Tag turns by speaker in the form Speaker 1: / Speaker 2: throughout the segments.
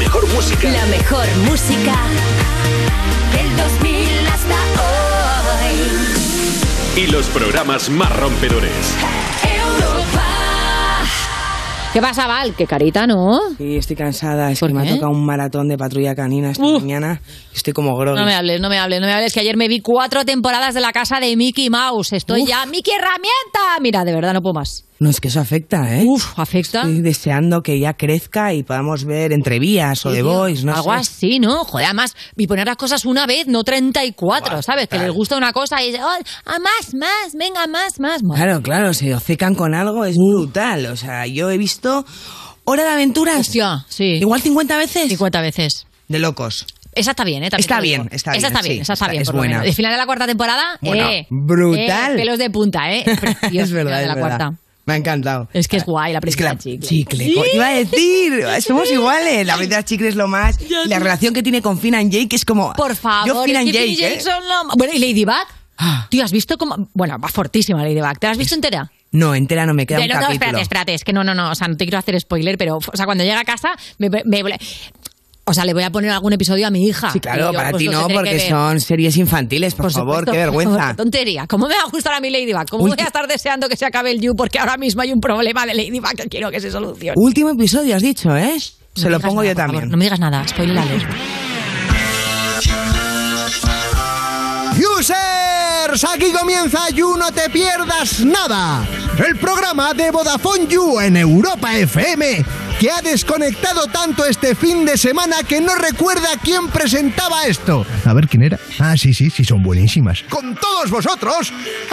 Speaker 1: mejor música.
Speaker 2: La mejor música del 2000 hasta hoy.
Speaker 1: Y los programas más rompedores.
Speaker 3: ¿Qué pasa, Val? Qué carita, ¿no?
Speaker 4: Sí, estoy cansada. Es que
Speaker 3: ¿Por
Speaker 4: me ha
Speaker 3: qué?
Speaker 4: tocado un maratón de patrulla canina esta
Speaker 3: Uh.
Speaker 4: mañana. Estoy como groggy.
Speaker 3: No me hables, no me hables, no me hables, que ayer me vi cuatro temporadas de la casa de Mickey Mouse. Estoy ya, Mickey herramienta. Mira, de verdad no puedo más.
Speaker 4: No, es que eso afecta, ¿eh?
Speaker 3: Uf, afecta.
Speaker 4: Estoy deseando que ya crezca y podamos ver entrevías o
Speaker 3: Sí,
Speaker 4: de
Speaker 3: tío,
Speaker 4: Voice, no
Speaker 3: Algo
Speaker 4: sé.
Speaker 3: así, ¿no? Joder, además, y poner las cosas una vez, no 34, ¿sabes? Que les gusta una cosa y dicen, "Oh, a más, más, venga, más, más. más".
Speaker 4: Claro, claro, se obcecan con algo, es brutal. O sea, yo he visto Hora de Aventuras.
Speaker 3: Hostia, sí.
Speaker 4: Igual 50 veces.
Speaker 3: 50 veces.
Speaker 4: De locos.
Speaker 3: Esa está bien, ¿eh? También
Speaker 4: Está
Speaker 3: te lo digo.
Speaker 4: bien, está
Speaker 3: Esa
Speaker 4: bien,
Speaker 3: está bien,
Speaker 4: sí,
Speaker 3: esa está
Speaker 4: está-
Speaker 3: bien.
Speaker 4: es
Speaker 3: por lo
Speaker 4: buena.
Speaker 3: menos. El final de la cuarta temporada,
Speaker 4: Bueno,
Speaker 3: eh,
Speaker 4: brutal.
Speaker 3: eh, pelos de punta, ¿eh? Precioso,
Speaker 4: es verdad,
Speaker 3: el final de
Speaker 4: es
Speaker 3: la
Speaker 4: verdad.
Speaker 3: cuarta.
Speaker 4: Me ha encantado.
Speaker 3: Es que es guay, la
Speaker 4: Es que
Speaker 3: princesa
Speaker 4: la
Speaker 3: chicle.
Speaker 4: co- Iba a decir, somos iguales. La princesa chicle es lo más.
Speaker 3: Ya
Speaker 4: Y la
Speaker 3: sé.
Speaker 4: relación que tiene con Finn and Jake es como.
Speaker 3: Por favor,
Speaker 4: Yo Finn
Speaker 3: es
Speaker 4: and
Speaker 3: que
Speaker 4: Jake.
Speaker 3: Phil
Speaker 4: ¿eh?
Speaker 3: Jackson no- Bueno, ¿y Ladybug?
Speaker 4: Ah.
Speaker 3: Tío, ¿has visto cómo...? Bueno, va fortísima Ladybug. ¿Te la has visto entera?
Speaker 4: No, entera no me queda
Speaker 3: Pero
Speaker 4: un
Speaker 3: no,
Speaker 4: capítulo.
Speaker 3: espérate, espérate, es que no, no, no, o sea, no te quiero hacer spoiler, pero, o sea, cuando llega a casa, me, me- o sea, le voy a poner algún episodio a mi hija.
Speaker 4: Sí, claro,
Speaker 3: Y yo,
Speaker 4: para
Speaker 3: pues,
Speaker 4: ti
Speaker 3: lo
Speaker 4: no,
Speaker 3: tendré que
Speaker 4: porque
Speaker 3: ver.
Speaker 4: son series infantiles, por, favor,
Speaker 3: supuesto.
Speaker 4: qué vergüenza.
Speaker 3: Qué tontería. ¿Cómo me va a gustar a mi Ladybug? ¿Cómo voy
Speaker 4: Ulti-
Speaker 3: a estar deseando que se acabe el You? Porque ahora mismo hay un problema de Ladybug que quiero que se solucione.
Speaker 4: Último episodio, has dicho, ¿eh?
Speaker 3: No
Speaker 4: Se
Speaker 3: me
Speaker 4: lo
Speaker 3: digas
Speaker 4: pongo
Speaker 3: nada,
Speaker 4: yo
Speaker 3: por favor,
Speaker 4: también.
Speaker 3: no me digas nada, spoiler alert.
Speaker 5: Users, aquí comienza You No Te Pierdas Nada, el programa de Vodafone You en Europa FM, que ha desconectado tanto este fin de semana que no recuerda quién presentaba esto. A ver quién era. Ah, sí, sí, sí, son buenísimas. Con todos vosotros,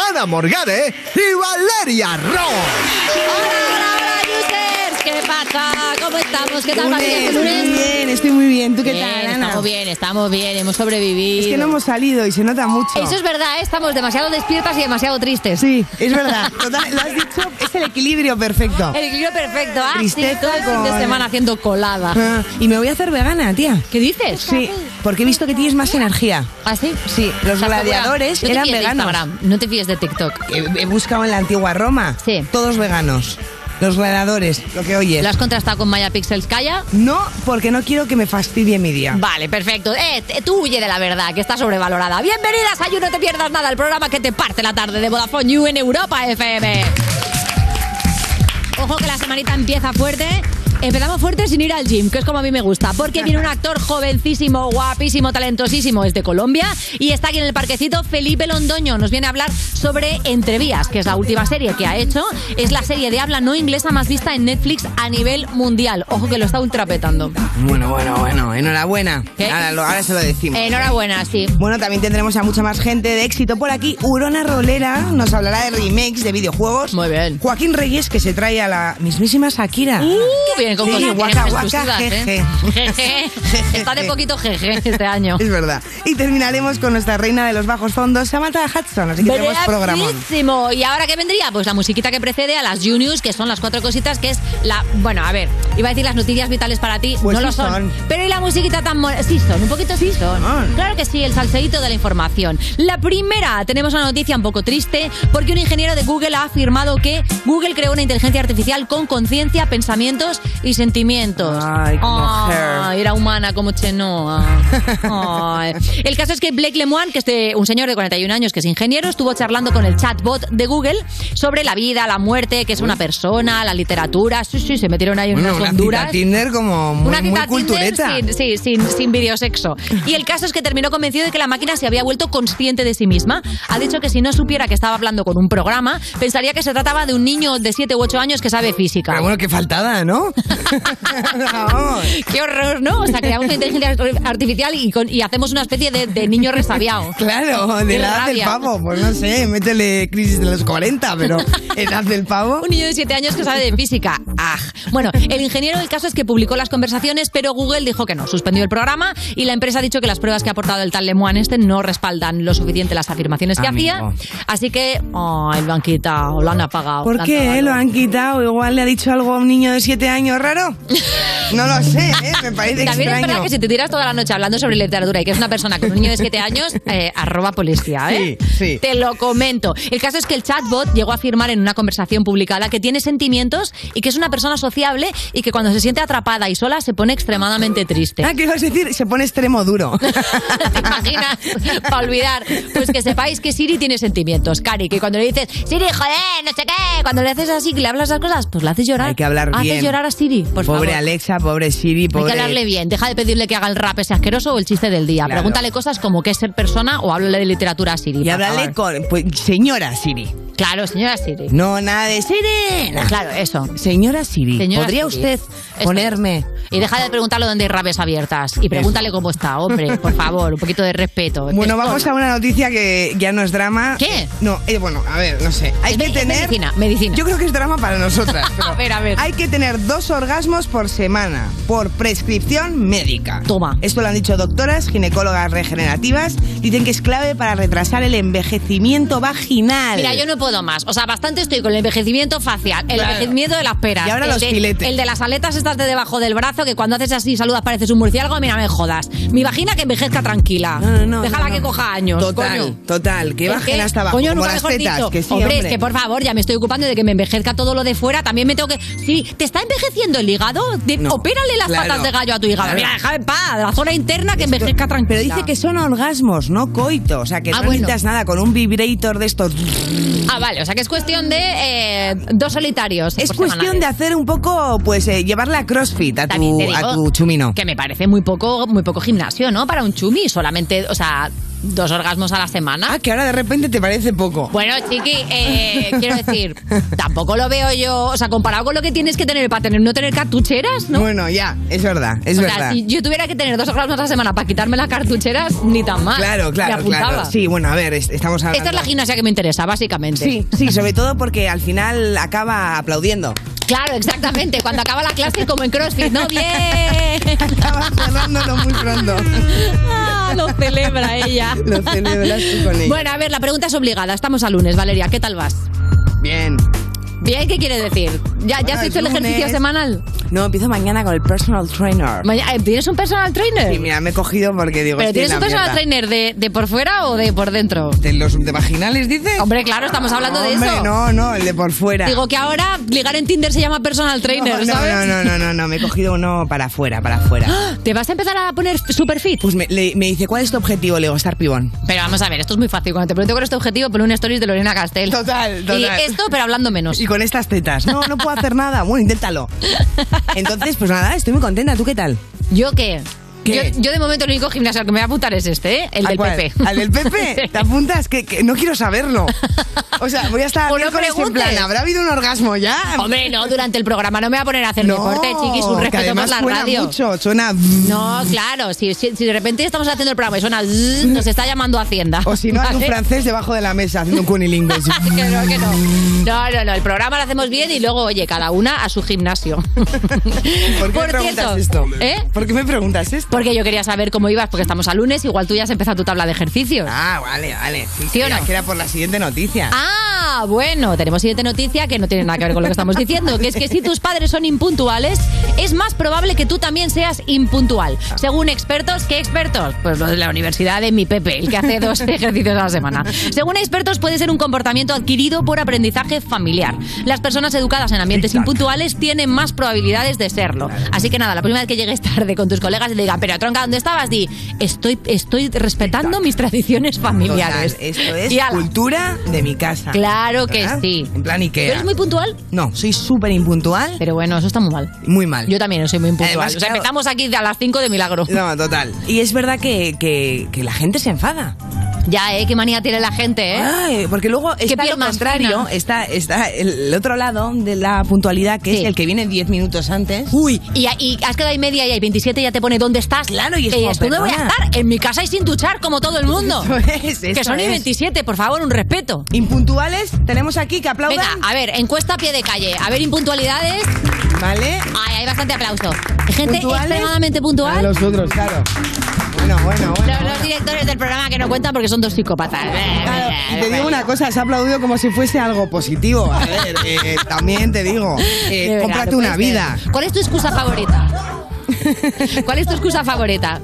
Speaker 5: Ana Morgade y Valeria Ross.
Speaker 3: Hola, hola, users. ¿Qué pasa? ¿Cómo estamos? Pues, ¿Qué tal,
Speaker 4: Lunes,
Speaker 3: María? ¿Qué
Speaker 4: muy
Speaker 3: lunes?
Speaker 4: bien, estoy muy bien. ¿Tú qué
Speaker 3: Bien,
Speaker 4: tal, Ana?
Speaker 3: Estamos bien, estamos bien, hemos sobrevivido.
Speaker 4: Es que no hemos salido y se nota mucho.
Speaker 3: Eso es verdad, ¿eh? estamos demasiado despiertas y demasiado tristes.
Speaker 4: Sí, es verdad. Total, lo has dicho, es el equilibrio perfecto.
Speaker 3: El equilibrio perfecto. Ah,
Speaker 4: Tristeza
Speaker 3: sí, todo el fin
Speaker 4: con-
Speaker 3: de semana haciendo colada.
Speaker 4: Ah, y me voy a hacer vegana, tía.
Speaker 3: ¿Qué dices? ¿Ah,
Speaker 4: Sí, porque he visto que tienes más energía.
Speaker 3: ¿Así?
Speaker 4: Sí, los gladiadores
Speaker 3: no te
Speaker 4: eran
Speaker 3: fíes de
Speaker 4: veganos.
Speaker 3: Instagram, no te fíes de TikTok.
Speaker 4: He, he buscado en la antigua Roma.
Speaker 3: Sí.
Speaker 4: Todos veganos. Los gladiadores, lo que oyes.
Speaker 3: ¿Lo has contrastado con Maya Pixelskaya?
Speaker 4: No, porque no quiero que me fastidie mi día.
Speaker 3: Vale, perfecto. Eh, t- tú huye de la verdad, que está sobrevalorada. Bienvenidas a You No Te Pierdas Nada, el programa que te parte la tarde de Vodafone You en Europa FM. Ojo que la semanita empieza fuerte. Empezamos fuerte sin ir al gym, que es como a mí me gusta, porque viene un actor jovencísimo, guapísimo, talentosísimo, es de Colombia y está aquí en el parquecito Felipe Londoño. Nos viene a hablar sobre Entrevías, que es la última serie que ha hecho. Es la serie de habla no inglesa más vista en Netflix a nivel mundial. Ojo que lo está ultrapetando.
Speaker 4: Bueno, bueno, bueno. Enhorabuena.
Speaker 3: ¿Qué?
Speaker 4: Ahora, lo- ahora se lo decimos.
Speaker 3: Enhorabuena, sí.
Speaker 4: Bueno, también tendremos a mucha más gente de éxito por aquí. Urona Rolera nos hablará de remakes de videojuegos.
Speaker 3: Muy bien.
Speaker 4: Joaquín Reyes, que se trae a la mismísima Shakira.
Speaker 3: Uh, vienen con
Speaker 4: Sí,
Speaker 3: cosas
Speaker 4: guaca,
Speaker 3: tenemos
Speaker 4: guaca,
Speaker 3: exclusivas, ¿eh?
Speaker 4: jeje.
Speaker 3: Jeje. Está de poquito jeje este año.
Speaker 4: Es verdad. Y terminaremos con nuestra reina de los bajos fondos, Samantha Hudson. Así que tenemos programón.
Speaker 3: Bravísimo. ¿Y ahora qué vendría? Pues la musiquita que precede a las Juniors, que son las cuatro cositas, que es la... Bueno, a ver, iba a decir las noticias vitales para ti,
Speaker 4: Pues
Speaker 3: no
Speaker 4: sí
Speaker 3: lo son.
Speaker 4: son.
Speaker 3: Pero ¿y la musiquita tan... mo- Sí son, un poquito sí, son.
Speaker 4: son.
Speaker 3: Claro que sí, el salseíto de la información. La primera, tenemos una noticia un poco triste, porque un ingeniero de Google ha afirmado que Google creó una inteligencia artificial con conciencia, pensamientos y sentimientos.
Speaker 4: Ay, qué mujer.
Speaker 3: Ay, Ah, era humana como Chenoa. Ay. El caso es que Blake Lemoine, que es de- un señor de 41 años que es ingeniero, estuvo charlando con el chatbot de Google sobre la vida, la muerte, que es una persona, la literatura. Sí, sí, se metieron ahí en
Speaker 4: Bueno,
Speaker 3: unas
Speaker 4: una
Speaker 3: honduras.
Speaker 4: cita Tinder como muy,
Speaker 3: Una
Speaker 4: muy
Speaker 3: cita Tinder
Speaker 4: cultureta.
Speaker 3: sin, sí, sin, sin videosexo. Y el caso es que terminó convencido de que la máquina se había vuelto consciente de sí misma. Ha dicho que si no supiera que estaba hablando con un programa, pensaría que se trataba de un niño de 7 u 8 años que sabe física.
Speaker 4: Pero bueno, qué faltada, ¿no? Vamos.
Speaker 3: Qué horror, ¿no? O sea, creamos una inteligencia artificial y, con- y hacemos una especie de, de niño resabiado.
Speaker 4: Claro, de
Speaker 3: Qué
Speaker 4: la edad del
Speaker 3: rabia.
Speaker 4: pavo, pues no sé, métele crisis de los 40, pero edad del pavo.
Speaker 3: Un niño de 7 años que sabe de física. ¡Ah! Bueno, el ingeniero del caso es que publicó las conversaciones, pero Google dijo que no, suspendió el programa y la empresa ha dicho que las pruebas que ha aportado el tal Lemoine este no respaldan lo suficiente las afirmaciones que
Speaker 4: Amigo.
Speaker 3: hacía. Así que, ¡ay, lo han quitado! Lo han apagado.
Speaker 4: ¿Por
Speaker 3: lo han
Speaker 4: qué? eh?
Speaker 3: apagado.
Speaker 4: ¿Lo han quitado? Igual le ha dicho algo a un niño de 7 años raro. No lo sé, ¿eh? me parece
Speaker 3: También es
Speaker 4: extraño.
Speaker 3: verdad que si te tiras toda la noche hablando sobre literatura y que es una persona con un niño de 7 años, eh, arroba policía, ¿eh?
Speaker 6: Sí, sí.
Speaker 3: Te lo comento. El caso es que el chatbot llegó a afirmar en una conversación publicada que tiene sentimientos y que es una persona sociable y que cuando se siente atrapada y sola se pone extremadamente triste.
Speaker 4: Ah, ¿qué ibas a decir? Se pone extremo duro.
Speaker 3: ¿Te imaginas? Para olvidar. Pues que sepáis que Siri tiene sentimientos, Cari. Que cuando le dices, Siri, joder, no sé qué, cuando le haces así, que le hablas las cosas, pues la haces llorar.
Speaker 4: Hay que hablar
Speaker 3: Haces
Speaker 4: bien.
Speaker 3: llorar a Siri, por
Speaker 4: pobre
Speaker 3: favor.
Speaker 4: Alexa, pobre Siri,
Speaker 3: Hay que
Speaker 4: pobre...
Speaker 3: hablarle bien, deja de pedirle que haga el rap ese asqueroso o el chiste del día.
Speaker 4: Claro.
Speaker 3: Pregúntale cosas como qué es ser persona o háblale de literatura a Siri.
Speaker 4: Y
Speaker 3: por
Speaker 4: hablarle
Speaker 3: favor.
Speaker 4: con... pues, señora Siri.
Speaker 3: Claro, señora Siri.
Speaker 4: No, nada de Siri.
Speaker 3: Claro, eso.
Speaker 4: Señora Siri,
Speaker 3: Señora
Speaker 4: ¿podría
Speaker 3: Siri.
Speaker 4: usted
Speaker 3: es.
Speaker 4: ponerme...
Speaker 3: Y deja de preguntarle dónde hay rapes abiertas. Y pregúntale cómo está, hombre, por favor, un poquito de respeto.
Speaker 4: Bueno,
Speaker 3: Persona.
Speaker 4: vamos a una noticia que ya no es drama.
Speaker 3: ¿Qué?
Speaker 4: No, eh, bueno, a ver, no sé. Hay que
Speaker 3: Es me- es
Speaker 4: tener.
Speaker 3: medicina, medicina.
Speaker 4: Yo creo que es drama para nosotras. pero
Speaker 3: A ver, a ver.
Speaker 4: Hay que tener dos orgasmos por semana por prescripción médica.
Speaker 3: Toma.
Speaker 4: Esto lo han dicho doctoras, ginecólogas regenerativas. Dicen que es clave para retrasar el envejecimiento vaginal.
Speaker 3: Mira, yo no puedo más. O sea, bastante estoy con el envejecimiento facial, el
Speaker 4: Claro.
Speaker 3: envejecimiento de las peras.
Speaker 4: Y ahora
Speaker 3: el
Speaker 4: los
Speaker 3: de-
Speaker 4: filetes.
Speaker 3: El de las aletas estas de debajo del brazo, que cuando haces así saludas pareces un murciélago, mira, me jodas. Mi vagina que envejezca tranquila.
Speaker 4: No, no, no,
Speaker 3: Déjala
Speaker 4: no, no.
Speaker 3: que coja años.
Speaker 4: Total,
Speaker 3: coño.
Speaker 4: total. Que
Speaker 3: Es
Speaker 4: bajen
Speaker 3: que,
Speaker 4: hasta abajo.
Speaker 3: Coño,
Speaker 4: como
Speaker 3: nunca
Speaker 4: las
Speaker 3: mejor
Speaker 4: tetas,
Speaker 3: dicho.
Speaker 4: que sí,
Speaker 3: hombre,
Speaker 4: hombre.
Speaker 3: es que por favor, ya me estoy ocupando de que me envejezca todo lo de fuera. También me tengo que. Sí, ¿te está envejeciendo el hígado? De-
Speaker 4: No,
Speaker 3: opérale las
Speaker 4: claro.
Speaker 3: patas de gallo a tu hígado.
Speaker 4: Claro.
Speaker 3: Mira, déjame en paz. La zona interna que envejezca tranquila.
Speaker 4: Pero dice que son orgasmos, no coito. O sea, que
Speaker 3: Ah,
Speaker 4: no
Speaker 3: bueno.
Speaker 4: necesitas nada con un vibrator de estos.
Speaker 3: Ah, vale, o sea que es cuestión de eh, dos solitarios. Pues
Speaker 4: Es
Speaker 3: por
Speaker 4: cuestión
Speaker 3: semanales.
Speaker 4: de hacer un poco, pues, eh, llevarla a CrossFit, a
Speaker 3: También
Speaker 4: tu,
Speaker 3: te digo
Speaker 4: a tu chumino.
Speaker 3: Que me parece muy poco, muy poco gimnasio, ¿no? Para un chumi, solamente, o sea, dos orgasmos a la semana.
Speaker 4: Ah, que ahora de repente te parece poco.
Speaker 3: Bueno, chiqui, eh, quiero decir, tampoco lo veo yo, o sea, comparado con lo que tienes que tener para tener, no tener cartucheras, ¿no?
Speaker 4: Bueno, ya, es verdad, es
Speaker 3: o sea,
Speaker 4: verdad.
Speaker 3: si yo tuviera que tener dos orgasmos a la semana para quitarme las cartucheras, ni tan mal.
Speaker 4: Claro,
Speaker 3: Me
Speaker 4: claro,
Speaker 3: apuntaba.
Speaker 4: claro. Sí, bueno, a ver, es- estamos hablando.
Speaker 3: Esta es la gimnasia que me interesa, básicamente.
Speaker 4: Sí, sí, sobre todo porque al final acaba aplaudiendo.
Speaker 3: Claro, exactamente. Cuando acaba la clase, como en CrossFit, ¿no? ¡Bien!
Speaker 4: Acaba cerrándolo muy pronto.
Speaker 3: Ah, lo celebra ella.
Speaker 4: Lo celebras tú con ella.
Speaker 3: Bueno, a ver, la pregunta es obligada. Estamos a lunes, Valeria. ¿Qué tal vas?
Speaker 4: Bien.
Speaker 3: Bien, ¿qué quiere decir? ¿Ya, ya
Speaker 4: Bueno,
Speaker 3: has
Speaker 4: es
Speaker 3: hecho el ejercicio
Speaker 4: lunes.
Speaker 3: semanal?
Speaker 4: No, empiezo mañana con el personal trainer.
Speaker 3: Maña- eh, ¿Tienes un personal trainer?
Speaker 4: Sí, mira, me he cogido porque digo.
Speaker 3: ¿Pero
Speaker 4: estoy en
Speaker 3: tienes un
Speaker 4: la
Speaker 3: personal
Speaker 4: mierda.
Speaker 3: trainer de, de por fuera o de por dentro?
Speaker 4: ¿De los de vaginales dices?
Speaker 3: Hombre, claro, estamos hablando de
Speaker 4: Hombre,
Speaker 3: eso.
Speaker 4: no, no, el de por fuera.
Speaker 3: Digo que ahora ligar en Tinder se llama personal trainer,
Speaker 4: no,
Speaker 3: ¿sabes?
Speaker 4: no, no, no, no, no, me he cogido uno para afuera, para afuera.
Speaker 3: ¿Te vas a empezar a poner super fit?
Speaker 4: Pues me, le- me dice, ¿cuál es tu objetivo? Le digo, estar pibón.
Speaker 3: Pero vamos a ver, esto es muy fácil. Cuando te pregunto con este objetivo, pon un stories de Lorena Castell.
Speaker 4: Total, total.
Speaker 3: Y esto, pero hablando menos.
Speaker 4: Y con estas tetas. No, no puedo hacer nada. Bueno, inténtalo. Entonces, pues nada, estoy muy contenta. ¿Tú qué tal?
Speaker 3: ¿Yo qué?
Speaker 4: ¿Qué?
Speaker 3: Eh, Yo, yo de momento el único gimnasio al que me voy a apuntar es este, ¿eh? el
Speaker 4: ¿A
Speaker 3: del
Speaker 4: cuál?
Speaker 3: PP.
Speaker 4: ¿Al del Pepe? ¿Te apuntas? Que, que no quiero saberlo. O sea, voy a estar
Speaker 3: Pues no
Speaker 4: miércoles en
Speaker 3: preguntes.
Speaker 4: plan, ¿habrá habido un orgasmo ya?
Speaker 3: Hombre, no, durante el programa no me voy a poner a hacer
Speaker 4: no,
Speaker 3: deporte, chiquis, un
Speaker 4: que
Speaker 3: respeto
Speaker 4: además
Speaker 3: por la
Speaker 4: suena
Speaker 3: radio.
Speaker 4: mucho, suena...
Speaker 3: No, claro, si, si- si de repente estamos haciendo el programa y suena zzz, nos está llamando Hacienda.
Speaker 4: O si no, hay un
Speaker 3: ¿vale?
Speaker 4: francés debajo de la mesa haciendo un cunilingüe.
Speaker 3: Que no, que no. No, no, no, el programa lo hacemos bien y luego, oye, cada una a su gimnasio.
Speaker 4: ¿Por qué me
Speaker 3: Por
Speaker 4: preguntas
Speaker 3: cierto,
Speaker 4: esto?
Speaker 3: ¿eh?
Speaker 4: ¿Por qué me preguntas esto?
Speaker 3: Porque yo quería saber cómo ibas, porque estamos a lunes, igual tú ya has empezado tu tabla de ejercicios.
Speaker 4: Ah, vale, vale.
Speaker 3: ¿Sí o
Speaker 4: era-
Speaker 3: no?
Speaker 4: Que era por la siguiente noticia.
Speaker 3: Ah, bueno, tenemos siguiente noticia que no tiene nada que ver con lo que estamos diciendo, que es que si tus padres son impuntuales, es más probable que tú también seas impuntual. Según expertos, ¿qué expertos? Pues los de la universidad de mi Pepe, el que hace dos ejercicios a la semana. Según expertos, puede ser un comportamiento adquirido por aprendizaje familiar. Las personas educadas en ambientes impuntuales tienen más probabilidades de serlo. Así que nada, la primera vez que llegues tarde con tus colegas y te digan, pero tronca, ¿dónde estabas? Di, estoy, estoy respetando mis tradiciones familiares.
Speaker 4: Total, esto es
Speaker 3: Y ala.
Speaker 4: cultura de mi casa.
Speaker 3: Claro que
Speaker 4: ¿Verdad?
Speaker 3: sí.
Speaker 4: En plan
Speaker 3: ¿Tú
Speaker 4: Ikea.
Speaker 3: eres muy puntual?
Speaker 4: No, soy súper impuntual.
Speaker 3: Pero bueno, eso está muy mal.
Speaker 4: Muy mal.
Speaker 3: Yo también soy muy impuntual.
Speaker 4: Además,
Speaker 3: o sea,
Speaker 4: claro-
Speaker 3: empezamos aquí a las 5 de milagro.
Speaker 4: No, total. Y es verdad que, que- que la gente se enfada.
Speaker 3: Ya, ¿eh? Qué manía tiene la gente, ¿eh?
Speaker 4: Ay, porque luego está
Speaker 3: piel
Speaker 4: lo
Speaker 3: más
Speaker 4: contrario,
Speaker 3: fina.
Speaker 4: está, está el otro lado de la puntualidad, que
Speaker 3: Sí.
Speaker 4: es el que viene 10 minutos antes.
Speaker 3: Uy, y, y has quedado ahí media y hay 27 ya te pone dónde estás.
Speaker 4: Claro, y es
Speaker 3: Que
Speaker 4: como,
Speaker 3: dices, ¿Dónde voy a
Speaker 4: perdona.
Speaker 3: estar? En mi casa y sin duchar, como todo el mundo.
Speaker 4: Eso es,
Speaker 3: que
Speaker 4: eso
Speaker 3: son y
Speaker 4: es.
Speaker 3: 27, por favor, un respeto.
Speaker 4: Impuntuales, tenemos aquí que aplaudan.
Speaker 3: Venga, a ver, encuesta a pie de calle. A ver, impuntualidades.
Speaker 4: ¿Vale?
Speaker 3: Ay, hay bastante aplauso. Gente
Speaker 4: ¿Puntuales?
Speaker 3: extremadamente puntual.
Speaker 5: los otros, claro.
Speaker 4: Bueno, bueno, bueno.
Speaker 3: Los, los directores del programa que no cuentan porque son dos psicópatas.
Speaker 4: Claro, y te digo una cosa, se ha aplaudido como si fuese algo positivo. A ver, eh, también te digo, eh,
Speaker 3: De verdad,
Speaker 4: cómprate
Speaker 3: no
Speaker 4: una
Speaker 3: puede
Speaker 4: vida.
Speaker 3: ser. ¿Cuál es tu excusa favorita? ¿Cuál es tu excusa favorita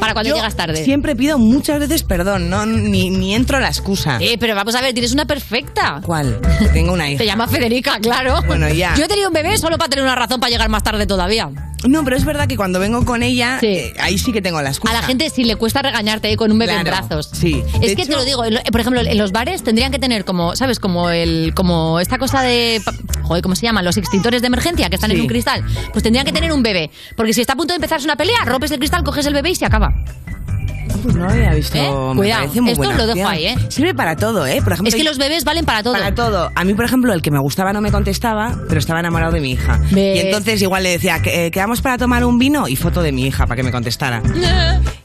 Speaker 3: para cuando llegas tarde?
Speaker 4: Siempre pido muchas veces perdón, no ni, ni entro a la excusa.
Speaker 3: Eh, pero vamos a ver, tienes una perfecta.
Speaker 4: ¿Cuál? Tengo una hija.
Speaker 3: Te llama Federica, claro.
Speaker 4: Bueno, ya.
Speaker 3: Yo he tenido un bebé solo para tener una razón para llegar más tarde todavía.
Speaker 4: No, pero es verdad que cuando vengo con ella,
Speaker 3: Sí.
Speaker 4: eh, ahí sí que tengo la excusa.
Speaker 3: A la gente sí le cuesta regañarte eh, con un bebé en
Speaker 4: Claro,
Speaker 3: brazos.
Speaker 4: sí.
Speaker 3: Es
Speaker 4: De
Speaker 3: que te
Speaker 4: hecho-
Speaker 3: lo digo, en lo- por ejemplo, en los bares tendrían que tener como, ¿sabes? Como el como esta cosa de pa- joder, ¿cómo se llaman? Los extintores de emergencia que están en
Speaker 4: Sí.
Speaker 3: un cristal. Pues tendrían que tener un bebé, porque si está a punto de empezarse una pelea, rompes el cristal, coges el bebé y se acaba.
Speaker 4: Pues no lo había visto.
Speaker 3: Eh,
Speaker 4: me
Speaker 3: cuidado,
Speaker 4: parece muy
Speaker 3: esto
Speaker 4: buena
Speaker 3: lo dejo
Speaker 4: opción.
Speaker 3: ahí, eh.
Speaker 4: Sirve para todo, ¿eh? Por ejemplo,
Speaker 3: Es que los bebés valen para todo.
Speaker 4: Para todo. A mí, por ejemplo, el que me gustaba no me contestaba, pero estaba enamorado de mi hija.
Speaker 3: ¿Ves?
Speaker 4: Y entonces igual le decía, "Que- eh, quedamos para tomar un vino y foto de mi hija para que me contestara.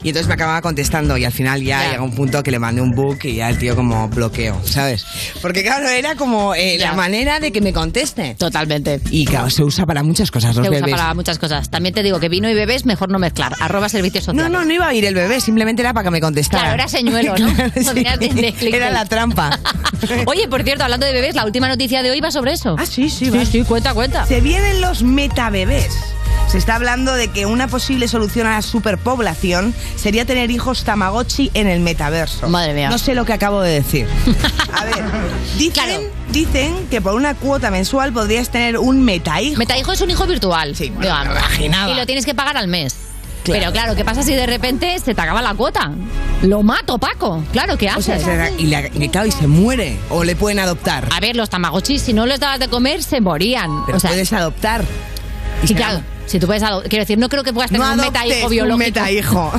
Speaker 4: Y entonces me acababa contestando y al final ya,
Speaker 3: Ya.
Speaker 4: llega un punto que le mandé un book y ya el tío como bloqueo, ¿sabes? Porque claro, era como eh,
Speaker 3: Ya.
Speaker 4: la manera de que me conteste.
Speaker 3: Totalmente.
Speaker 4: Y claro, se usa para muchas cosas los
Speaker 3: Se usa
Speaker 4: bebés.
Speaker 3: para muchas cosas. También te digo que vino y bebés mejor no mezclar. Arroba servicios
Speaker 4: No,
Speaker 3: sociales.
Speaker 4: no, no iba a ir el bebé, simplemente era para que me contestara.
Speaker 3: Claro, era señuelo, ¿no?
Speaker 4: Claro, sí.
Speaker 3: Podrías tener clickbait.
Speaker 4: Era la trampa.
Speaker 3: Oye, por cierto, hablando de bebés, la última noticia de hoy va sobre eso.
Speaker 4: Ah, sí, sí,
Speaker 3: sí,
Speaker 4: va.
Speaker 3: sí, cuenta, cuenta.
Speaker 4: Se vienen los metabebés. Se está hablando de que una posible solución a la superpoblación sería tener hijos Tamagotchi en el metaverso.
Speaker 3: Madre mía.
Speaker 4: No sé lo que acabo de decir. A ver, dicen,
Speaker 3: Claro.
Speaker 4: dicen que por una cuota mensual podrías tener un metahijo.
Speaker 3: Metahijo es un hijo virtual.
Speaker 4: Sí, bueno,
Speaker 3: digamos.
Speaker 4: me imaginaba.
Speaker 3: Y lo tienes que pagar al mes.
Speaker 4: Claro.
Speaker 3: Pero claro, ¿qué pasa si de repente se te acaba la cuota? Lo mato, Paco. Claro, ¿qué
Speaker 4: O sea,
Speaker 3: haces?
Speaker 4: será- y, la- y claro, y se muere. O le pueden adoptar.
Speaker 3: a ver, los tamagotchis, si no les dabas de comer, se morían.
Speaker 4: Pero
Speaker 3: o sea,
Speaker 4: puedes adoptar.
Speaker 3: y
Speaker 4: será-
Speaker 3: claro, si tú puedes ado- Quiero decir, no creo que puedas
Speaker 4: No
Speaker 3: tener un
Speaker 4: adoptes
Speaker 3: metahijo
Speaker 4: un
Speaker 3: biológico.
Speaker 4: metahijo.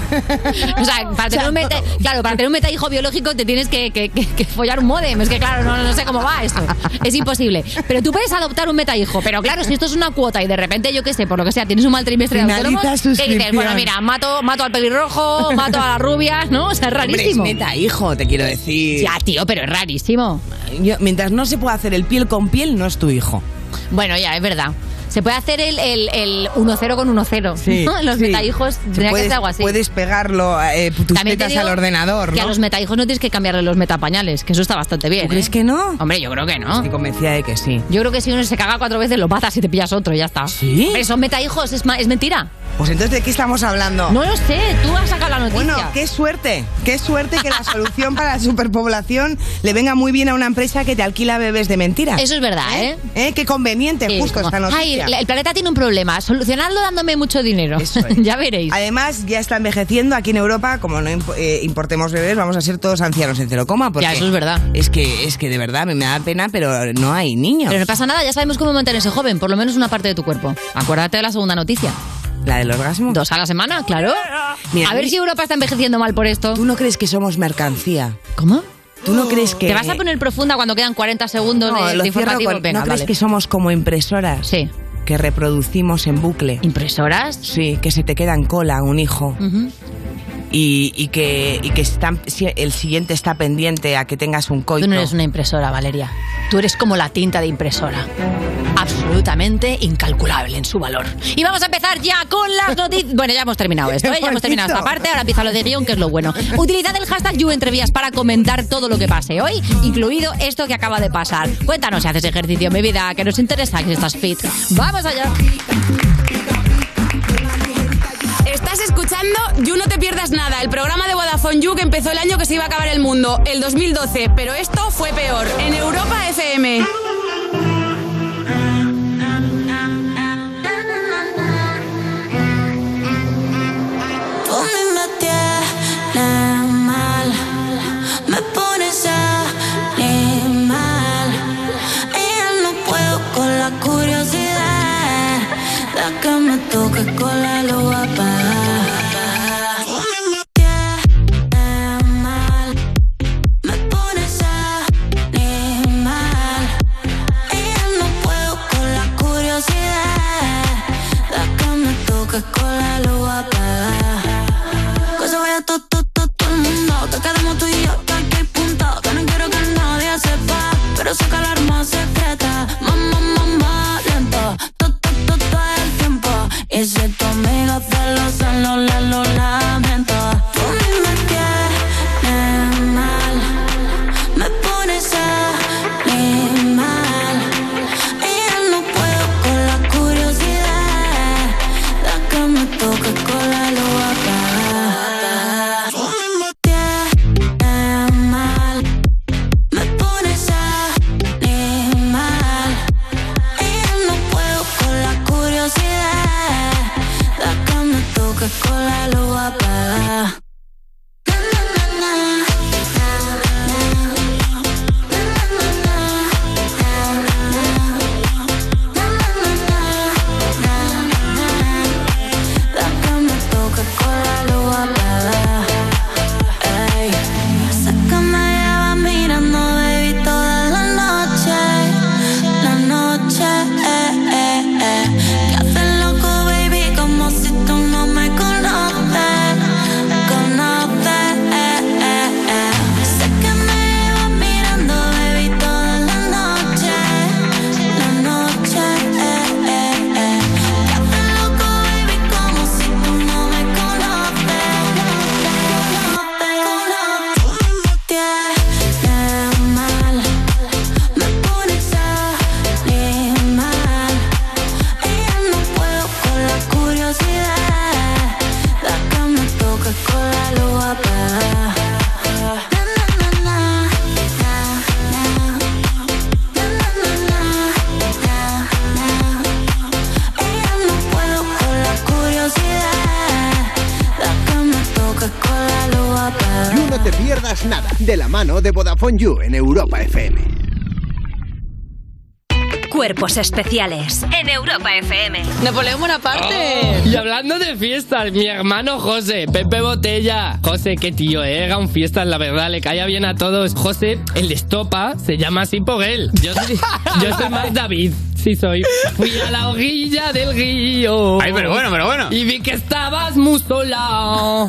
Speaker 3: O sea, para tener, un meta- claro, para tener un metahijo biológico te tienes que, que- que- que follar un modem. Es que, claro, no, no sé cómo va esto. Es imposible. Pero tú puedes adoptar un metahijo. Pero claro, si esto es una cuota y de repente, yo qué sé, por lo que sea, tienes un mal trimestre de
Speaker 4: Finaliza
Speaker 3: autónomos, ¿qué dices?
Speaker 4: suscripción.
Speaker 3: Bueno, mira, mato, mato al pelirrojo, Oh, mato a la rubia, ¿no? O sea, es
Speaker 4: Hombre, es
Speaker 3: rarísimo.
Speaker 4: metahijo, te quiero decir.
Speaker 3: Ya, tío, pero es rarísimo.
Speaker 4: Yo- mientras no se pueda hacer el piel con piel, no es tu hijo.
Speaker 3: Bueno, ya, es verdad. Se puede hacer el, el, el 1-0 con 1-0. ¿no? Los
Speaker 4: sí.
Speaker 3: metajijos
Speaker 4: Se
Speaker 3: tendría que
Speaker 4: puedes,
Speaker 3: ser algo así.
Speaker 4: Puedes pegarlo eh, tus
Speaker 3: También te
Speaker 4: tetas
Speaker 3: digo
Speaker 4: al ordenador,
Speaker 3: Que
Speaker 4: ¿no?
Speaker 3: a los metajijos no tienes que cambiarle los metapañales, que eso está bastante bien.
Speaker 4: ¿Tú crees
Speaker 3: ¿eh?
Speaker 4: que no?
Speaker 3: Hombre, yo creo que no.
Speaker 4: Estoy convencida de que sí.
Speaker 3: Yo creo que si uno se caga cuatro veces, lo matas y te pillas otro, ya está.
Speaker 4: ¿Sí?
Speaker 3: Hombre, son metahijos, es, ma- es mentira.
Speaker 4: Pues entonces, ¿de qué estamos hablando?
Speaker 3: No lo sé, tú has sacado la noticia.
Speaker 4: Bueno, qué suerte, qué suerte que la solución para la superpoblación le venga muy bien a una empresa que te alquila bebés de mentira.
Speaker 3: Eso es verdad, ¿eh?
Speaker 4: ¿Eh? Qué conveniente,
Speaker 3: Sí,
Speaker 4: justo
Speaker 3: como,
Speaker 4: esta noticia.
Speaker 3: Ay, la- el planeta tiene un problema, solucionarlo dándome mucho dinero.
Speaker 4: Eso es.
Speaker 3: ya veréis.
Speaker 4: Además, ya está envejeciendo aquí en Europa. Como no imp- eh, importemos bebés, vamos a ser todos ancianos en cero coma. Porque
Speaker 3: Ya, eso es verdad.
Speaker 4: Es que, es que de verdad me, me da pena, pero no hay niños.
Speaker 3: Pero no pasa nada, ya sabemos cómo mantenerse joven, por lo menos una parte de tu cuerpo. Acuérdate de la segunda noticia.
Speaker 4: La del orgasmo.
Speaker 3: Dos a la semana,
Speaker 7: Oh.
Speaker 3: claro.
Speaker 4: Mira,
Speaker 3: a ver
Speaker 4: a mí-
Speaker 3: si Europa está envejeciendo mal por esto.
Speaker 4: ¿Tú no crees que somos mercancía?
Speaker 3: ¿Cómo?
Speaker 4: ¿Tú no crees que.?
Speaker 3: ¿Te vas a poner profunda cuando quedan 40 segundos
Speaker 4: No,
Speaker 3: de,
Speaker 4: lo
Speaker 3: de
Speaker 4: cierro
Speaker 3: informativo?
Speaker 4: con-
Speaker 3: Venga,
Speaker 4: ¿No crees
Speaker 3: vale.
Speaker 4: que somos como impresoras?
Speaker 3: Sí.
Speaker 4: Que reproducimos en bucle.
Speaker 3: ¿Impresoras?
Speaker 4: Sí, que se te queda en cola un hijo.
Speaker 3: Ujú.
Speaker 7: Mm.
Speaker 4: Y, y que, y que están- si el siguiente está pendiente a que tengas un coito.
Speaker 3: Tú no eres una impresora, Valeria. Tú eres como la tinta de impresora. Absolutamente incalculable en su valor. Y vamos a empezar ya con las noticias. Bueno, ya hemos terminado esto, ¿eh? ya hemos terminado esta parte. Ahora empieza lo de guión, que es lo bueno. Utilizad el hashtag YouEntrevías para comentar todo lo que pase hoy, incluido esto que acaba de pasar. Cuéntanos si haces ejercicio, mi vida, que nos interesa que estás fit. ¡Vamos allá!
Speaker 6: Estás escuchando You No Te Pierdas Nada, el programa de Vodafone You que empezó el año que se iba a acabar el mundo, el 2012, pero esto fue peor, en Europa FM.
Speaker 8: Tú me tienes mal, me pones animal. Y ya no puedo con la curiosidad. La que me toque con la luz voy a apagar. Tú me tienes mal, me pones animal. Y ya no puedo con la curiosidad. La que me toque con la luz voy a apagar. Que se vaya todo, todo, todo, el mundo Que quedemos tú y yo hasta que hay punto Que no quiero que nadie sepa Pero saca la arma secreta Mamá, mamá, lento Todo, todo, todo el tiempo Y si tu amigo celosa No le lo lamento Tú a mí me tienes mal Me pones animal Y yo no puedo con la curiosidad La que me Coca-Cola lo va a pagar. Na, na, na, na. Na, na. Na, na, na, na. Na, na, na, na. Na, na, na. La cama Coca-Cola lo va a pagar. Ey. Sácame ya, mirando, baby, toda la noche. La noche, eh, eh, eh. Te haces loco, baby, como si tú no me conoces. Conoces, eh, eh, eh. Sé que me llevas mirando, baby, toda la noche. La noche, eh, eh, eh. Te haces loco, baby, como si tú no me conoces. Conoces, nada mal. Me pones a mal. Ella no puedo con la curiosidad. La cama toca con la luz apagada. Na, na, na, na. Na, na. Na, na, na, na. Na, na. Ella no puedo con la curiosidad. La cama toca con la luz apagada.
Speaker 5: You No Te Pierdas Nada, de la mano de Vodafone You en Europa FM.
Speaker 9: Cuerpos especiales en Europa FM.
Speaker 10: Napoleón Bonaparte. Y hablando de fiestas, mi hermano José, Pepe Botella. José, qué tío, eh, era un fiestas, la verdad, le caía bien a todos. José, el de estopa, se llama así por él. Yo soy, yo soy más David. Sí soy. Fui a la orilla del río.
Speaker 11: Ay, pero bueno, pero bueno.
Speaker 10: Y vi que estabas muy sola.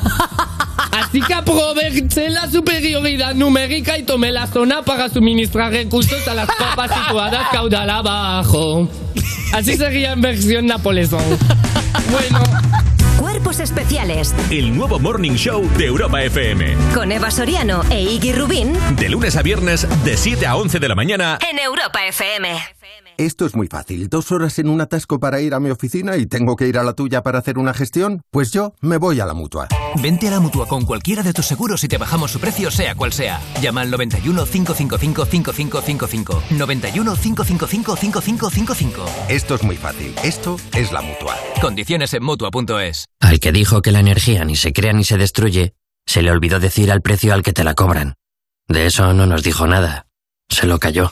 Speaker 10: Así que aproveché la superioridad numérica y tomé la zona para suministrar recursos a las copas situadas caudal abajo. Así sería en versión napolesón. Bueno.
Speaker 9: Cuerpos especiales
Speaker 12: El nuevo Morning Show de Europa FM.
Speaker 9: con Eva Soriano e Iggy Rubín
Speaker 12: De lunes a viernes, de 7 a 11 de la mañana.
Speaker 9: en Europa FM.
Speaker 13: Esto es muy fácil. Dos horas en un atasco para ir a mi oficina y tengo que ir a la tuya para hacer una gestión. Pues yo me voy a la mutua.
Speaker 14: Vente a la mutua con cualquiera de tus seguros y te bajamos su precio, sea cual sea. Llama al 91 555 5555. 91 555 5555.
Speaker 13: Esto es muy fácil. Esto es la mutua.
Speaker 14: Condiciones en mutua.es.
Speaker 2: Al que dijo que la energía ni se crea ni se destruye, se le olvidó decir al precio al que te la cobran. De eso no nos dijo nada. Se lo cayó.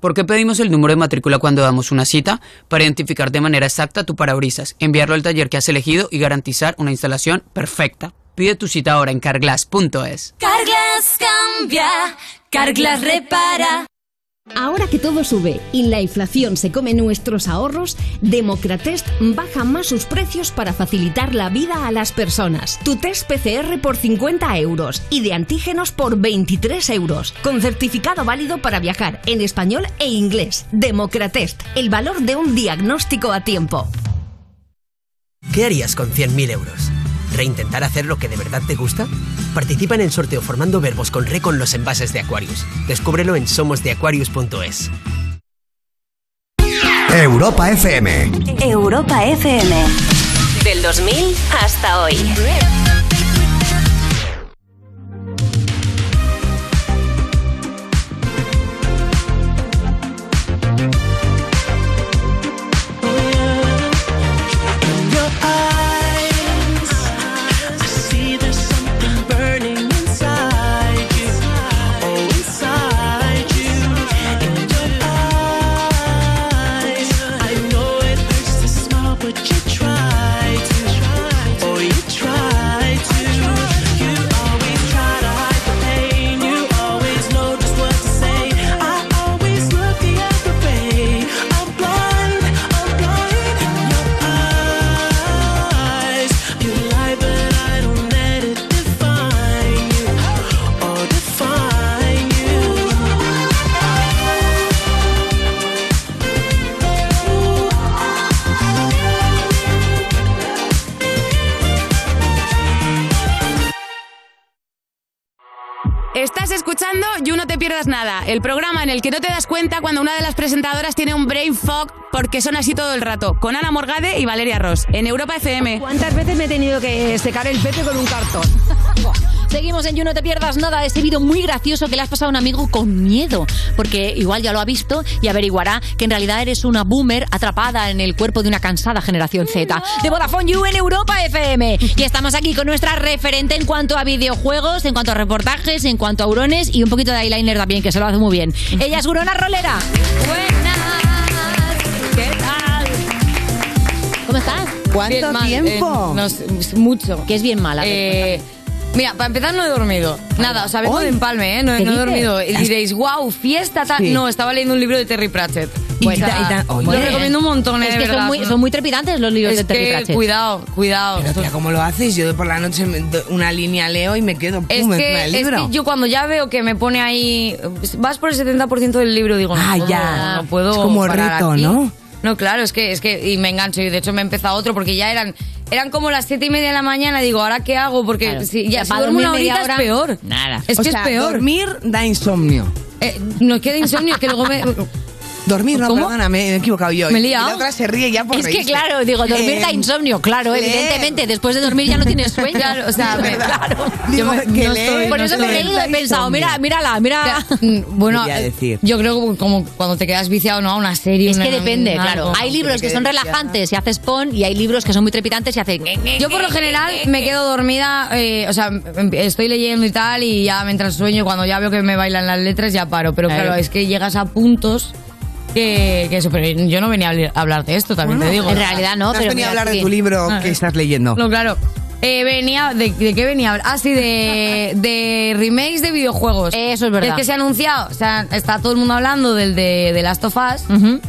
Speaker 15: ¿Por qué pedimos el número de matrícula cuando damos una cita? Para identificar de manera exacta tu parabrisas, enviarlo al taller que has elegido y garantizar una instalación perfecta. Pide tu cita ahora en carglass.es.
Speaker 16: Carglass cambia, Carglass repara.
Speaker 3: Ahora que todo sube y la inflación se come nuestros ahorros, Democratest baja más sus precios para facilitar la vida a las personas. Tu test PCR por 50 euros y de antígenos por 23 euros, con certificado válido para viajar en español e inglés. Democratest, el valor de un diagnóstico a tiempo.
Speaker 17: ¿Qué harías con 100.000 euros? ¿Reintentar hacer lo que de verdad te gusta? Participa en el sorteo formando verbos con re con los envases de Aquarius. Descúbrelo en somosdeaquarius.es.
Speaker 13: Europa FM.
Speaker 9: Europa FM. Del 2000 hasta hoy.
Speaker 18: Try to, oh, you try
Speaker 6: escuchando You No Te Pierdas Nada, el programa en el que no te das cuenta cuando una de las presentadoras tiene un brain fog porque son así todo el rato, con Ana Morgade y Valeria Ross, en Europa FM.
Speaker 3: ¿Cuántas veces me he tenido que Eh, secar el pepe con un cartón? Seguimos en You, no te pierdas nada de ese vídeo muy gracioso que le has pasado a un amigo con miedo, porque igual ya lo ha visto y averiguará que en realidad eres una boomer atrapada en el cuerpo de una cansada generación Z. De Vodafone You en Europa FM. Y estamos aquí con nuestra referente en cuanto a videojuegos, en cuanto a reportajes, en cuanto a hurones y un poquito de eyeliner también, que se lo hace muy bien. Ella es Hurona Rolera.
Speaker 7: ¿Qué tal?
Speaker 3: ¿Cómo estás?
Speaker 7: ¿Cuánto Bien mal, tiempo? eh, no
Speaker 3: mucho. Que es bien mala.
Speaker 7: Eh, Mira, para empezar no he dormido. Nada, o sea, vengo
Speaker 3: Hoy.
Speaker 7: de empalme, ¿eh? No,
Speaker 3: ¿Qué
Speaker 7: no he
Speaker 3: dices? Ah,
Speaker 7: dormido. Y diréis, wow, fiesta tal.
Speaker 3: Sí.
Speaker 7: No, estaba leyendo un libro de Terry Pratchett. Pues, ah,
Speaker 3: Bueno,
Speaker 7: O sea,
Speaker 3: y ta- oye.
Speaker 7: lo recomiendo un montón, ¿eh?
Speaker 3: Es
Speaker 7: de
Speaker 3: que son
Speaker 7: verdad.
Speaker 3: muy, son muy trepidantes los libros
Speaker 7: Es
Speaker 3: de Terry
Speaker 7: que,
Speaker 3: Pratchett.
Speaker 7: cuidado, cuidado.
Speaker 4: Pero tía, ¿cómo lo haces? Yo por la noche me do- una línea leo y me quedo pum,
Speaker 7: Es
Speaker 4: encima
Speaker 7: que,
Speaker 4: del
Speaker 7: es
Speaker 4: libro.
Speaker 7: que yo cuando ya veo que me pone ahí, vas por el 70% del libro, digo, no, no,
Speaker 4: ya.
Speaker 7: no puedo.
Speaker 4: Es como
Speaker 7: parar
Speaker 4: reto,
Speaker 7: aquí.
Speaker 4: ¿no?
Speaker 7: No, claro, es que, es que, y me engancho, y de hecho me he empezado otro, porque ya eran, eran como las 7 y media de la mañana, digo, ¿ahora qué hago? Porque
Speaker 4: Claro.
Speaker 7: si,
Speaker 4: Ya
Speaker 7: ya, si
Speaker 4: para
Speaker 7: duermo
Speaker 4: dormir
Speaker 7: una
Speaker 4: media
Speaker 7: horita es
Speaker 4: hora,
Speaker 7: peor.
Speaker 4: nada.
Speaker 7: Es
Speaker 4: O
Speaker 7: que
Speaker 4: sea,
Speaker 7: es peor.
Speaker 4: dormir da insomnia.
Speaker 7: Eh, no queda insomnio, es que luego me.
Speaker 4: Dormir, no,
Speaker 7: ¿Cómo?
Speaker 4: perdona, me he equivocado yo.
Speaker 7: Me he
Speaker 4: Y
Speaker 7: liado.
Speaker 4: La otra se ríe ya por
Speaker 3: Es que
Speaker 4: reírse.
Speaker 3: claro, digo, dormir da
Speaker 4: Eh,
Speaker 3: insomnio, claro,
Speaker 4: leer.
Speaker 3: evidentemente, después de dormir ya no tienes sueño.
Speaker 7: Claro, o sea, me-
Speaker 4: Digo, que
Speaker 7: no
Speaker 4: leer.
Speaker 7: soy-
Speaker 3: Por
Speaker 7: no
Speaker 3: eso me
Speaker 7: soy-
Speaker 3: he reído, he pensado, mira, mírala, mira.
Speaker 7: Bueno,
Speaker 3: Quería
Speaker 7: eh,
Speaker 3: decir.
Speaker 7: yo creo que como cuando te quedas viciado no a una serie.
Speaker 3: Es que
Speaker 7: una-
Speaker 3: depende,
Speaker 7: algo.
Speaker 3: claro. Hay libros que son relajantes y haces pon y hay libros que son muy trepidantes y "Eh, haces...
Speaker 7: Yo por lo general me quedo dormida, eh, o sea, em- estoy leyendo y tal y ya me entra el sueño y cuando ya veo que me bailan las letras ya paro. Pero claro,
Speaker 3: Claro.
Speaker 7: es que llegas a puntos que, que eso, pero yo no venía a hablar- a hablar de esto, también te digo.
Speaker 3: en realidad no,
Speaker 4: has
Speaker 3: pero
Speaker 4: venido a
Speaker 3: mira,
Speaker 4: hablar
Speaker 3: sí.
Speaker 4: de tu libro
Speaker 7: Ah.
Speaker 4: que estás leyendo.
Speaker 7: No, claro. Eh, venía, de, de qué venía? a hablar? Ah, sí, de, de remakes de videojuegos. Eso es
Speaker 3: verdad.
Speaker 7: Es que se ha anunciado, o sea, está todo el mundo hablando del de, de Last of Us,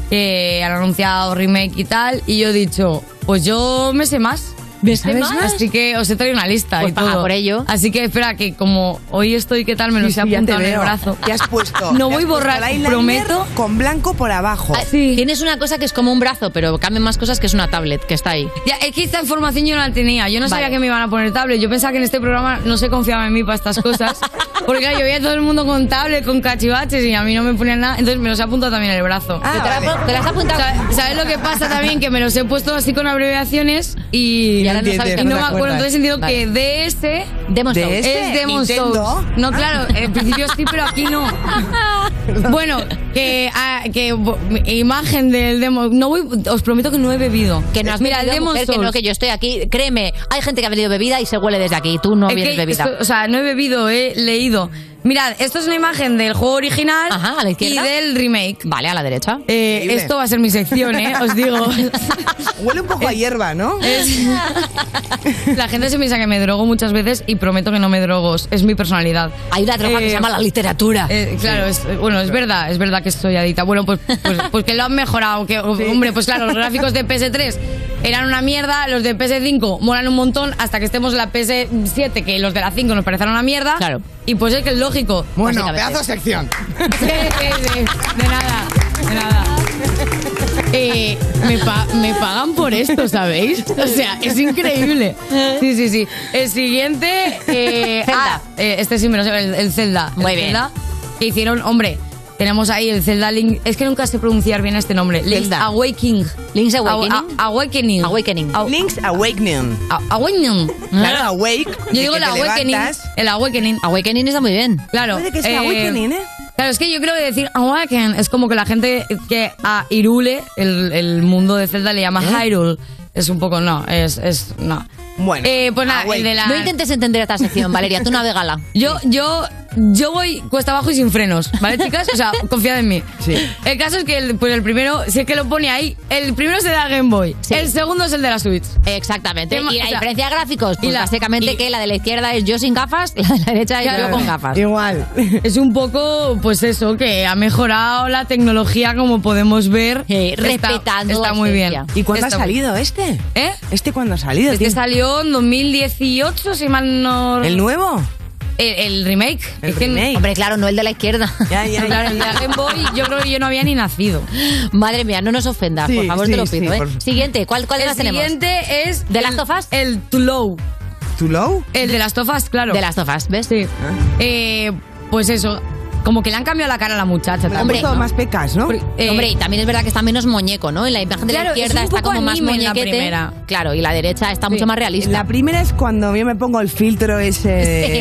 Speaker 7: que han anunciado remake y tal, y yo he dicho, pues yo me sé más.
Speaker 3: ¿Me
Speaker 7: ¿Sabes?
Speaker 3: más?
Speaker 7: Así que os he traído una lista
Speaker 3: Pues
Speaker 7: y
Speaker 3: paga
Speaker 7: todo.
Speaker 3: por ello.
Speaker 7: Así que espera, que como hoy estoy, ¿qué tal? Me lo
Speaker 4: Sí,
Speaker 7: sé
Speaker 4: sí, ya te
Speaker 7: apuntado en el
Speaker 4: veo.
Speaker 7: brazo.
Speaker 4: Te has puesto.
Speaker 7: No
Speaker 4: te
Speaker 7: voy
Speaker 4: has puesto
Speaker 7: borracho,
Speaker 4: el eyeliner
Speaker 7: prometo.
Speaker 4: Con blanco por abajo.
Speaker 3: Ah, Tienes una cosa que es como un brazo, pero cambian más cosas que es una tablet que está ahí.
Speaker 7: Ya, es que esta información yo no la tenía. Yo no sabía que me iban a poner tablet. Yo pensaba que en este programa no se confiaba en mí para estas cosas. Porque claro, yo veía a todo el mundo con tablet, con cachivaches y a mí no me ponían nada. Entonces me los he apuntado también en el brazo.
Speaker 3: Ah, Te la- vale. te las has apuntado.
Speaker 7: ¿Sabes, sabes lo que pasa también? Que me los he puesto así con abreviaciones y,
Speaker 3: Y ahora no sabes
Speaker 7: y
Speaker 3: qué
Speaker 7: no
Speaker 3: te
Speaker 7: me acuerdo. Entonces
Speaker 3: acuerdas.
Speaker 7: he sentido
Speaker 3: Vale. este?
Speaker 7: que DS
Speaker 3: Demon's Souls.
Speaker 7: es Demon
Speaker 3: Nintendo.
Speaker 7: Souls. No, claro, en principio sí, pero aquí no. Bueno, que, ah, que bo- imagen del demo. No voy, os prometo que no he bebido.
Speaker 3: Que no has
Speaker 7: Mira,
Speaker 3: bebido,
Speaker 7: el Demon
Speaker 3: mujer, que no,
Speaker 7: Souls.
Speaker 3: que yo estoy aquí. Créeme, hay gente que ha venido bebida y se huele desde aquí. Tú no
Speaker 7: Es
Speaker 3: vienes
Speaker 7: que
Speaker 3: bebida.
Speaker 7: esto- o sea, no he bebido, he leído. Mirad, esto es una imagen del juego original y del remake.
Speaker 3: Vale, a la derecha.
Speaker 7: Eh,
Speaker 3: Increíble.
Speaker 7: esto va a ser mi sección, ¿eh? Os digo.
Speaker 4: Huele un poco a hierba, ¿no?
Speaker 7: La gente se piensa que me drogo muchas veces y prometo que no me drogo. Es mi personalidad. Eh,
Speaker 3: Hay una droga que se llama la literatura.
Speaker 7: claro, es- bueno, es verdad, es verdad que soy adicta. Bueno, pues, pues, pues que lo han mejorado. Que, Hombre, pues claro, los gráficos de PS3 eran una mierda, los de PS5 molan un montón hasta que estemos en la PS7, que los de la 5 nos parecen una mierda. Claro. Y pues es que es lógico.
Speaker 15: Bueno,
Speaker 7: básicamente.
Speaker 15: pedazo de sección.
Speaker 7: Sí, sí, sí. De nada, de nada. Eh, me, pa- me pagan por esto, ¿sabéis? O sea, es increíble. Sí, sí, sí. El siguiente. eh, ah, eh, este sí me lo sé, el, el Zelda. Muy
Speaker 3: bien.
Speaker 7: que hicieron, hombre. Tenemos ahí el Zelda Link. Es que nunca sé pronunciar bien este nombre. Link's Awakening.
Speaker 3: Link's
Speaker 7: Awakening. awakening.
Speaker 3: Awakening.
Speaker 7: Link's
Speaker 4: Awakening.
Speaker 7: Awakening.
Speaker 4: Claro, awake. de
Speaker 7: Yo digo
Speaker 4: que
Speaker 7: el
Speaker 4: te
Speaker 7: awakening.
Speaker 4: levantas.
Speaker 7: El awakening.
Speaker 3: Awakening está muy bien.
Speaker 7: Claro.
Speaker 4: Puede que sea awakening, ¿eh?
Speaker 7: Claro, es que yo creo que decir awaken es como que la gente que a Irule, el, el mundo de Zelda, le llama Hyrule. Es un poco, no, es, es no.
Speaker 4: Bueno.
Speaker 7: Eh, pues nada, el de la...
Speaker 3: ah, No intentes entender esta sección, Valeria, tú navegala.
Speaker 7: Yo, yo, yo voy cuesta abajo y sin frenos, ¿vale, chicas? O sea, confiad en mí. El caso es que el, pues el primero, si es que lo pone ahí, el primero es el de la Game Boy, el segundo es el de la Switch.
Speaker 3: Exactamente.
Speaker 7: Tema-
Speaker 3: y la
Speaker 7: o sea,
Speaker 3: diferencia de gráficos, pues
Speaker 7: y la-
Speaker 3: básicamente
Speaker 7: y-
Speaker 3: que la de la izquierda es yo sin gafas, la de la derecha es
Speaker 7: Claro.
Speaker 3: yo con gafas.
Speaker 4: Igual.
Speaker 7: Es un poco, pues eso, que ha mejorado la tecnología, como podemos ver. Está-
Speaker 3: respetando
Speaker 7: Está muy bien.
Speaker 3: esencia.
Speaker 4: ¿Y cuándo ha
Speaker 7: Está muy-
Speaker 4: salido este?
Speaker 7: ¿Eh?
Speaker 4: ¿Este cuándo ha salido?
Speaker 7: Este
Speaker 4: tío?
Speaker 7: salió en 2018, si mal no...
Speaker 4: ¿El nuevo?
Speaker 7: El, el remake.
Speaker 4: El
Speaker 7: Es que-
Speaker 4: remake.
Speaker 3: Hombre, claro, no el de la izquierda.
Speaker 4: ya, ya.
Speaker 7: Claro, el de la Game Boy, yo creo que yo no había ni nacido.
Speaker 3: Madre mía, no nos ofendas,
Speaker 7: Sí,
Speaker 3: por favor,
Speaker 7: sí,
Speaker 3: te lo
Speaker 7: sí,
Speaker 3: pido. ¿eh?
Speaker 7: por-
Speaker 3: Siguiente, ¿cuál, cuál de
Speaker 7: el
Speaker 3: las tenemos?
Speaker 7: siguiente es...
Speaker 3: ¿De
Speaker 7: el-
Speaker 3: las tofas?
Speaker 7: El Too Low.
Speaker 4: ¿Too Low?
Speaker 7: El de las tofas, claro.
Speaker 4: Ah.
Speaker 3: De las tofas, ¿ves?
Speaker 7: Sí. Eh, pues eso, Como que le han cambiado la cara a la muchacha.
Speaker 4: Le han puesto más pecas, ¿no?
Speaker 7: eh,
Speaker 3: Hombre, y también es verdad que está menos moñeco, ¿no? En la imagen de
Speaker 7: Claro,
Speaker 3: la
Speaker 7: es
Speaker 3: izquierda
Speaker 7: un
Speaker 3: está
Speaker 7: poco
Speaker 3: como más
Speaker 7: anime en la
Speaker 3: moñequete.
Speaker 7: primera.
Speaker 3: Claro, y la derecha está mucho más realista.
Speaker 4: La primera es cuando yo me pongo el filtro ese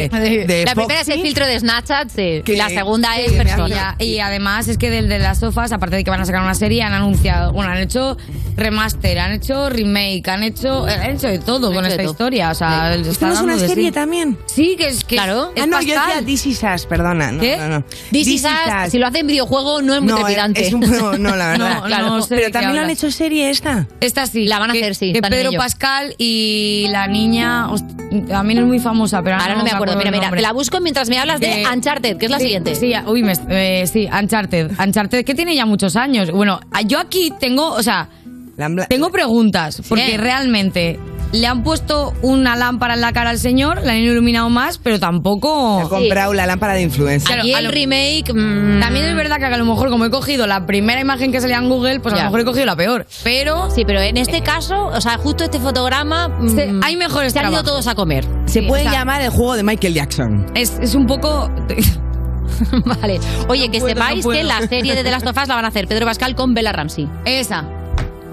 Speaker 4: de, de
Speaker 3: la
Speaker 4: Fox.
Speaker 3: primera es el filtro de Snapchat, sí. Y la segunda
Speaker 7: Sí,
Speaker 3: es
Speaker 7: me
Speaker 3: persona.
Speaker 7: hace- Y, además es que del de las sofas, aparte de que van a sacar una serie, han anunciado, bueno, han hecho remaster, han hecho remake, han hecho, eh, han hecho de todo con esta historia. O sea, se está
Speaker 4: ¿Hicimos
Speaker 7: dando
Speaker 4: una
Speaker 7: de
Speaker 4: serie
Speaker 7: sí.
Speaker 4: también?
Speaker 7: Sí, que es que
Speaker 3: Claro.
Speaker 7: es
Speaker 4: ah, no, yo
Speaker 7: Pascal.
Speaker 4: decía This Is Us, perdona. No,
Speaker 3: ¿Qué?
Speaker 4: No, no.
Speaker 3: This is
Speaker 4: Is
Speaker 3: Us,
Speaker 4: Us.
Speaker 3: si lo hace en videojuego no es muy
Speaker 4: No, eh,
Speaker 3: trepidante.
Speaker 4: es un- no, no, la verdad.
Speaker 3: No, claro.
Speaker 7: no sé de
Speaker 3: pero
Speaker 7: qué
Speaker 3: también lo han
Speaker 7: hablas.
Speaker 4: hecho serie esta.
Speaker 7: Esta sí. La
Speaker 3: van a hacer, sí,
Speaker 7: Que
Speaker 3: están en
Speaker 7: Pedro
Speaker 3: ello.
Speaker 7: Pascal y la niña, host- a mí no es muy famosa, pero
Speaker 3: Ahora no me acuerdo. Mira,
Speaker 7: el
Speaker 3: mira,
Speaker 7: nombre.
Speaker 3: te la busco mientras me hablas de
Speaker 7: Eh,
Speaker 3: Uncharted, que es la
Speaker 7: sí,
Speaker 3: siguiente.
Speaker 7: Sí, uy, me- eh, sí, Uncharted. Uncharted, que tiene ya muchos años. Bueno, a- yo aquí tengo, o sea, tengo preguntas, porque realmente le han puesto una lámpara en la cara al señor, la han iluminado más, pero tampoco...
Speaker 4: Ha comprado la lámpara de influencer.
Speaker 7: Aquí el
Speaker 3: remake... mm.
Speaker 7: También es verdad que a lo mejor como he cogido la primera imagen que salía en Google, pues a
Speaker 3: Ya.
Speaker 7: lo mejor he cogido la peor. Pero...
Speaker 3: Sí, pero en este caso, o sea, justo este fotograma... mm,
Speaker 7: hay mejores
Speaker 3: Se han ido
Speaker 7: trabajos.
Speaker 3: todos a comer.
Speaker 4: Se
Speaker 7: Sí,
Speaker 4: puede
Speaker 7: o sea-
Speaker 4: llamar el juego de Michael Jackson.
Speaker 7: Es, es un poco...
Speaker 3: vale. Oye, que
Speaker 7: puedo, Pues,
Speaker 3: sepáis
Speaker 7: no puedo.
Speaker 3: que la serie de The Last of Us la van a hacer Pedro Pascal con Bella Ramsey.
Speaker 7: Esa.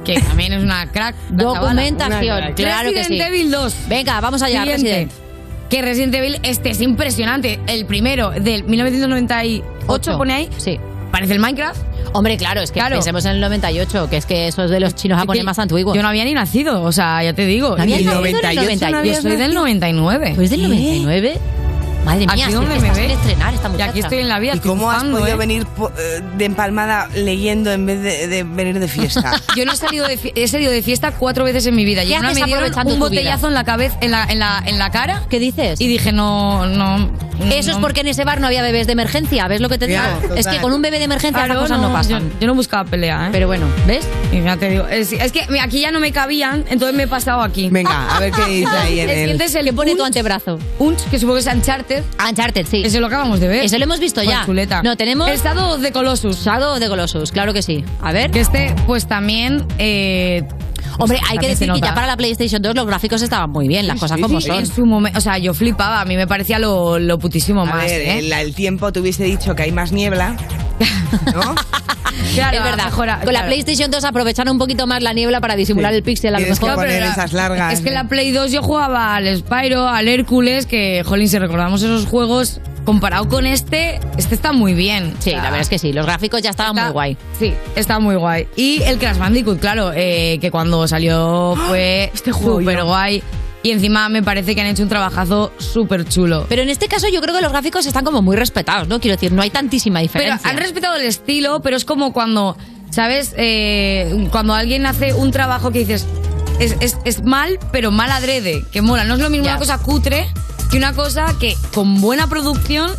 Speaker 7: Que también es una crack. la chavala.
Speaker 3: Documentación,
Speaker 7: Una crack.
Speaker 3: claro que sí.
Speaker 7: Resident Evil 2.
Speaker 3: Venga, vamos allá, Resident.
Speaker 7: Que Resident Evil este es impresionante. El primero del 1998 pone ahí.
Speaker 3: Sí.
Speaker 7: Parece el Minecraft.
Speaker 3: Hombre, claro, es que
Speaker 7: Claro.
Speaker 3: pensemos en el 98, que es que eso es de los chinos japoneses más antiguos.
Speaker 7: Yo no había ni nacido, o sea, ya te digo.
Speaker 3: ¿No habías
Speaker 7: Y-
Speaker 3: nacido en el 98? ¿No
Speaker 7: Yo
Speaker 3: habías
Speaker 7: soy del
Speaker 3: nacido?
Speaker 7: 99.
Speaker 3: ¿Tú eres del 99? Madre mía,
Speaker 7: Aquí
Speaker 3: si
Speaker 7: donde
Speaker 3: es que
Speaker 7: me
Speaker 3: estás
Speaker 7: ve.
Speaker 3: sin estrenar esta muchacha.
Speaker 7: aquí estoy en la vida.
Speaker 4: ¿Y cómo has
Speaker 7: triunfando,
Speaker 4: podido
Speaker 7: eh?
Speaker 4: venir po- eh, de empalmada leyendo en vez de, de venir de fiesta?
Speaker 7: Yo no he salido de, fie- he salido de fiesta cuatro veces en mi vida. Y
Speaker 3: ¿Qué
Speaker 7: una
Speaker 3: haces
Speaker 7: me dieron
Speaker 3: aprovechando
Speaker 7: un
Speaker 3: tu vida?
Speaker 7: botellazo en la cabeza, en la, en, la, en la cara.
Speaker 3: ¿Qué dices?
Speaker 7: Y dije, no, no.
Speaker 3: Eso es porque en ese bar no había bebés de emergencia, ¿ves lo que te digo?
Speaker 7: Ya,
Speaker 3: es
Speaker 7: total.
Speaker 3: que con un bebé de emergencia
Speaker 7: Claro,
Speaker 3: las cosas no,
Speaker 7: no,
Speaker 3: pasan.
Speaker 7: Yo no buscaba pelea, ¿eh?
Speaker 3: Pero bueno, ¿ves?
Speaker 7: Y ya te digo, es, es que mira, aquí ya no me cabían, entonces me he pasado aquí.
Speaker 4: Venga, a ver qué dice ahí en
Speaker 7: el
Speaker 4: el-
Speaker 7: siguiente es el
Speaker 3: que pone tu antebrazo.
Speaker 7: Unch, que supongo que es Uncharted.
Speaker 3: Uncharted, sí.
Speaker 7: Eso lo acabamos de ver.
Speaker 3: Eso lo hemos visto
Speaker 7: Con
Speaker 3: ya.
Speaker 7: chuleta.
Speaker 3: No, tenemos...
Speaker 7: El Shadow of the Colossus.
Speaker 3: Shadow of the Colossus, claro que sí. A ver.
Speaker 7: Que este, pues también... eh,
Speaker 3: Hombre, hay
Speaker 7: también
Speaker 3: que
Speaker 7: se
Speaker 3: decir que
Speaker 7: nota.
Speaker 3: ya para la PlayStation 2 los gráficos estaban muy bien, las cosas
Speaker 7: Sí,
Speaker 3: como
Speaker 7: sí,
Speaker 3: son.
Speaker 7: En su momento, o sea, yo flipaba, a mí me parecía lo, lo putísimo
Speaker 4: A
Speaker 7: más,
Speaker 4: ver,
Speaker 7: ¿eh?
Speaker 4: el, el tiempo te hubiese dicho que hay más niebla.
Speaker 7: Claro,
Speaker 3: es verdad.
Speaker 7: mejora,
Speaker 3: Con la
Speaker 7: claro.
Speaker 3: PlayStation 2 aprovecharon un poquito más la niebla para disimular el píxel a lo
Speaker 4: Tienes que
Speaker 3: mejor.
Speaker 4: poner
Speaker 7: pero era-
Speaker 4: esas largas. ¿eh?
Speaker 7: Es que en la Play 2 yo jugaba al Spyro, al Hércules, que, jolín, si recordamos esos juegos, comparado con este, este está muy bien.
Speaker 3: Sí, la verdad es que sí, los gráficos ya estaban muy guay.
Speaker 7: Sí, está muy guay. Y el Crash Bandicoot, claro, eh, que cuando salió
Speaker 4: ¡Ah!
Speaker 7: fue
Speaker 4: Este
Speaker 7: súper guay. Y encima me parece que han hecho un trabajazo súper chulo.
Speaker 3: Pero en este caso yo creo que los gráficos están como muy respetados, ¿no? Quiero decir, no hay tantísima diferencia.
Speaker 7: Pero han respetado el estilo, pero es como cuando, ¿sabes? Eh, cuando alguien hace un trabajo que dices, es, es- es mal, pero mal adrede, que mola. No es lo mismo una cosa cutre que una cosa que con buena producción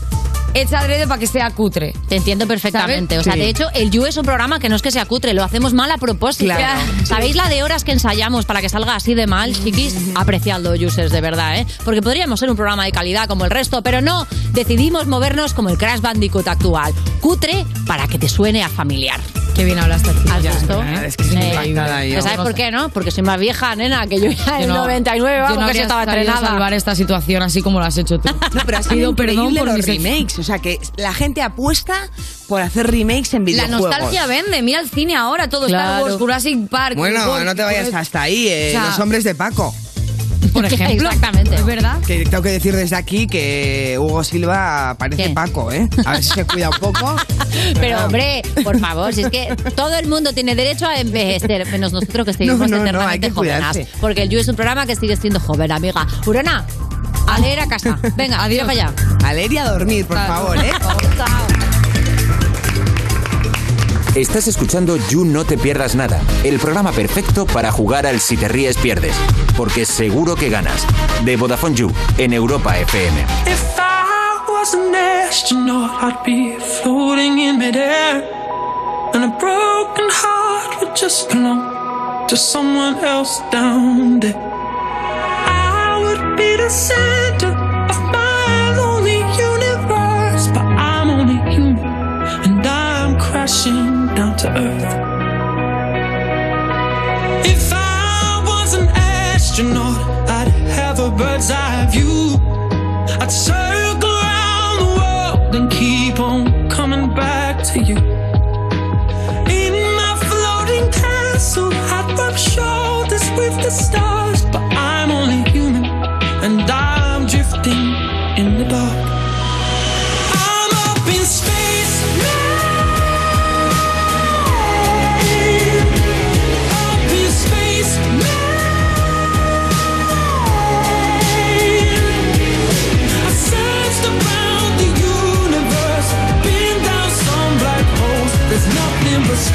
Speaker 7: hecha adrede para que sea cutre.
Speaker 3: Te entiendo perfectamente.
Speaker 7: ¿Sabes?
Speaker 3: O sea,
Speaker 7: Sí.
Speaker 3: de hecho, el You es un programa Ah, que no es que sea cutre, lo hacemos mal a propósito.
Speaker 7: Claro.
Speaker 3: ¿Sabéis la de horas que ensayamos para que salga así de mal, chiquis? Apreciadlo, users, de verdad, ¿eh? Porque podríamos ser un programa de calidad como el resto, pero no. Decidimos movernos como el Crash Bandicoot actual. Cutre para que te suene a familiar.
Speaker 7: Qué bien hablas, chica.
Speaker 3: ¿Has visto?
Speaker 7: Es que es
Speaker 3: Eh,
Speaker 7: impactada yo.
Speaker 3: ¿pero ¿Sabes por qué, no? Porque soy más vieja, nena, que yo ya en el 99, vamos,
Speaker 7: yo no
Speaker 3: que
Speaker 7: habría
Speaker 3: eso estaba
Speaker 7: sabido
Speaker 3: estrenada.
Speaker 7: salvar esta situación así como lo has hecho tú.
Speaker 4: No, pero ha sido
Speaker 7: Pido perdón
Speaker 4: increíble
Speaker 7: por
Speaker 4: los
Speaker 7: mis ex-
Speaker 4: remakes. O sea, que la gente apuesta por hacer remakes en
Speaker 7: La
Speaker 4: videojuegos.
Speaker 7: nostalgia vende, mira el cine ahora, todo Star
Speaker 4: Claro.
Speaker 7: Wars, Jurassic Park.
Speaker 4: Bueno,
Speaker 7: Gold,
Speaker 4: no te vayas
Speaker 7: todo
Speaker 4: hasta ahí. eh,
Speaker 7: O sea,
Speaker 4: los hombres de Paco.
Speaker 7: Por ejemplo.
Speaker 3: Exactamente.
Speaker 7: Es verdad.
Speaker 4: Que tengo que decir desde aquí que Hugo Silva parece Paco, ¿eh? A ver si se cuida un poco.
Speaker 3: Pero hombre, por favor, si es que todo el mundo tiene derecho a envejecer, menos nosotros que seguimos
Speaker 4: No, no, no,
Speaker 3: eternamente
Speaker 4: hay que
Speaker 3: jóvenes.
Speaker 4: cuidarse.
Speaker 3: Porque el You es un programa que sigue siendo joven, amiga. Urana, a leer a casa. Venga, adiós para allá.
Speaker 4: Valeria, a dormir, por favor, ¿eh?
Speaker 19: Estás escuchando You No Te Pierdas Nada, el programa perfecto para jugar al Si Te Ríes Pierdes, porque seguro que ganas. De Vodafone You, en Europa FM.
Speaker 18: If I was an astronaut, I'd be floating in midair. And a broken heart would just belong to someone else down there. I would be the center of my lonely universe. But I'm only human, and I'm crashing down to earth. If I was an astronaut, I'd have a bird's eye view. I'd circle around the world and keep on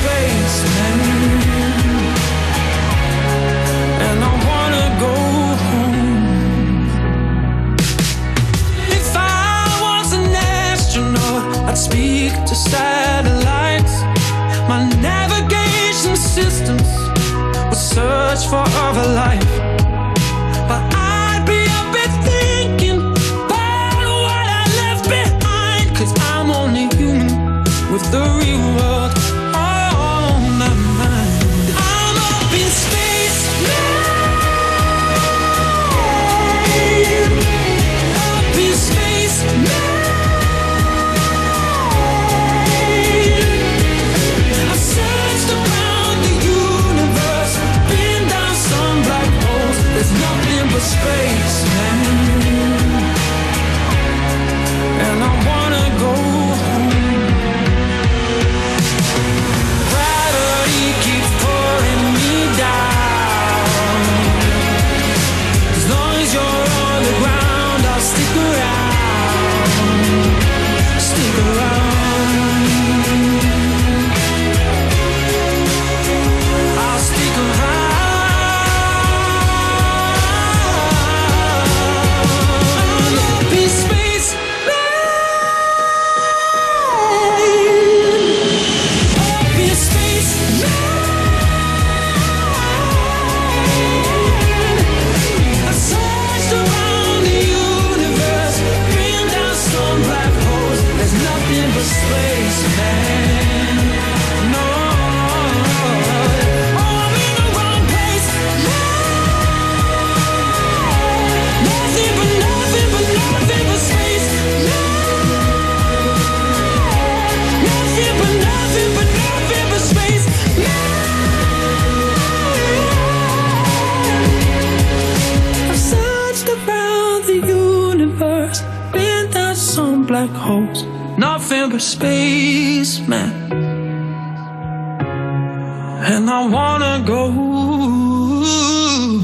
Speaker 18: spaceman. And I wanna go home. If I was an astronaut, I'd speak to satellites. My navigation systems would search for other life. But I'd be up and thinking about what I left behind. Cause I'm only human with the real world on my mind. I'm up in space now. Up in space now. I've searched around the universe, been down some black holes. There's nothing but space now. And I wanna go home. Gravity keeps pulling me down. As long as you're on the ground, I'll stick around. Stick around. I'll stick around. I'm up in space up in space now. I've searched around the universe, been down some black holes. There's nothing but space, man. No. Oh, I'm in the wrong place now. Nothing but nothing but nothing but space now. Nothing but nothing but nothing but space now. I've searched around the universe, been down some black holes. Nothing but space, man. And I wanna go home.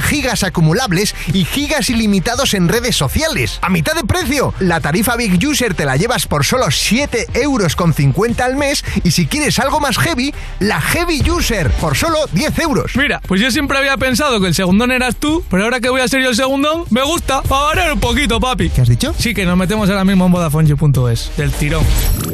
Speaker 5: gigas acumulables y gigas ilimitados en redes sociales. A mitad de precio. La tarifa Big User te la llevas por solo 7,50 euros al mes y si quieres algo más heavy, la Heavy User por solo 10 euros.
Speaker 8: Mira, pues yo siempre había pensado que el segundón eras tú, pero ahora que voy a ser yo el segundón, me gusta, para variar un poquito, papi. ¿Qué
Speaker 5: has dicho?
Speaker 8: Sí, que nos metemos ahora mismo en VodafoneYou.es, del tirón.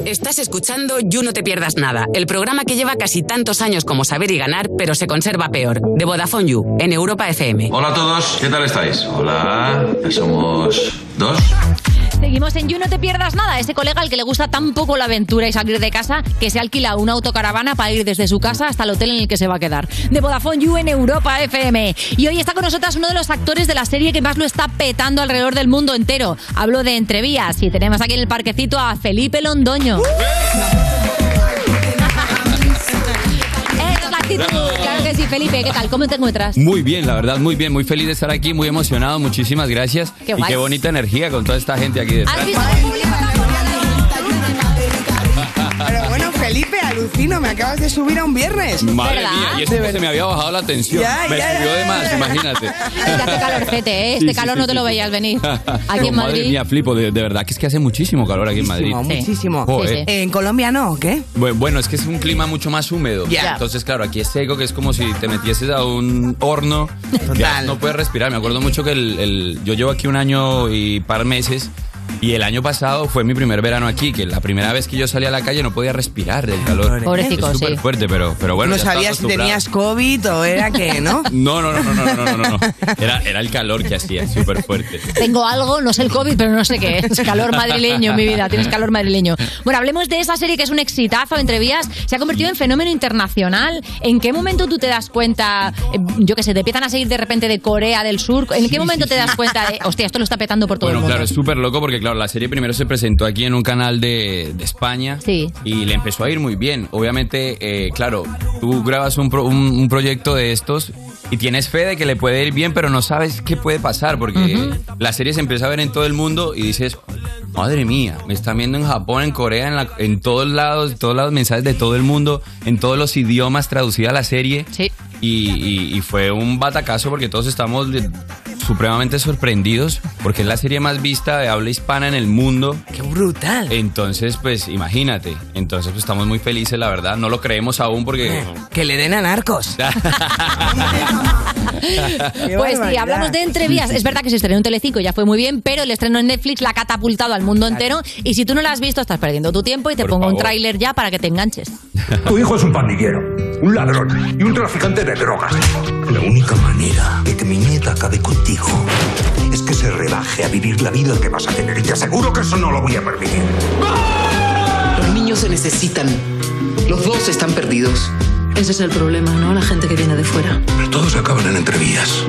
Speaker 15: Estás escuchando You No Te Pierdas Nada, el programa que lleva casi tantos años como Saber y Ganar, pero se conserva peor, de Vodafone You, en Europa FM.
Speaker 20: Hola a todos, ¿qué tal estáis? Hola, ya somos dos.
Speaker 3: Seguimos en You, no te pierdas nada. Ese colega al que le gusta tan poco la aventura y salir de casa que se alquila una autocaravana para ir desde su casa hasta el hotel en el que se va a quedar. De Vodafone You en Europa FM. Y hoy está con nosotras uno de los actores de la serie que más lo está petando alrededor del mundo entero. Hablo de Entrevías y tenemos aquí en el parquecito a Felipe Londoño. Es la actitud. Claro que sí, Felipe. ¿Qué tal? ¿Cómo te encuentras?
Speaker 21: Muy bien, la verdad, muy bien, muy feliz de estar aquí, muy emocionado, muchísimas gracias.
Speaker 3: Qué
Speaker 21: y
Speaker 3: guay. Ah,
Speaker 21: qué bonita energía con toda esta gente aquí detrás.
Speaker 4: Pero bueno, Felipe, alucino, me acabas de subir a un viernes.
Speaker 21: Madre mía, y eso que se me había bajado la tensión.
Speaker 4: Ya,
Speaker 21: me
Speaker 4: ya,
Speaker 21: subió
Speaker 4: ya,
Speaker 21: de más, imagínate.
Speaker 3: Ya hace calorcete, ¿eh?
Speaker 21: Sí,
Speaker 3: Este
Speaker 21: sí,
Speaker 3: calor
Speaker 21: sí,
Speaker 3: no te
Speaker 21: sí,
Speaker 3: lo
Speaker 21: sí.
Speaker 3: veías venir. Aquí en
Speaker 21: No, Madre
Speaker 3: Madrid.
Speaker 21: mía, flipo, de, de verdad que es que hace muchísimo calor aquí en Madrid.
Speaker 4: Muchísimo, muchísimo.
Speaker 21: Joder.
Speaker 4: Eh, ¿En Colombia no o qué?
Speaker 21: Bu- Bueno, es que es un clima mucho más húmedo.
Speaker 4: Ya.
Speaker 21: Entonces, claro, aquí es seco, que es como si te metieses a un horno. Ya no puedes respirar. Me acuerdo mucho que el, el- yo llevo aquí un año y par meses. Y el año pasado fue mi primer verano aquí, que la primera vez que yo salí a la calle no podía respirar del calor.
Speaker 4: Pobrecito,
Speaker 21: es súper
Speaker 4: sí.
Speaker 21: fuerte, pero, pero bueno.
Speaker 4: no
Speaker 21: ya estaba
Speaker 4: sabía si
Speaker 21: acostumbrado.
Speaker 4: tenías COVID o era que, ¿no?
Speaker 21: No, no, no, no, no, no, no, no, no. Era, era el calor que hacía, súper fuerte.
Speaker 3: Tengo algo, no sé el COVID, pero no sé qué es. Calor madrileño, mi vida, tienes calor madrileño. Bueno, hablemos de esa serie que es un exitazo, Entre Vías, se ha convertido en fenómeno internacional. ¿En qué momento tú te das cuenta, eh, yo qué sé, te empiezan a seguir de repente de Corea del Sur? ¿En qué momento te das cuenta de, hostia, esto lo está petando por todo
Speaker 21: Bueno,
Speaker 3: el mundo?
Speaker 21: claro, es súper loco porque porque claro, la serie primero se presentó aquí en un canal de, de España
Speaker 3: Sí.
Speaker 21: y le empezó a ir muy bien. Obviamente, eh, claro, tú grabas un, pro- un- un proyecto de estos y tienes fe de que le puede ir bien, pero no sabes qué puede pasar porque la serie se empieza a ver en todo el mundo y dices, madre mía, me están viendo en Japón, en Corea, en, la- en todos lados, en todos lados, mensajes de todo el mundo, en todos los idiomas traducida la serie. Y, y- y fue un batacazo porque todos estamos de- supremamente sorprendidos porque es la serie más vista de habla hispana en el mundo. ¡Qué brutal! Entonces, pues imagínate. Entonces, pues estamos muy felices, la verdad. No lo creemos aún porque...
Speaker 4: Que le den a narcos.
Speaker 3: Pues sí, hablamos de entrevías. Es verdad que se estrenó en Telecinco, ya fue muy bien, pero el estreno en Netflix la ha catapultado al mundo entero. Y si tú no la has visto, estás perdiendo tu tiempo y te pongo un
Speaker 1: favor.
Speaker 3: tráiler ya para que te enganches.
Speaker 1: Tu hijo es un pandillero, un ladrón y un traficante de drogas. La única manera de que mi nieta acabe contigo es que se rebaje a vivir la vida que vas a tener. Y te aseguro que eso no lo voy a permitir.
Speaker 10: Los niños se necesitan. Los dos están perdidos. Ese es el problema, ¿no? La gente que viene de fuera.
Speaker 1: Pero todos acaban en entrevías.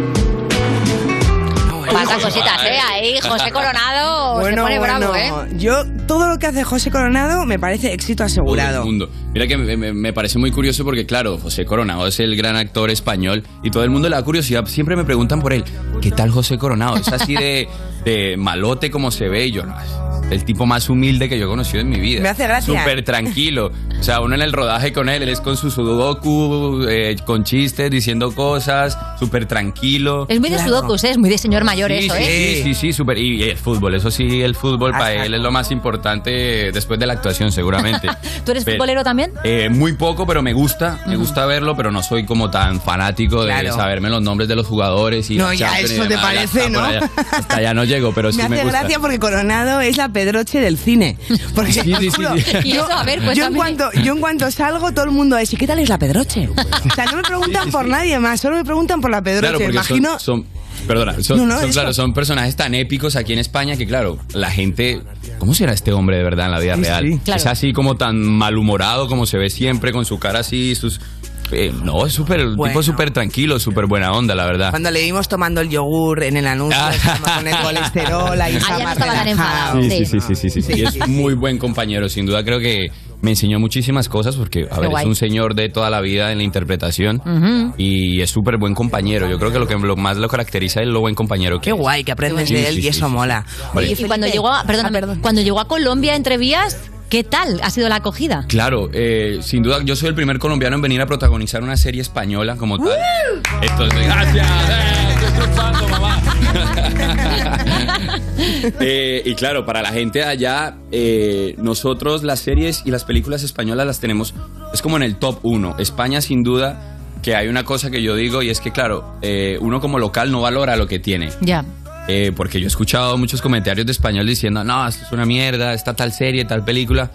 Speaker 3: Pasa cositas, ¿eh? Ahí, José Coronado se
Speaker 4: Bueno,
Speaker 3: pone
Speaker 4: bueno,
Speaker 3: bravo, ¿eh?
Speaker 4: yo todo lo que hace José Coronado me parece éxito
Speaker 21: Todo el
Speaker 4: asegurado.
Speaker 21: mundo. Mira que me, me- me parece muy curioso porque, claro, José Coronado es el gran actor español y todo el mundo le da curiosidad. Siempre me preguntan por él, ¿qué tal José Coronado? Es así de, de malote como se ve y yo, "No, es el tipo más humilde que yo he conocido en mi vida.
Speaker 4: Me hace gracia.
Speaker 21: Súper tranquilo. O sea, uno en el rodaje con él, él es con su sudoku, eh, con chistes, diciendo cosas, súper tranquilo.
Speaker 3: Es muy de sudokus, ¿eh? es muy de señor mayor
Speaker 21: Sí,
Speaker 3: eso,
Speaker 21: sí,
Speaker 3: ¿eh?
Speaker 21: Sí, sí, sí, súper. Y el fútbol, eso sí, el fútbol para él es lo más importante después de la actuación, seguramente.
Speaker 3: ¿Tú eres
Speaker 21: Pero-
Speaker 3: futbolero también?
Speaker 21: eh, muy poco, pero me gusta, me gusta verlo, pero no soy como tan fanático de
Speaker 4: Claro.
Speaker 21: saberme los nombres de los jugadores y
Speaker 4: No,
Speaker 21: la
Speaker 4: ya,
Speaker 21: Champions y
Speaker 4: eso te
Speaker 21: demás, ya
Speaker 4: parece,
Speaker 21: está por
Speaker 4: ¿no?
Speaker 21: allá. Hasta ya no llego, pero sí
Speaker 4: me
Speaker 21: me,
Speaker 4: hace
Speaker 21: gusta.
Speaker 4: gracia porque Coronado es la pedroche del cine. Porque
Speaker 21: Sí, sí,
Speaker 4: te
Speaker 21: sí,
Speaker 4: juro,
Speaker 21: sí.
Speaker 3: Y eso, a ver, pues
Speaker 4: yo, en
Speaker 3: también-
Speaker 4: cuanto, yo en cuanto salgo, todo el mundo es, ¿y qué tal es la pedroche? O sea, no me preguntan por nadie más, solo me preguntan por la pedroche.
Speaker 21: Claro, porque son-
Speaker 4: Imagino,
Speaker 21: son, perdona, son,
Speaker 4: No, no,
Speaker 21: son,
Speaker 4: eso.
Speaker 21: claro, son personajes tan épicos aquí en España que, claro, la gente. ¿Cómo será este hombre de verdad en la vida
Speaker 1: Sí,
Speaker 21: real?
Speaker 1: sí.
Speaker 21: Es
Speaker 1: Claro.
Speaker 21: así como tan malhumorado como se ve siempre, con su cara así, sus. eh, no, es súper, el
Speaker 4: Bueno.
Speaker 21: tipo súper tranquilo, súper buena onda, la verdad.
Speaker 4: cuando le vimos tomando el yogur en el anuncio,
Speaker 21: Ah.
Speaker 4: estaba con el colesterol, ahí estaba más relajado.
Speaker 21: Sí, sí, sí, sí, sí, sí, sí.
Speaker 4: Sí,
Speaker 21: Y
Speaker 4: sí,
Speaker 21: es muy buen compañero, sin duda creo que me enseñó muchísimas cosas porque, a
Speaker 4: Qué
Speaker 21: ver,
Speaker 4: guay.
Speaker 21: es un señor de toda la vida en la interpretación
Speaker 4: Ujú.
Speaker 21: y es súper buen compañero. Yo creo que lo que lo más lo caracteriza es lo buen compañero que
Speaker 4: Qué guay que aprendes
Speaker 21: Sí,
Speaker 4: de
Speaker 21: sí,
Speaker 4: él
Speaker 21: sí,
Speaker 4: y eso
Speaker 21: sí.
Speaker 4: mola.
Speaker 21: Vale.
Speaker 3: Y cuando llegó, a, perdóname, cuando llegó a Colombia entrevías, ¿qué tal ha sido la acogida?
Speaker 21: Claro, eh, sin duda yo soy el primer colombiano en venir a protagonizar una serie española como
Speaker 4: ¡Uh!
Speaker 21: tal. Entonces, gracias. eh, estoy triunfando, mamá. Eh, y claro, para la gente de allá, eh, nosotros las series y las películas españolas las tenemos, es como en el top 1. España sin duda que hay una cosa que yo digo y es que claro, eh, uno como local no valora lo que tiene.
Speaker 3: Ya.
Speaker 21: Eh, porque yo he escuchado muchos comentarios de español diciendo, no, esto es una mierda, esta tal serie, tal película,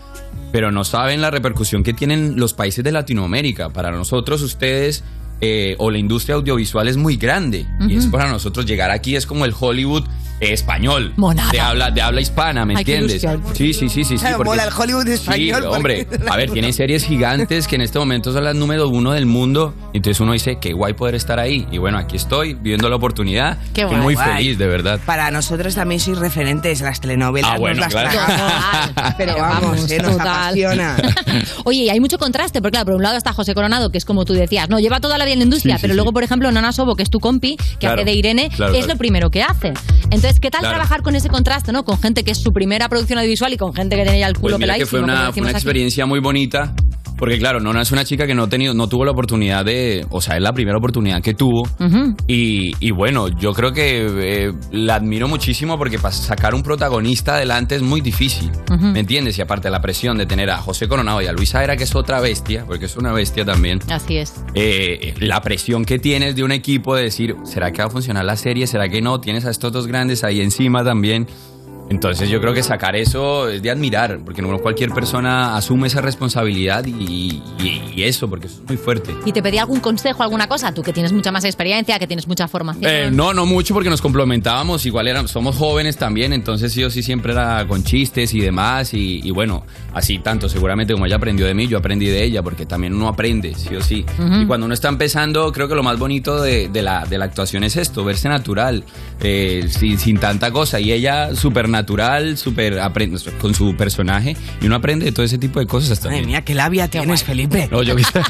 Speaker 21: pero no saben la repercusión que tienen los países de Latinoamérica. Para nosotros, ustedes eh, o la industria audiovisual es muy grande. Y es
Speaker 3: Ujú.
Speaker 21: para nosotros llegar aquí es como el Hollywood eh, español.
Speaker 3: Monada.
Speaker 21: De habla, de habla hispana, ¿me
Speaker 4: Ay, qué
Speaker 21: entiendes?
Speaker 4: ilusión.
Speaker 21: Sí, sí, sí, sí. sí
Speaker 4: Claro,
Speaker 21: porque-
Speaker 4: mola el Hollywood español,
Speaker 21: Sí,
Speaker 4: porque-
Speaker 21: hombre. A ver, tienen series gigantes que en este momento son las número uno del mundo. Entonces uno dice, qué guay poder estar ahí. Y bueno, aquí estoy, viendo la oportunidad.
Speaker 4: Qué
Speaker 21: Estoy
Speaker 4: guay.
Speaker 21: muy
Speaker 4: Guay.
Speaker 21: feliz, de verdad.
Speaker 4: Para nosotros también sois referentes las telenovelas.
Speaker 21: Ah,
Speaker 4: nos
Speaker 21: bueno,
Speaker 4: las
Speaker 21: claro.
Speaker 4: tragamos, Pero vamos, eh, nos
Speaker 3: total.
Speaker 4: apasiona.
Speaker 3: Oye, y hay mucho contraste, porque claro, por un lado está José Coronado, que es como tú decías, no, lleva toda la vida en la industria,
Speaker 21: Sí, sí,
Speaker 3: pero
Speaker 21: sí.
Speaker 3: luego, por ejemplo, Nana Sobo, que es tu compi, que
Speaker 21: Claro,
Speaker 3: hace de Irene,
Speaker 21: claro,
Speaker 3: es
Speaker 21: claro.
Speaker 3: lo primero que hace. Entonces, ¿qué tal
Speaker 21: Claro.
Speaker 3: trabajar con ese contraste, no? Con gente que es su primera producción audiovisual y con gente que tiene ya el culo
Speaker 21: Pues mira que
Speaker 3: peladísimo,
Speaker 21: fue
Speaker 3: como
Speaker 21: una, fue
Speaker 3: decimos
Speaker 21: una
Speaker 3: aquí.
Speaker 21: experiencia muy bonita, porque claro, Nona es una chica que no, ha tenido, no tuvo la oportunidad de, o sea, es la primera oportunidad que tuvo.
Speaker 3: Ujú.
Speaker 21: Y, y bueno, yo creo que eh, la admiro muchísimo porque para sacar un protagonista adelante es muy difícil,
Speaker 19: Ujú.
Speaker 21: ¿me entiendes? Y aparte la presión de tener a José Coronado y a Luis Aera, que es otra bestia, porque es una bestia también.
Speaker 3: Así es.
Speaker 21: eh, la presión que tienes de un equipo de decir, ¿será que va a funcionar la serie? ¿Será que no? Tienes a estos dos grandes ahí encima también. Entonces yo creo que sacar eso es de admirar, porque no cualquier persona asume esa responsabilidad y, y- y eso, porque eso es muy fuerte.
Speaker 3: ¿Y te pedí algún consejo, alguna cosa? Tú que tienes mucha más experiencia, que tienes mucha formación.
Speaker 21: Eh, no, no mucho porque nos complementábamos, igual éramos, somos jóvenes también, entonces sí o sí siempre era con chistes y demás y, y bueno, así tanto seguramente como ella aprendió de mí, yo aprendí de ella porque también uno aprende, sí o sí.
Speaker 1: Ujú.
Speaker 21: Y cuando uno está empezando, creo que lo más bonito de, de la, de la actuación es esto, verse natural, eh, sin, sin tanta cosa y ella súper natural, súper apren- con su personaje. Y uno aprende de todo ese tipo de cosas hasta.
Speaker 17: Madre mía, qué labia tienes, Felipe.
Speaker 21: No, yo quise-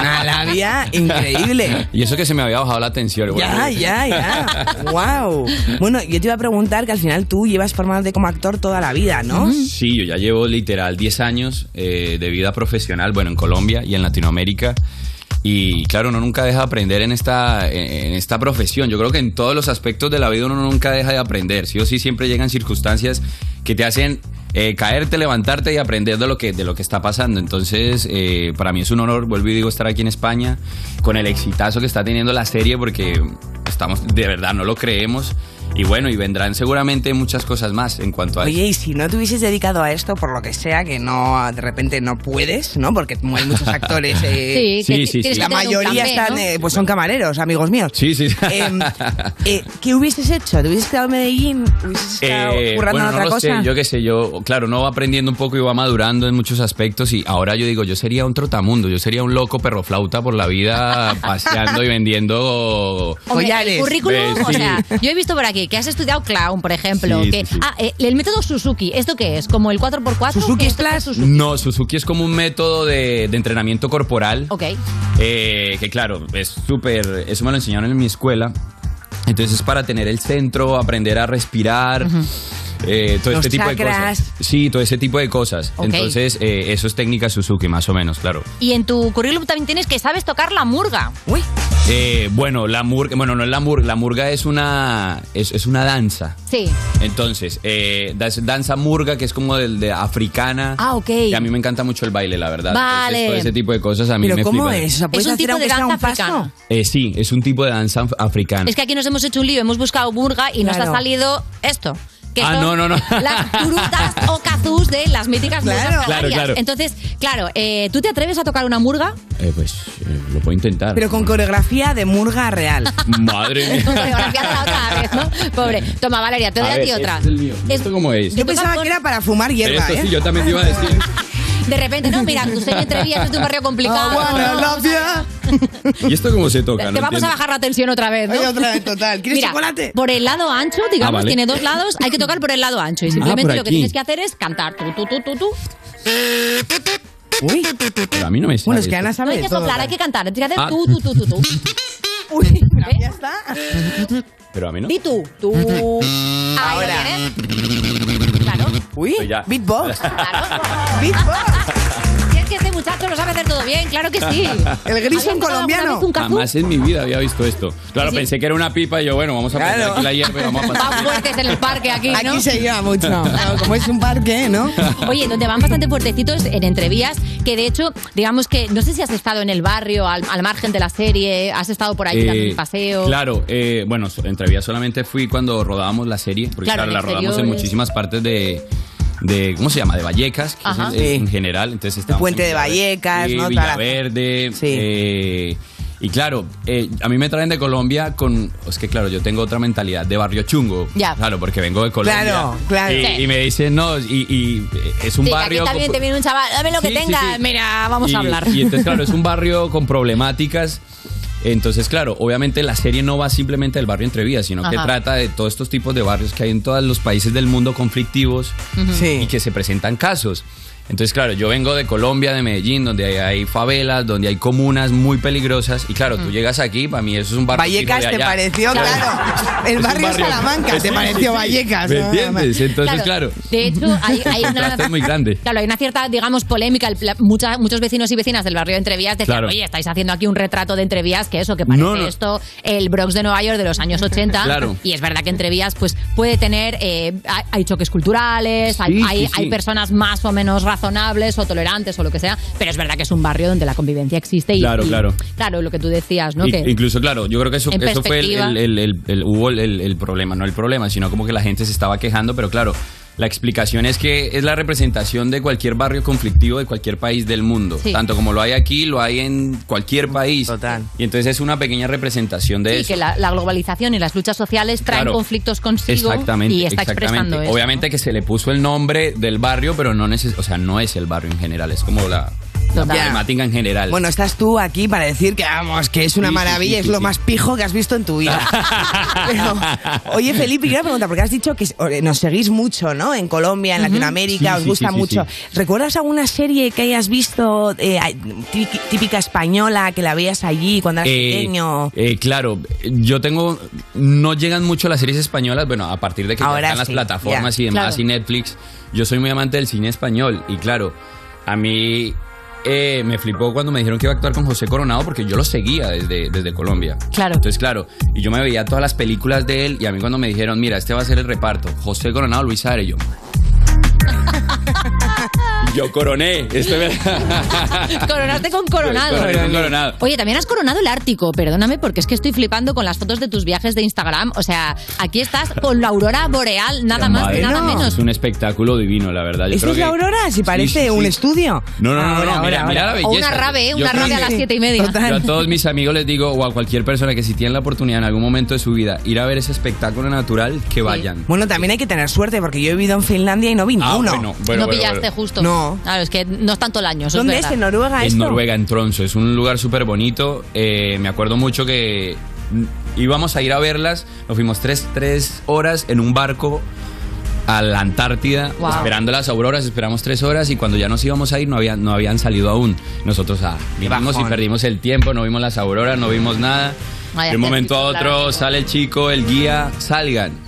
Speaker 17: Una labia increíble.
Speaker 21: y eso que se me había bajado la tensión.
Speaker 17: Ya,
Speaker 4: ya, ya. ¡Wow! Bueno, yo te iba a preguntar que al final tú llevas formándote como actor toda la vida, ¿no?
Speaker 21: Sí, yo ya llevo literal 10 años eh, de vida profesional, bueno, en Colombia y en Latinoamérica. Y claro, uno nunca deja de aprender en esta, en esta profesión. Yo creo que en todos los aspectos de la vida uno nunca deja de aprender. Sí o sí siempre llegan circunstancias que te hacen eh, caerte, levantarte y aprender de lo que, de lo que está pasando. Entonces, eh, para mí es un honor, vuelvo y digo, estar aquí en España con el exitazo que está teniendo la serie porque estamos, de verdad, no lo creemos. Y bueno, y vendrán seguramente muchas cosas más en cuanto a...
Speaker 4: Oye, y si no te hubieses dedicado a esto, por lo que sea, que no de repente no puedes, ¿no? Porque hay muchos actores. eh,
Speaker 21: Sí, que Sí, sí, tienes sí. que
Speaker 4: La
Speaker 21: tener un
Speaker 4: mayoría
Speaker 21: plan B,
Speaker 4: están,
Speaker 21: ¿no?
Speaker 4: eh, pues son camareros, amigos míos.
Speaker 21: Sí, sí.
Speaker 4: Em, eh, ¿Qué hubieses hecho? ¿Te hubieses quedado en Medellín? ¿Hubieses estado
Speaker 21: Eh, bueno,
Speaker 4: currando en
Speaker 21: no
Speaker 4: otra
Speaker 21: lo
Speaker 4: cosa?
Speaker 21: sé, yo qué sé, yo, claro, no va aprendiendo un poco y va madurando en muchos aspectos y ahora yo digo, yo sería un trotamundo, yo sería un loco perroflauta por la vida paseando y vendiendo
Speaker 3: Hombre, el currículum,
Speaker 21: Eh,
Speaker 3: o
Speaker 21: sí.
Speaker 3: sea, yo he visto por aquí que has estudiado clown, por ejemplo.
Speaker 21: Sí,
Speaker 3: que,
Speaker 21: sí, sí.
Speaker 3: Ah, eh, el método Suzuki, ¿esto qué es? ¿Como el 4x4? ¿Suzuki Splash? Suzuki.
Speaker 21: No, Suzuki es como un método de, de entrenamiento corporal.
Speaker 3: Ok.
Speaker 21: Eh, que claro, es súper. Eso me lo enseñaron en mi escuela. Entonces es para tener el centro, aprender a respirar. eh, todo
Speaker 4: Los
Speaker 21: este tipo
Speaker 4: chakras.
Speaker 21: de cosas. Sí, todo ese tipo de cosas.
Speaker 3: Ok.
Speaker 21: Entonces, eh, eso es técnica Suzuki, más o menos, claro.
Speaker 3: Y en tu currículum también tienes que sabes tocar la murga.
Speaker 4: Uy.
Speaker 21: Eh, bueno, la murga, bueno, no es la murga, la murga es una, es, es una danza.
Speaker 3: Sí.
Speaker 21: Entonces, eh, das- danza murga, que es como del de africana.
Speaker 3: Ah, ok.
Speaker 21: Y a mí me encanta mucho el baile, la verdad.
Speaker 3: Vale.
Speaker 21: Entonces, todo ese tipo de cosas a mí
Speaker 4: ¿Pero
Speaker 21: me
Speaker 4: cómo
Speaker 21: flipan.
Speaker 4: es? O sea, pues,
Speaker 3: Es
Speaker 4: ¿puedes
Speaker 3: un
Speaker 4: hacer
Speaker 3: tipo de
Speaker 4: aunque sea
Speaker 3: danza
Speaker 4: un paso?
Speaker 3: africana.
Speaker 21: Eh, sí, es un tipo de danza af- africana.
Speaker 3: Es que aquí nos hemos hecho un lío, hemos buscado murga y nos
Speaker 21: Claro.
Speaker 3: ha salido esto. Que
Speaker 21: Ah, no,
Speaker 3: son
Speaker 21: no, no.
Speaker 3: Las turutas o cazús de las míticas musas
Speaker 21: Claro. Claro,
Speaker 3: canarias.
Speaker 21: claro.
Speaker 3: Entonces, claro, eh, ¿tú te atreves a tocar una murga?
Speaker 21: Eh, pues eh, lo puedo intentar.
Speaker 4: Pero con coreografía de murga real.
Speaker 21: Madre mía.
Speaker 3: Pobre. Toma, Valeria, te doy
Speaker 21: A
Speaker 3: a,
Speaker 21: ver,
Speaker 3: ti otra.
Speaker 21: este es el mío. ¿Esto cómo es?
Speaker 4: Yo pensaba que era para fumar
Speaker 21: Pero
Speaker 4: hierba,
Speaker 21: esto
Speaker 4: ¿eh?
Speaker 21: sí, yo también te iba a decir.
Speaker 3: De repente, no, mira, tu señor Entrevías es de un barrio complicado.
Speaker 4: Ah,
Speaker 3: no, no,
Speaker 21: ¿Y esto cómo se toca?
Speaker 3: Te
Speaker 21: No
Speaker 3: vamos a
Speaker 21: entiendo.
Speaker 3: bajar la tensión otra vez, ¿no?
Speaker 4: Oye, otra vez, total. ¿Quieres
Speaker 3: Mira,
Speaker 4: chocolate?
Speaker 3: Por el lado ancho, digamos,
Speaker 21: Ah, vale.
Speaker 3: tiene dos lados, hay que tocar por el lado ancho. Y
Speaker 21: Ah,
Speaker 3: simplemente
Speaker 21: por
Speaker 3: lo que
Speaker 21: aquí.
Speaker 3: tienes que hacer es cantar. Tú, tú, tú, tú, tú.
Speaker 4: Uy.
Speaker 21: Pero a mí no me sale.
Speaker 4: Bueno, es que Ana
Speaker 3: No
Speaker 4: sabe
Speaker 3: hay
Speaker 4: de
Speaker 3: que
Speaker 4: todo.
Speaker 3: soplar, hay que cantar. Tienes que hacer
Speaker 21: Ah.
Speaker 3: tú, tú, tú, tú, tú.
Speaker 4: Ya está.
Speaker 21: Pero a mí no.
Speaker 3: Di tú. Tú. Ahora. Claro.
Speaker 4: Uy,
Speaker 21: Pues
Speaker 4: beatbox.
Speaker 3: Tienes que este muchacho lo sabe hacer todo bien, claro que sí.
Speaker 4: El
Speaker 3: grison colombiano. Un cazú?
Speaker 21: Jamás en mi vida había visto esto. Claro,
Speaker 3: Sí.
Speaker 21: pensé que era una pipa y yo, bueno, vamos a poner
Speaker 4: Claro.
Speaker 21: aquí la hierba y vamos a pasar.
Speaker 3: Van fuertes en el parque aquí, ¿no?
Speaker 4: Aquí se lleva mucho. Claro, como es un parque, ¿no?
Speaker 3: Oye, donde van bastante fuertecitos en entrevías, que de hecho, digamos que, no sé si has estado en el barrio, al, al margen de la serie, has estado por ahí dando
Speaker 21: Eh,
Speaker 3: un paseo.
Speaker 21: Claro, eh, bueno, so- en Travía solamente fui cuando rodábamos la serie, porque
Speaker 3: Claro,
Speaker 21: claro,
Speaker 3: en
Speaker 21: la rodamos en
Speaker 3: exteriores.
Speaker 21: muchísimas partes de, de- ¿cómo se llama? De Vallecas, que es
Speaker 4: Ajá.
Speaker 21: el- el- en general. Entonces estábamos
Speaker 4: Puente
Speaker 21: en
Speaker 4: de
Speaker 21: Villaverde-
Speaker 4: Vallecas,
Speaker 21: sí,
Speaker 4: ¿no? Toda la-
Speaker 21: Villaverde. eh, y claro, eh, a mí me traen de Colombia con. Es que claro, yo tengo otra mentalidad de barrio chungo.
Speaker 3: Ya.
Speaker 21: Claro, porque vengo de Colombia.
Speaker 3: Claro, claro.
Speaker 21: Y,
Speaker 3: Sí.
Speaker 21: y me dicen, no, y, y, eh, es un
Speaker 3: Sí, que
Speaker 21: barrio.
Speaker 3: aquí
Speaker 21: con-
Speaker 3: también te viene un chaval, dame lo que
Speaker 21: Sí, sí,
Speaker 3: tenga,
Speaker 21: sí.
Speaker 3: mira, vamos
Speaker 21: y,
Speaker 3: a hablar.
Speaker 21: Y entonces, claro, es un barrio con problemáticas. Entonces, claro, obviamente la serie no va simplemente del barrio Entrevías, sino que
Speaker 3: Ajá.
Speaker 21: trata de todos estos tipos de barrios que hay en todos los países del mundo conflictivos
Speaker 4: Ujú. Sí.
Speaker 21: y que se presentan casos. Entonces, claro, yo vengo de Colombia, de Medellín, donde hay, hay favelas, donde hay comunas muy peligrosas. Y claro, tú llegas aquí, para mí eso es un barrio. fijo
Speaker 4: Vallecas
Speaker 21: de
Speaker 4: te
Speaker 21: allá.
Speaker 4: pareció, claro. El
Speaker 21: Es un
Speaker 4: barrio,
Speaker 21: barrio.
Speaker 4: Salamanca
Speaker 21: Sí,
Speaker 4: te pareció
Speaker 21: sí, sí.
Speaker 4: Vallecas.
Speaker 21: ¿Me
Speaker 4: ¿no?
Speaker 21: entiendes? Entonces, claro.
Speaker 3: De hecho, hay, hay
Speaker 21: El
Speaker 3: una.
Speaker 21: contraste es muy grande.
Speaker 3: Claro, hay una cierta, digamos, polémica. El pla- mucha- muchos vecinos y vecinas del barrio de Entrevías decían,
Speaker 21: Claro.
Speaker 3: oye, estáis haciendo aquí un retrato de Entrevías, que eso, que parece
Speaker 21: No, no.
Speaker 3: esto el Bronx de Nueva York de los años 80.
Speaker 21: Claro.
Speaker 3: Y es verdad que Entrevías, pues, puede tener, eh, hay- hay choques culturales, hay,
Speaker 21: Sí,
Speaker 3: hay,
Speaker 21: sí, sí.
Speaker 3: hay personas más o menos razonables o tolerantes o lo que sea, pero es verdad que es un barrio donde la convivencia existe y,
Speaker 21: Claro,
Speaker 3: y-
Speaker 21: claro.
Speaker 3: Claro, lo que tú decías, ¿no?
Speaker 21: In-
Speaker 3: que,
Speaker 21: Incluso, claro, yo creo que eso,
Speaker 3: En
Speaker 21: eso fue el,
Speaker 3: perspectiva.
Speaker 21: el- el- el- el- hubo el, el- el problema, no el problema, sino como que la gente se estaba quejando, pero claro, la explicación es que es la representación de cualquier barrio conflictivo de cualquier país del mundo.
Speaker 3: Sí.
Speaker 21: Tanto como lo hay aquí, lo hay en cualquier país. Total. Y entonces es una pequeña representación de
Speaker 3: sí,
Speaker 21: eso.
Speaker 3: que la, la globalización y las luchas sociales traen
Speaker 21: Claro.
Speaker 3: conflictos consigo
Speaker 21: Exactamente.
Speaker 3: y está
Speaker 21: exactamente.
Speaker 3: expresando eso.
Speaker 21: Obviamente que se le puso el nombre del barrio, pero no neces o sea, no es el barrio en general, es como la,
Speaker 4: Total.
Speaker 21: problemática en general.
Speaker 4: Bueno, estás tú aquí para decir que vamos, que es una
Speaker 21: Sí, sí,
Speaker 4: maravilla,
Speaker 21: sí,
Speaker 4: es
Speaker 21: sí,
Speaker 4: lo
Speaker 21: sí.
Speaker 4: más pijo que has visto en tu vida. Pero, oye, Felipe, y una pregunta, porque has dicho que eh, nos seguís mucho, ¿no? En Colombia, en
Speaker 21: Ujú.
Speaker 4: Latinoamérica,
Speaker 21: Sí,
Speaker 4: os
Speaker 21: sí,
Speaker 4: gusta
Speaker 21: sí, sí,
Speaker 4: mucho.
Speaker 21: sí.
Speaker 4: ¿Recuerdas alguna serie que hayas visto eh, tí- típica española, que la veías allí cuando eras
Speaker 21: Eh,
Speaker 4: pequeño?
Speaker 21: eh, claro, yo tengo. No llegan mucho las series españolas, bueno, a partir de que ya
Speaker 4: Ahora
Speaker 21: están las
Speaker 4: sí,
Speaker 21: plataformas
Speaker 4: ya,
Speaker 21: y demás
Speaker 4: claro.
Speaker 21: y Netflix. Yo soy muy amante del cine español y, claro, a mí. eh, me flipó cuando me dijeron que iba a actuar con José Coronado porque yo lo seguía desde, desde Colombia.
Speaker 3: Claro.
Speaker 21: Entonces, claro, y yo me veía todas las películas de él y a mí cuando me dijeron, mira, este va a ser el reparto, José Coronado, Luis Arello. yo coroné. Este me-
Speaker 3: Coronaste con coronado.
Speaker 21: Coroné con coronado.
Speaker 3: Oye, también has coronado el Ártico, perdóname, porque es que estoy flipando con las fotos de tus viajes de Instagram. O sea, aquí estás con la aurora boreal, nada más,
Speaker 21: Madre,
Speaker 3: nada
Speaker 21: no.
Speaker 3: menos.
Speaker 21: Es un espectáculo divino, la verdad. Yo
Speaker 4: ¿Eso
Speaker 21: creo
Speaker 4: es la
Speaker 21: que-
Speaker 4: aurora? Si
Speaker 21: Sí,
Speaker 4: parece
Speaker 21: sí, sí.
Speaker 4: un estudio.
Speaker 21: No, no, no, no,
Speaker 4: Ahora,
Speaker 21: mira,
Speaker 4: ahora.
Speaker 21: mira la
Speaker 3: O
Speaker 21: belleza.
Speaker 3: una rave,
Speaker 21: Yo
Speaker 3: una
Speaker 21: creo
Speaker 3: rave a
Speaker 21: que-
Speaker 3: las siete y media.
Speaker 21: Yo a todos mis amigos les digo, o a cualquier persona que si tiene la oportunidad en algún momento de su vida ir a ver ese espectáculo natural, que vayan. Ah,
Speaker 4: Bueno, también hay que tener suerte, porque yo he vivido en Finlandia y no vi ninguno.
Speaker 21: bueno, bueno,
Speaker 3: no
Speaker 21: bueno,
Speaker 3: pillaste
Speaker 21: bueno.
Speaker 3: justo.
Speaker 4: No.
Speaker 3: Claro, es que no es tanto el año. eso
Speaker 4: ¿Dónde es?
Speaker 3: verdad.
Speaker 4: ¿En Noruega
Speaker 21: En Noruega, en Tromso. Es un lugar súper bonito. Eh, me acuerdo mucho que mm, íbamos a ir a verlas. Nos fuimos tres, tres horas en un barco a la Antártida,
Speaker 19: Wow.
Speaker 21: esperando las auroras. Esperamos tres horas y cuando ya nos íbamos a ir no, habían no habían salido aún. Nosotros ah, vinimos y
Speaker 19: bajón.
Speaker 21: perdimos el tiempo, no vimos las auroras, no vimos nada.
Speaker 19: Vaya,
Speaker 21: de un
Speaker 19: qué
Speaker 21: momento a
Speaker 19: triste, claro,
Speaker 21: otro sale el chico, el guía, salgan.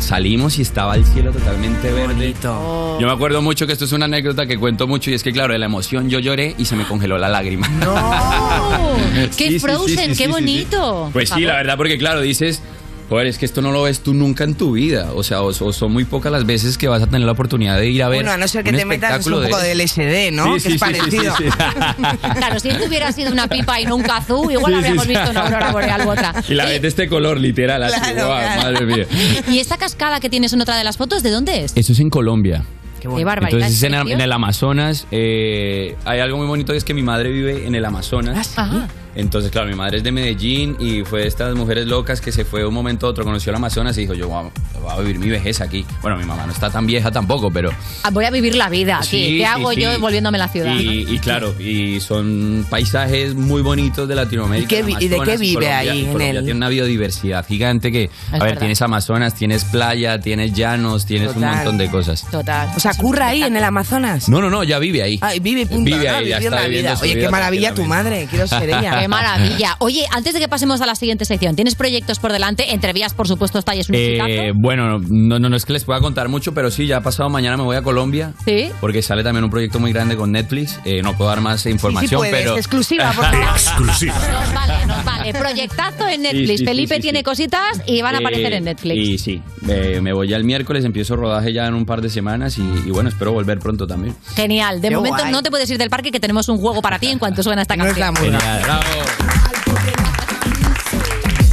Speaker 21: Salimos y estaba el cielo totalmente verde. Yo me acuerdo mucho que esto es una anécdota que cuento mucho y es que, claro, de la emoción yo lloré y se me congeló la lágrima.
Speaker 3: Oh, ¡Qué
Speaker 21: Sí, sí,
Speaker 3: Frozen!
Speaker 21: sí, sí,
Speaker 3: ¡Qué
Speaker 21: sí, sí,
Speaker 3: bonito!
Speaker 21: Pues sí, la verdad, porque claro, dices, joder, es que esto no lo ves tú nunca en tu vida. O sea, o, o son muy pocas las veces que vas a tener la oportunidad de ir a ver.
Speaker 4: Bueno, a no ser que
Speaker 21: un
Speaker 4: te metas un
Speaker 21: espectáculo
Speaker 4: poco de LSD, ¿no?
Speaker 21: Sí,
Speaker 4: que
Speaker 21: sí, sí,
Speaker 4: es
Speaker 21: sí,
Speaker 4: parecido.
Speaker 21: sí, sí.
Speaker 3: Claro, si esto hubiera sido una pipa y no un kazoo,
Speaker 21: Sí,
Speaker 3: igual
Speaker 21: sí,
Speaker 3: habríamos
Speaker 21: sí.
Speaker 3: visto una aurora boreal u otra.
Speaker 21: Y la ves de este color, literal, así.
Speaker 3: Claro,
Speaker 21: guau,
Speaker 3: claro.
Speaker 21: Madre mía.
Speaker 3: ¿Y esta cascada que tienes en otra de las fotos, de dónde es?
Speaker 21: Eso es en Colombia.
Speaker 3: Qué, barbaridad.
Speaker 21: Entonces es en,
Speaker 3: ¿en
Speaker 21: en el
Speaker 3: serio?
Speaker 21: Amazonas. eh, hay algo muy bonito y es que mi madre vive en el Amazonas.
Speaker 4: Ah,
Speaker 3: Ajá.
Speaker 21: Entonces, claro, mi madre es de Medellín y fue de estas mujeres locas que se fue de un momento a otro, conoció al Amazonas y dijo, yo voy a, voy a vivir mi vejez aquí. Bueno, mi mamá no está tan vieja tampoco, pero...
Speaker 3: Ah, Voy a vivir la vida aquí.
Speaker 21: Sí,
Speaker 3: ¿Qué
Speaker 21: sí,
Speaker 3: hago
Speaker 21: sí.
Speaker 3: yo volviéndome a la ciudad?
Speaker 21: Y, y claro, y son paisajes muy bonitos de Latinoamérica.
Speaker 4: ¿Y qué vi-
Speaker 21: el
Speaker 4: y de
Speaker 21: Amazonas,
Speaker 4: qué vive
Speaker 21: Colombia-
Speaker 4: ahí
Speaker 21: y
Speaker 4: en
Speaker 21: Colombia
Speaker 4: el-
Speaker 21: Tiene una biodiversidad gigante que, a ver,
Speaker 4: verdad.
Speaker 21: tienes Amazonas, tienes playa, tienes llanos, tienes un
Speaker 4: Total.
Speaker 21: montón de cosas.
Speaker 3: Total.
Speaker 4: O sea, curra ahí en el Amazonas.
Speaker 21: No, no, no, ya vive ahí.
Speaker 4: Ah, y vive, punto,
Speaker 21: Vive
Speaker 4: ¿no?
Speaker 21: ahí, ya
Speaker 4: Viviendo
Speaker 21: está
Speaker 4: la
Speaker 21: viviendo
Speaker 4: vida.
Speaker 21: su
Speaker 4: Oye,
Speaker 21: vida
Speaker 4: qué maravilla tu madre, quiero ser ella.
Speaker 3: Qué maravilla. Oye, antes de que pasemos a la siguiente sección, ¿tienes proyectos por delante? Entre vías, por supuesto, está y es un
Speaker 21: Eh,
Speaker 3: exitazo.
Speaker 21: bueno, no, no, no es que les pueda contar mucho, pero sí, ya pasado mañana me voy a Colombia.
Speaker 3: Sí.
Speaker 21: Porque sale también un proyecto muy grande con Netflix. Eh, no puedo dar más información,
Speaker 4: puedes,
Speaker 21: pero.
Speaker 4: exclusiva, por favor.
Speaker 21: exclusiva.
Speaker 3: Vale, no, vale. Proyectazo en Netflix.
Speaker 21: sí, sí,
Speaker 3: Felipe
Speaker 21: sí,
Speaker 3: tiene cositas y van a aparecer
Speaker 21: Eh,
Speaker 3: en Netflix.
Speaker 21: Y sí, eh, me voy ya el miércoles, empiezo rodaje ya en un par de semanas y, y bueno, espero volver pronto también.
Speaker 3: Genial. De
Speaker 21: Qué
Speaker 3: momento
Speaker 21: guay.
Speaker 3: no te puedes ir del parque que tenemos un juego para ti en cuanto suena esta canción.
Speaker 21: Genial, bravo.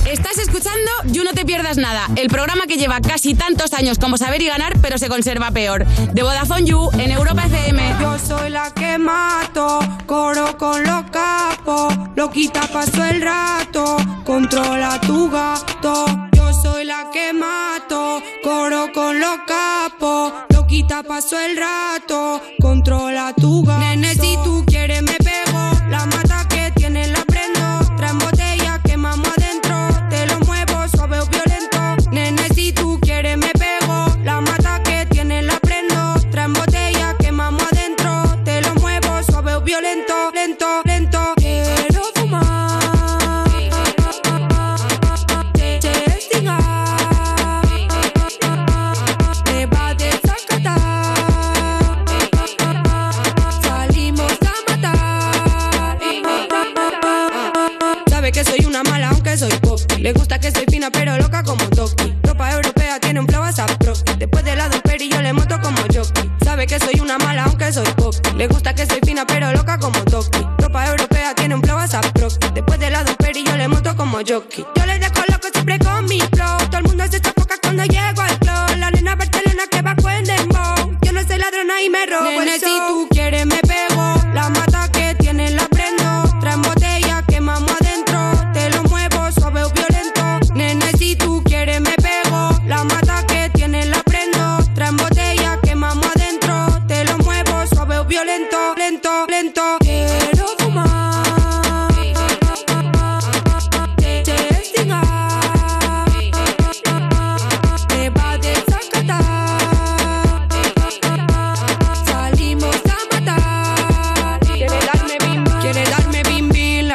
Speaker 6: Estás escuchando You No Te Pierdas Nada, el programa que lleva casi tantos años como saber y ganar, pero se conserva peor. De Vodafone You en Europa FM.
Speaker 22: Yo soy la que mato, coro con los capos, loquita paso el rato, controla tu gato. Yo soy la que mato, coro con los capos, loquita paso el rato, controla tu gato. Nene, si tú quieres me pego, la mata que tiene la prendo, traen botella, quemamos adentro, te lo muevo suave o violento. Nene, si tú quieres me pego, la mata que tiene la prendo, traen botella, quemamos adentro, te lo muevo suave o violento, lento, lento. Quiero fumar, testigar, me va a desacatar, salimos a matar. Sabe que soy una mala aunque soy pop. Le gusta que soy fina pero loca como Toki. Ropa europea tiene un flow a pro. Después del lado peri yo le moto como jockey. Sabe que soy una mala aunque soy pop. Le gusta que soy fina pero loca como Toki. Ropa europea tiene un flow a pro. Después del lado peri yo le moto como jockey. Yo le dejo loco siempre con mi flow. Todo el mundo se chapoca cuando llego al flow. La nena Barcelona que va con dembow. Yo no soy ladrona y me robo Nene, el si show. tú quieres me pego. La mata que tiene la prendo. Traen botella, quemamos adentro. Te lo muevo suave o violento. Nene, si tú quieres me pego. La mata que tiene la prendo. Traen botella, quemamos adentro. Te lo muevo suave o violento. Lento, lento.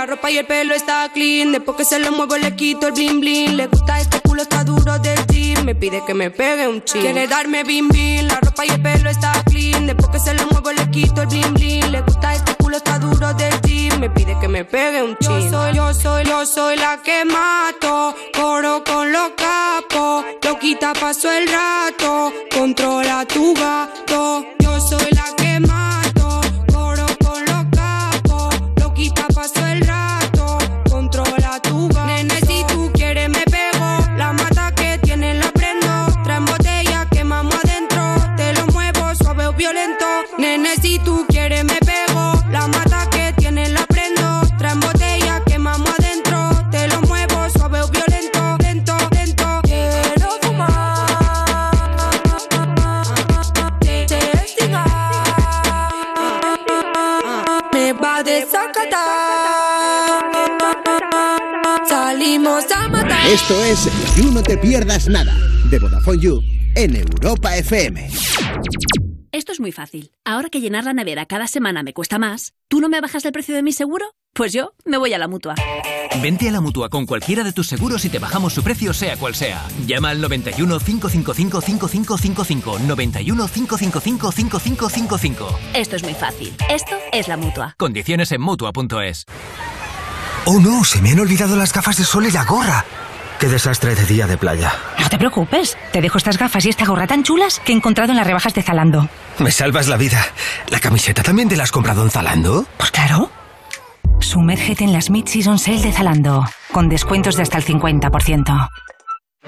Speaker 22: ropa y el pelo está clean. Después que se lo muevo le quito el bling bling. Le gusta este culo, está duro del jean. Me pide que me pegue un chin. Quiere darme bim bim. La ropa y el pelo está clean. Después que se lo muevo le quito el bling bling. Le gusta este culo, está duro del jean. Me pide que me pegue un chin. Yo soy, yo soy, yo soy la que mato. Coro con los capos. Loquita paso el rato. Controla tu gato. Yo soy la que mato. Coro con los capos. Loquita paso el rato. Controla tu gato. Nene, si tú quieres me pego. La mata que tiene la prendo. Traen botella, quemamos adentro. Te lo muevo suave o violento. Nene, si tú quieres me pego. La mata que tiene la prendo. Traen botella, quemamos adentro. Te lo muevo suave o violento. Lento, lento. Quiero fumar. Te- te me va a desacatar. Salimos a matar.
Speaker 5: Esto es You No Te Pierdas Nada, de Vodafone You, en Europa FM.
Speaker 11: Esto es muy fácil. Ahora que llenar la nevera cada semana me cuesta más, ¿tú no me bajas el precio de mi seguro? Pues yo me voy a la mutua.
Speaker 19: Vente a la mutua con cualquiera de tus seguros y te bajamos su precio, sea cual sea. Llama al 91 555 5555. 91 555 5555.
Speaker 11: Esto es muy fácil. Esto es la mutua.
Speaker 19: Condiciones en mutua.es.
Speaker 23: Oh no, se me han olvidado las gafas de sol y la gorra. Qué desastre de día de playa.
Speaker 9: No te preocupes, te dejo estas gafas y esta gorra tan chulas que he encontrado en las rebajas de Zalando.
Speaker 23: Me salvas la vida. ¿La camiseta también te la has comprado en Zalando?
Speaker 9: Pues claro. Sumérgete en las Mid-Season Sale de Zalando, con descuentos de hasta el 50%.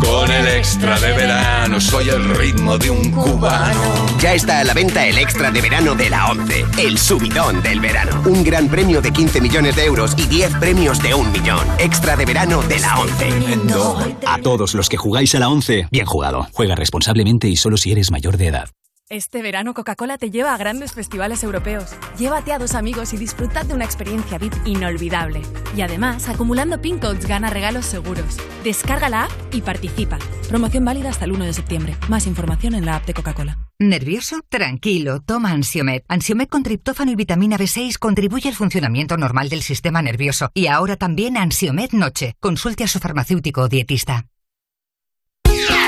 Speaker 24: Con el extra de verano, soy el ritmo de un cubano.
Speaker 25: Ya está a la venta el extra de verano de la 11, el subidón del verano. Un gran premio de 15 millones de euros y 10 premios de un millón. Extra de verano de la 11.
Speaker 26: A todos los que jugáis a la 11, bien jugado. Juega responsablemente y solo si eres mayor de edad.
Speaker 7: Este verano Coca-Cola te lleva a grandes festivales europeos. Llévate a dos amigos y disfrutad de una experiencia VIP inolvidable. Y además, acumulando pin codes gana regalos seguros. Descarga la app y participa. Promoción válida hasta el 1 de septiembre. Más información en la app de Coca-Cola.
Speaker 27: ¿Nervioso? Tranquilo, toma Ansiomed. Ansiomed con triptófano y vitamina B6 contribuye al funcionamiento normal del sistema nervioso. Y ahora también Ansiomed Noche. Consulte a su farmacéutico o dietista.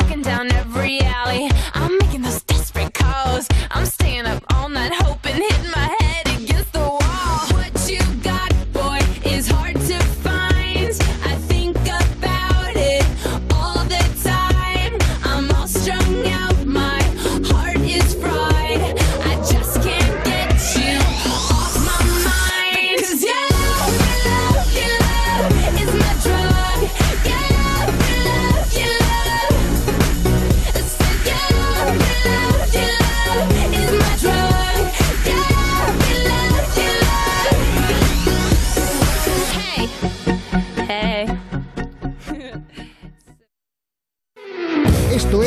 Speaker 28: looking down every alley, I'm making those desperate calls. I'm staying up all night hoping, hitting my head against the wall. What you got, boy, is hard to find. I think about it all the time. I'm all strung out, my heart is fried. I just can't get you off my mind. 'Cause your love, your love, your love is my drug. Your love, your love, your love. So your love, your love, your love is my drug. Your love, your love, your love. Hey, hey.
Speaker 5: Esto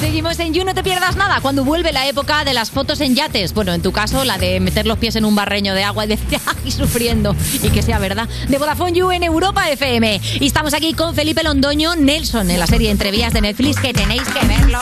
Speaker 3: Seguimos en You, no te pierdas nada. Cuando vuelve la época de las fotos en yates. Bueno, en tu caso, la de meter los pies en un barreño de agua y decir, ¡ay, sufriendo! Y que sea verdad. De Vodafone You en Europa FM. Y estamos aquí con Felipe Londoño Nelson en la serie Entrevías de Netflix que tenéis que verlo.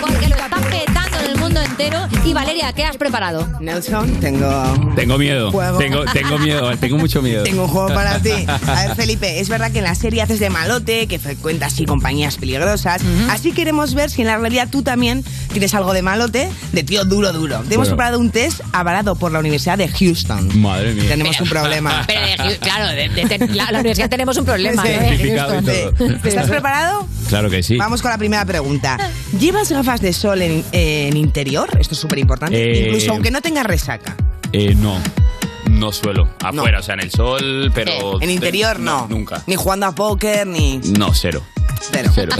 Speaker 3: Porque lo están petando en el mundo mundo entero. Y Valeria, ¿qué has preparado?
Speaker 4: Nelson, tengo
Speaker 21: Tengo miedo.
Speaker 4: Juego.
Speaker 21: Tengo, tengo miedo, tengo mucho miedo.
Speaker 4: Tengo un juego para ti. A ver, Felipe, es verdad que en la serie haces de malote, que frecuentas y compañías peligrosas. Así queremos ver si en la realidad tú también tienes algo de malote, de tío duro, duro. Te hemos
Speaker 1: Bueno.
Speaker 4: preparado un test avalado por la Universidad de Houston.
Speaker 21: Madre mía.
Speaker 4: Tenemos un problema.
Speaker 3: Pero de Hugh- claro, de, de- de- la, la universidad tenemos un problema.
Speaker 4: Sí,
Speaker 3: ¿eh?
Speaker 21: Certificado y
Speaker 3: Houston.
Speaker 21: todo.
Speaker 4: ¿Estás preparado?
Speaker 21: Claro que sí.
Speaker 4: Vamos con la primera pregunta. ¿Llevas gafas de sol en, en interior? Esto es súper importante.
Speaker 21: Eh,
Speaker 4: Incluso aunque no tengas resaca.
Speaker 21: Eh, no. No suelo. Afuera, o sea, en el sol, pero.
Speaker 4: En interior no.
Speaker 21: Nunca.
Speaker 4: Ni jugando a póker, ni...
Speaker 21: No, cero.
Speaker 4: Cero.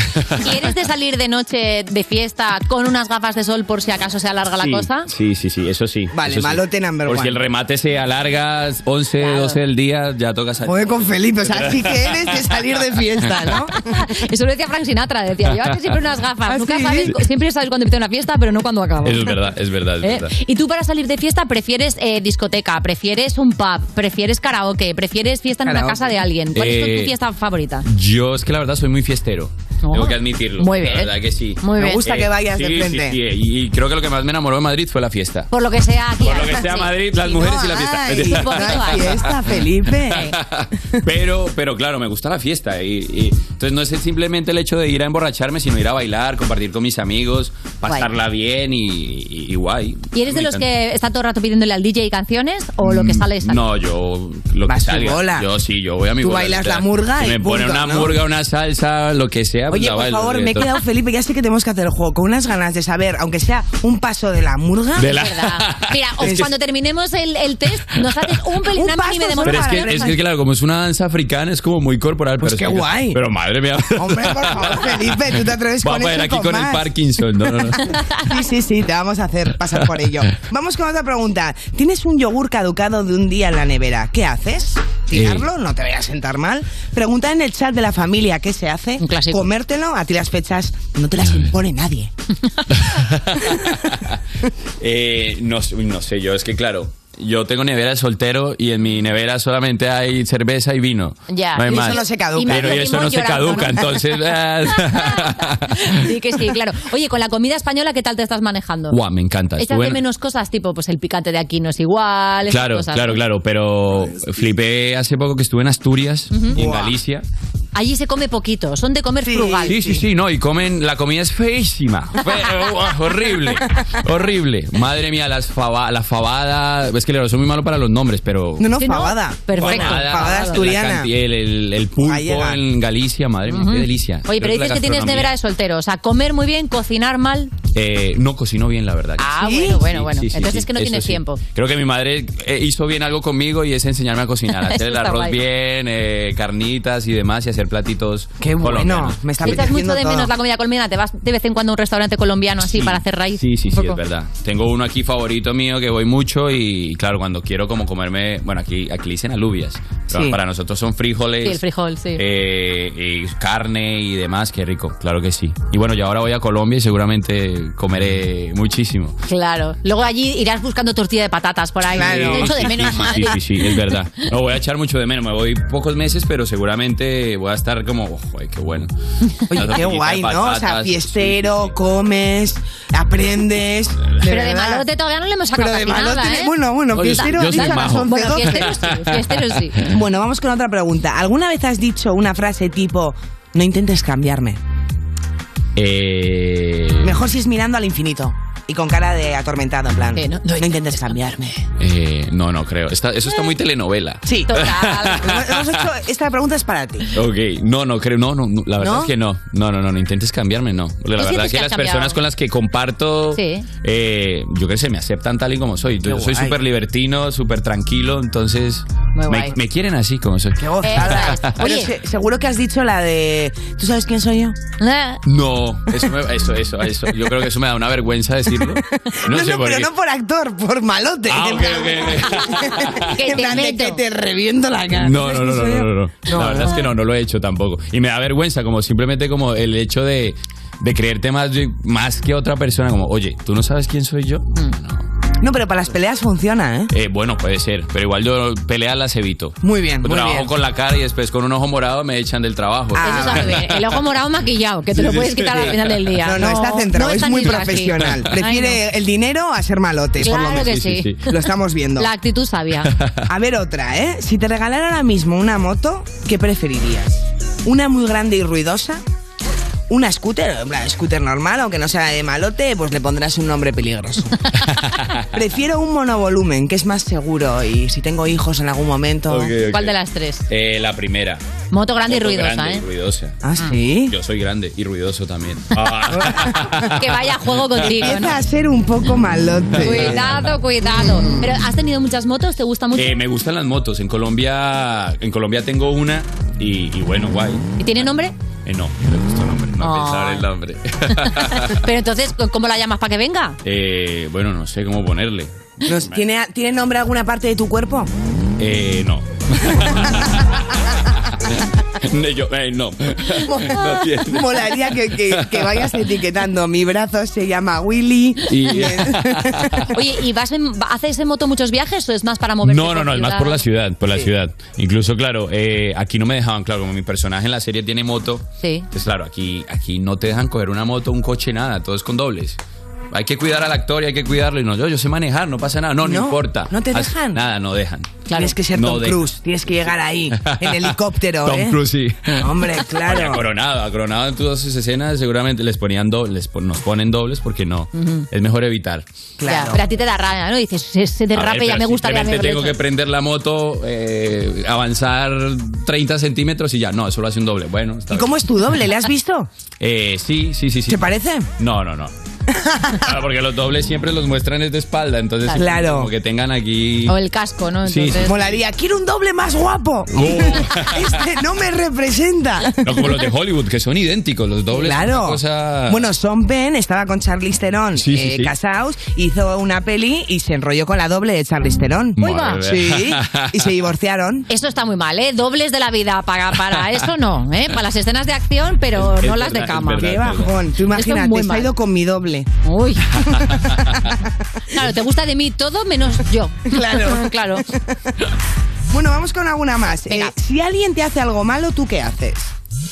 Speaker 3: ¿Y eres de salir de noche de fiesta con unas gafas de sol por si acaso se alarga
Speaker 21: Sí,
Speaker 3: la cosa?
Speaker 21: Sí, sí, sí, eso sí.
Speaker 4: Vale,
Speaker 21: eso sí.
Speaker 4: malote number
Speaker 21: Por si
Speaker 4: one.
Speaker 21: el remate se alarga 11, 12 del día, ya toca salir.
Speaker 4: Joder, con Felipe, o sea, sí que eres de salir de fiesta, ¿no?
Speaker 3: Eso lo decía Frank Sinatra, decía, llevas siempre unas gafas.
Speaker 21: ¿Ah,
Speaker 3: Nunca
Speaker 21: sí?
Speaker 3: sabes, siempre sabes cuándo empieza una fiesta, pero no cuándo acaba.
Speaker 21: Eso es verdad, es verdad, es
Speaker 3: ¿Eh?
Speaker 21: verdad.
Speaker 3: Y tú para salir de fiesta prefieres eh, discoteca, prefieres un pub, prefieres karaoke, prefieres fiesta en una
Speaker 21: Karaoke.
Speaker 3: casa de alguien. ¿Cuál es tu-
Speaker 21: Eh,
Speaker 3: tu fiesta favorita?
Speaker 21: Yo es que la verdad soy muy fiestero. Tengo que admitirlo.
Speaker 3: Oh. Muy
Speaker 21: La
Speaker 3: bien.
Speaker 21: verdad que sí.
Speaker 3: Muy Me bien. gusta que vayas
Speaker 21: sí,
Speaker 3: de
Speaker 21: sí,
Speaker 3: frente.
Speaker 21: sí, eh, Y, y creo que lo que más me enamoró de Madrid fue la fiesta.
Speaker 3: Por lo que sea aquí.
Speaker 21: Por lo que sea Madrid, las mujeres y la fiesta.
Speaker 4: Ay, no hay fiesta, Felipe.
Speaker 21: Pero, pero claro, me gusta la fiesta. Y, y- entonces no es simplemente el hecho de ir a emborracharme, sino ir a bailar, compartir con mis amigos, pasarla bien y, y- y guay.
Speaker 3: ¿Y eres
Speaker 21: Me
Speaker 3: de los
Speaker 21: encanta. Mm,
Speaker 3: que está todo el rato pidiéndole al DJ canciones o lo que sale es
Speaker 21: No, yo lo que
Speaker 4: Vas tu
Speaker 21: salga.
Speaker 4: bola.
Speaker 21: Yo sí, yo voy a mi
Speaker 4: Tú
Speaker 21: bola,
Speaker 4: bailas la
Speaker 21: literal.
Speaker 4: murga
Speaker 21: Si
Speaker 4: y
Speaker 21: me pone
Speaker 4: punto,
Speaker 21: una
Speaker 4: ¿no?
Speaker 21: murga, una salsa, lo que sea. pues
Speaker 4: Oye,
Speaker 21: la
Speaker 4: por
Speaker 21: bailo,
Speaker 4: favor, me he
Speaker 21: reggaetón.
Speaker 4: quedado Felipe, ya sé que tenemos que hacer el juego con unas ganas de saber, aunque sea un paso de la murga.
Speaker 21: De la-
Speaker 3: Es verdad. Mira, o cuando terminemos el, el test, nos haces un pelinámine de
Speaker 21: Pero es
Speaker 3: morra.
Speaker 21: que, es que, claro, como es una danza africana, es como muy corporal. Pues
Speaker 4: qué guay.
Speaker 21: Pero madre mía.
Speaker 4: Hombre, por favor, Felipe, tú te atreves
Speaker 21: Voy a
Speaker 4: con
Speaker 21: poner
Speaker 4: eso y
Speaker 21: aquí
Speaker 4: con
Speaker 21: con el
Speaker 4: más.
Speaker 21: Parkinson. No, no, no.
Speaker 4: Sí, sí, sí, te vamos a hacer pasar por ello. Vamos con otra pregunta. Tienes un yogur caducado de un día en la nevera. ¿Qué haces? ¿Tirarlo? No te voy a sentar mal. Pregunta en el chat de la familia qué se hace. Comértelo. A ti las fechas no te las impone nadie.
Speaker 21: Eh, no, sé- uy, no sé yo, es que claro, yo tengo nevera de soltero y en mi nevera solamente hay cerveza y vino.
Speaker 3: Ya.
Speaker 21: no hay
Speaker 3: Y eso
Speaker 21: más.
Speaker 3: no se caduca. Y
Speaker 21: Pero
Speaker 3: medio
Speaker 21: eso no
Speaker 3: limón
Speaker 21: se
Speaker 3: llorando,
Speaker 21: caduca,
Speaker 3: ¿no?
Speaker 21: entonces. ah,
Speaker 3: Sí, que sí, claro. Oye, con la comida española, ¿qué tal te estás manejando?
Speaker 21: Guau, me encanta.
Speaker 3: Echas
Speaker 21: Estuve
Speaker 3: de
Speaker 21: en-
Speaker 3: menos cosas, tipo, pues el picante de aquí no es igual. esas
Speaker 21: Claro,
Speaker 3: cosas,
Speaker 21: claro,
Speaker 3: ¿no?
Speaker 21: claro, pero flipé hace poco que estuve en Asturias
Speaker 3: Ujú.
Speaker 21: y en
Speaker 3: Guau.
Speaker 21: Galicia.
Speaker 3: Allí se come poquito, son de comer frugal.
Speaker 21: Sí, sí, sí, no, y comen, la comida es feísima. Fe- uah, horrible, horrible. Madre mía, las faba, la fabada, es que le soy muy malo para los nombres, pero...
Speaker 4: No, no, fabada.
Speaker 21: Fabada,
Speaker 4: Fabada,
Speaker 21: la
Speaker 4: asturiana.
Speaker 21: canti- el, el- el pulpo
Speaker 4: Gallega.
Speaker 21: en Galicia, madre mía, qué
Speaker 3: Ujú.
Speaker 21: delicia.
Speaker 3: Oye, pero
Speaker 21: Creo
Speaker 3: dices
Speaker 21: la
Speaker 3: que tienes nevera de
Speaker 21: gastronomía-
Speaker 3: soltero. O sea, comer muy bien, cocinar mal.
Speaker 21: Eh, no cocinó bien, la verdad. que
Speaker 3: Ah,
Speaker 21: sí.
Speaker 3: bueno, bueno,
Speaker 21: Sí,
Speaker 3: bueno.
Speaker 21: sí, sí,
Speaker 3: Entonces
Speaker 21: sí,
Speaker 3: es que no
Speaker 21: eso
Speaker 3: tienes
Speaker 21: sí.
Speaker 3: tiempo.
Speaker 21: Creo que mi madre eh, hizo bien algo conmigo y es enseñarme a cocinar, a hacer el
Speaker 3: Eso está
Speaker 21: arroz
Speaker 3: guay.
Speaker 21: bien, eh, carnitas y demás y hacer platitos Qué
Speaker 4: bueno, me está
Speaker 3: Echas mucho de menos la comida colombiana, te vas de vez en cuando a un restaurante colombiano así para hacer raíz.
Speaker 21: Sí, sí, sí,
Speaker 3: Un poco.
Speaker 21: es verdad. Tengo uno aquí favorito mío que voy mucho y claro, cuando quiero como comerme, bueno, aquí aquí le dicen alubias, pero
Speaker 3: Sí.
Speaker 21: para nosotros son frijoles.
Speaker 3: Sí, el frijol, sí.
Speaker 21: eh, y carne y demás, qué rico, claro que sí. Y bueno, yo ahora voy a Colombia y seguramente comeré muchísimo.
Speaker 3: Claro. Luego allí irás buscando tortilla de patatas por ahí. Te echo de
Speaker 21: Sí,
Speaker 3: menos,
Speaker 21: sí, sí, sí,
Speaker 3: madre.
Speaker 21: sí, sí, es verdad. No voy a echar mucho de menos, me voy pocos meses, pero seguramente voy a estar como, oh, joder, qué bueno.
Speaker 4: Oye,
Speaker 21: Una
Speaker 4: qué guay,
Speaker 21: tortillita de
Speaker 4: ¿no? O sea,
Speaker 21: patatas.
Speaker 4: fiestero, comes, aprendes.
Speaker 3: Pero de
Speaker 4: verdad.
Speaker 3: malote todavía no le hemos sacado
Speaker 4: Pero de
Speaker 3: casi
Speaker 4: malote,
Speaker 3: nada, ¿eh?
Speaker 4: bueno, bueno,
Speaker 21: Oye,
Speaker 4: fiestero
Speaker 21: yo soy
Speaker 4: hasta las
Speaker 21: majo.
Speaker 4: 11,
Speaker 21: Bueno,
Speaker 4: 12.
Speaker 21: fiesteros
Speaker 3: sí, fiesteros sí.
Speaker 4: Bueno, vamos con otra pregunta. ¿Alguna vez has dicho una frase tipo, no intentes cambiarme?
Speaker 21: Eh,
Speaker 4: Mejor si es mirando al infinito y con cara de atormentado, en
Speaker 3: Eh,
Speaker 4: plan, no, intentes cambiarme.
Speaker 21: eh, no, no creo. Está- eso está muy telenovela.
Speaker 4: Sí, total. Hemos hecho, esta pregunta es para ti.
Speaker 21: Ok, no, no creo, no, no, no, la verdad
Speaker 4: ¿No?
Speaker 21: es que no, no, no, no, no intentes cambiarme, no. Porque
Speaker 4: ¿Tú
Speaker 21: la verdad
Speaker 4: sientes
Speaker 21: es que
Speaker 4: que has
Speaker 21: las
Speaker 4: cambiado?
Speaker 21: personas con las que comparto,
Speaker 4: Sí.
Speaker 21: eh, yo qué sé, me aceptan tal y como soy. Yo,
Speaker 4: Qué
Speaker 21: soy
Speaker 4: guay.
Speaker 21: súper libertino, súper tranquilo, entonces
Speaker 4: Muy
Speaker 21: me,
Speaker 4: guay.
Speaker 21: me quieren así como soy.
Speaker 4: Qué
Speaker 3: Eh,
Speaker 4: gozada. Pero se- seguro que has dicho la de, ¿tú sabes quién soy yo?
Speaker 3: Ah.
Speaker 21: No, eso, me- eso, eso, eso. Yo creo que eso me da una vergüenza decirlo. No, sé por
Speaker 4: pero
Speaker 21: qué.
Speaker 4: no por actor, por malote.
Speaker 21: Ah,
Speaker 4: En
Speaker 21: ok,
Speaker 4: plan-
Speaker 3: Que
Speaker 4: en
Speaker 3: te
Speaker 4: plan de
Speaker 3: meto.
Speaker 4: que te reviento la cara.
Speaker 21: No, no, no, no, no, no, no. La verdad es que no, no lo he hecho tampoco. Y me da vergüenza, como simplemente como el hecho
Speaker 4: Mm.
Speaker 21: de, de creerte más, más que otra persona, como, oye, ¿tú no sabes quién soy yo?
Speaker 4: No, pero para las peleas funciona, ¿eh?
Speaker 21: Eh, bueno, puede ser, pero igual yo peleas las evito.
Speaker 4: Muy bien, muy
Speaker 21: trabajo
Speaker 4: bien. Ah.
Speaker 21: con la cara y después con un ojo morado me echan del trabajo.
Speaker 3: Eso sabe bien. El ojo morado maquillado, que te lo
Speaker 21: Sí, sí,
Speaker 3: puedes
Speaker 21: sí.
Speaker 3: quitar al final del día.
Speaker 4: No, no, está centrado, es
Speaker 3: tan
Speaker 4: muy
Speaker 3: distraído.
Speaker 4: profesional.
Speaker 21: Ay,
Speaker 4: Prefiere
Speaker 3: no.
Speaker 4: el dinero a ser malote, por lo
Speaker 3: Claro
Speaker 4: menos.
Speaker 3: que Sí, sí, sí.
Speaker 4: Lo estamos viendo.
Speaker 3: La actitud sabia.
Speaker 4: A ver otra, ¿eh? Si te regalara ahora mismo una moto, ¿qué preferirías? ¿Una muy grande y ruidosa? ¿Una scooter? En plan, scooter normal, aunque no sea de malote, pues le pondrás un nombre peligroso. Prefiero un monovolumen, que es más seguro y si tengo hijos en algún momento...
Speaker 21: Ok, ok.
Speaker 3: ¿Cuál de las tres?
Speaker 21: Eh, la primera.
Speaker 3: Moto grande
Speaker 21: Moto
Speaker 3: y ruidosa,
Speaker 21: grande y
Speaker 3: ¿eh?
Speaker 21: ruidosa.
Speaker 4: Ah, sí.
Speaker 21: Yo soy grande y ruidoso también. Ah.
Speaker 3: Que vaya juego contigo,
Speaker 4: Empieza
Speaker 3: ¿no?
Speaker 4: a ser un poco malote.
Speaker 3: Cuidado, cuidado. Pero has tenido muchas motos, te gusta mucho.
Speaker 21: Eh, me gustan las motos. En Colombia, en Colombia tengo una y, y bueno, guay.
Speaker 3: ¿Y tiene nombre?
Speaker 21: Eh, no, no le gusta el nombre. No
Speaker 3: Ay.
Speaker 21: pensar el nombre.
Speaker 3: Pero entonces, ¿cómo la llamas para que venga?
Speaker 21: Eh, bueno, no sé cómo ponerle.
Speaker 4: ¿Tiene, ¿Tiene nombre alguna parte de tu cuerpo?
Speaker 21: Eh, no. No, yo, eh, no. No tiene.
Speaker 4: Molaría que, que- que vayas etiquetando. Mi brazo se llama Willy.
Speaker 21: Y-
Speaker 3: Oye, ¿y vas en- haces en moto muchos viajes o es más para moverte?
Speaker 21: No, no,
Speaker 3: por
Speaker 21: no, es más
Speaker 3: ciudad?
Speaker 21: por la ciudad, por la ciudad. Incluso, claro, eh, aquí no me dejaban, claro, como mi personaje en la serie tiene moto,
Speaker 3: Sí.
Speaker 21: pues claro, aquí, aquí no te dejan coger una moto, un coche, nada, todo es con dobles. Hay que cuidar al actor y hay que cuidarlo. Y no, yo, yo sé manejar, no pasa nada. No, no,
Speaker 4: No,
Speaker 21: importa.
Speaker 4: no te
Speaker 21: Así-
Speaker 4: dejan.
Speaker 21: nada, no dejan.
Speaker 4: Tienes que ser
Speaker 21: No
Speaker 4: Tom
Speaker 21: dejan.
Speaker 4: Cruise. Tienes que llegar ahí, en helicóptero.
Speaker 21: Tom
Speaker 4: ¿eh?
Speaker 21: Cruise, sí.
Speaker 4: Hombre, claro.
Speaker 21: Oye, a Coronado, a Coronado en todas sus escenas seguramente les ponían dobles, po- nos ponen dobles porque no.
Speaker 3: Ujú.
Speaker 21: Es mejor evitar.
Speaker 3: Ya, pero a ti te da rana, ¿no? Dices, se, se
Speaker 21: A ver,
Speaker 3: derrape, ya
Speaker 21: pero
Speaker 3: me gusta ya
Speaker 21: simplemente
Speaker 3: me
Speaker 21: tengo que prender la moto, eh, avanzar 30 centímetros y ya. No, eso lo hace un doble. Bueno, está
Speaker 4: ¿Y cómo es Pues tu doble? ¿Le has visto?
Speaker 21: bien. Eh, sí, sí, sí, sí.
Speaker 4: ¿Te parece?
Speaker 21: No, no, no. Claro, porque los dobles siempre los muestran es de espalda, entonces
Speaker 4: Claro.
Speaker 21: como que tengan aquí...
Speaker 3: O el casco, ¿no?
Speaker 21: Sí, sí.
Speaker 3: Entonces...
Speaker 4: Molaría, quiero un doble más guapo. Este no me representa.
Speaker 21: No como los de Hollywood, que son idénticos, los dobles. son
Speaker 4: Claro.
Speaker 21: una cosa-
Speaker 4: Bueno, Sean Penn estaba con Charlize Theron
Speaker 21: Sí, sí,
Speaker 4: eh,
Speaker 21: sí.
Speaker 4: casados, hizo una peli y se enrolló con la doble de Charlize Theron.
Speaker 21: Uy, va. Madre
Speaker 4: Sí,
Speaker 21: mía.
Speaker 4: y se divorciaron.
Speaker 3: Eso está muy mal, ¿eh? Dobles de la vida para, para eso no, ¿eh? Para las escenas de acción, pero
Speaker 4: Es
Speaker 3: no las de
Speaker 4: verdad,
Speaker 3: cama.
Speaker 4: es verdad, Qué es verdad. bajón. Tú imagínate, se ha ido con mi doble.
Speaker 3: Uy. claro, te gusta de mí todo menos yo.
Speaker 4: Claro.
Speaker 3: claro.
Speaker 4: Bueno, vamos con alguna más. Eh, si alguien te hace algo malo, ¿tú qué haces?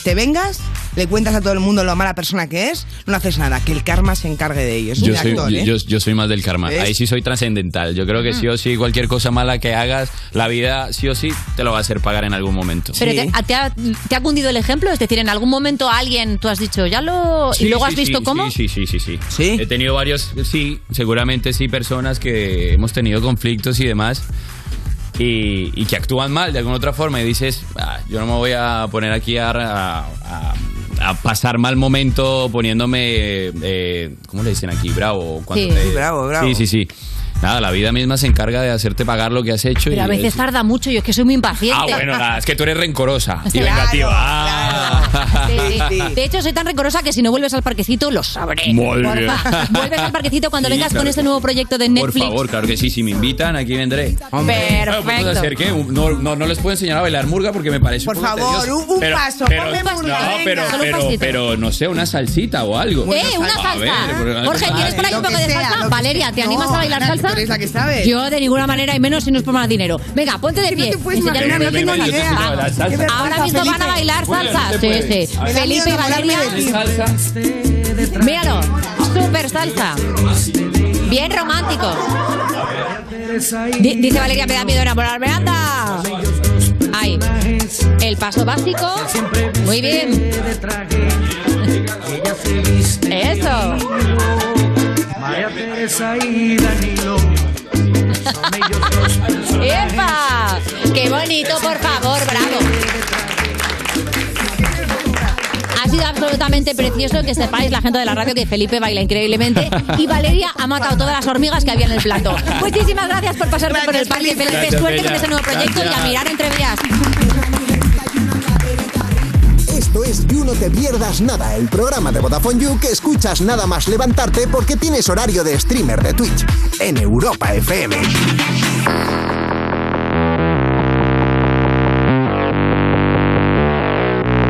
Speaker 4: ¿Te vengas? ¿Le cuentas a todo el mundo lo mala persona que es? No haces nada, que el karma se encargue de ello. Es
Speaker 21: Yo
Speaker 4: un
Speaker 21: soy,
Speaker 4: actor,
Speaker 21: yo-
Speaker 4: ¿eh?
Speaker 21: yo- yo soy más del karma.
Speaker 4: ¿Ves?
Speaker 21: Ahí sí soy trascendental. Yo creo que sí o sí, cualquier cosa mala que hagas, la vida sí o sí te lo va a hacer pagar en algún momento.
Speaker 3: Pero te, a- te ha, te ha cundido el ejemplo, es decir, en algún momento alguien tú has dicho, ya lo.
Speaker 21: Sí,
Speaker 3: y luego
Speaker 21: sí,
Speaker 3: has visto
Speaker 21: sí,
Speaker 3: cómo.
Speaker 21: Sí, sí, sí, sí, sí. He tenido varios, sí, seguramente sí, personas que hemos tenido conflictos y demás. Y, y que actúan mal de alguna otra forma y dices, "Ah, yo no me voy a poner aquí a, a- a- a pasar mal momento poniéndome, eh, ¿cómo le dicen aquí? Bravo. cuando
Speaker 3: Sí.
Speaker 21: te-
Speaker 3: Sí, bravo, bravo.
Speaker 21: Sí, sí, sí. Nada, la vida misma se encarga de hacerte pagar lo que has hecho. y
Speaker 3: Pero a veces
Speaker 21: es-
Speaker 3: tarda mucho, yo es que soy muy impaciente.
Speaker 21: Ah, bueno, nada, es que tú eres rencorosa y
Speaker 3: Claro,
Speaker 21: vengativa. Ah.
Speaker 3: Sí, sí. De hecho, soy tan rencorosa que si no vuelves al parquecito, lo sabré.
Speaker 21: Muy
Speaker 3: Porfa,
Speaker 21: bien.
Speaker 3: Vuelves al parquecito cuando
Speaker 21: Sí,
Speaker 3: vengas
Speaker 21: claro.
Speaker 3: con este nuevo proyecto de
Speaker 21: Por
Speaker 3: Netflix.
Speaker 21: favor, claro que sí, si me invitan, aquí vendré. Bueno, pues,
Speaker 3: Perfecto.
Speaker 21: hacer qué? Un- No, no, no les puedo enseñar a bailar murga porque me parece
Speaker 4: Por
Speaker 21: un poco
Speaker 4: favor,
Speaker 21: tedioso.
Speaker 4: un, un paso.
Speaker 21: pero-
Speaker 4: ponme murga,
Speaker 21: no,
Speaker 4: venga.
Speaker 21: pero,
Speaker 4: Solo un
Speaker 21: pero,
Speaker 4: pasito.
Speaker 21: pero no sé, una salsita o algo.
Speaker 3: ¡Eh, una
Speaker 21: A ver,
Speaker 3: salsa!
Speaker 21: por-
Speaker 3: Jorge, ¿tienes por ahí un
Speaker 4: Lo
Speaker 3: poco
Speaker 4: que
Speaker 3: de
Speaker 4: sea, lo
Speaker 3: salsa?
Speaker 4: que
Speaker 3: Valeria,
Speaker 4: sea.
Speaker 3: ¿te animas
Speaker 4: No,
Speaker 3: a bailar
Speaker 4: Ana, que
Speaker 3: salsa?
Speaker 4: tú eres la que sabe.
Speaker 3: Yo de ninguna manera y menos si no es por más dinero. Venga, ponte de pie. Enseñar una
Speaker 4: imaginar, no
Speaker 3: mierda y
Speaker 4: tengo
Speaker 3: salsa.
Speaker 4: ni idea.
Speaker 3: Vamos.
Speaker 4: Qué vergüenza,
Speaker 3: Ahora mismo van a
Speaker 4: Felipe.
Speaker 3: bailar salsa.
Speaker 4: Bueno,
Speaker 3: Sí,
Speaker 4: se puede.
Speaker 3: sí.
Speaker 4: Me da
Speaker 3: Felipe y
Speaker 4: miedo volarme
Speaker 3: Valeria.
Speaker 4: de ti.
Speaker 3: Míralo. Super salsa. Bien romántico. Di- dice Valeria, me da miedo enamorarme. ¡Anda! Ahí. El paso básico. Muy bien. Eso.
Speaker 1: María Teresa y Danilo. Son ellos dos
Speaker 3: ¡Epa! ¡Qué bonito, por favor! ¡Bravo! Ha sido absolutamente precioso que sepáis la gente de la radio que Felipe baila increíblemente y Valeria ha matado todas las hormigas que había en el plato. Muchísimas gracias por pasarme por el parque, Felipe.
Speaker 2: Gracias,
Speaker 3: Suerte
Speaker 2: Bella.
Speaker 3: con ese este nuevo proyecto y
Speaker 2: Gracias.
Speaker 3: a mirar entre vías.
Speaker 5: Esto es You No Te Pierdas Nada, el programa de Vodafone You que escuchas nada más levantarte porque tienes horario de streamer de Twitch en Europa FM.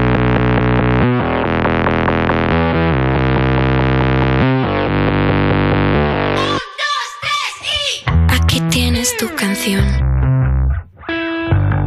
Speaker 2: ¡Dos, tres y...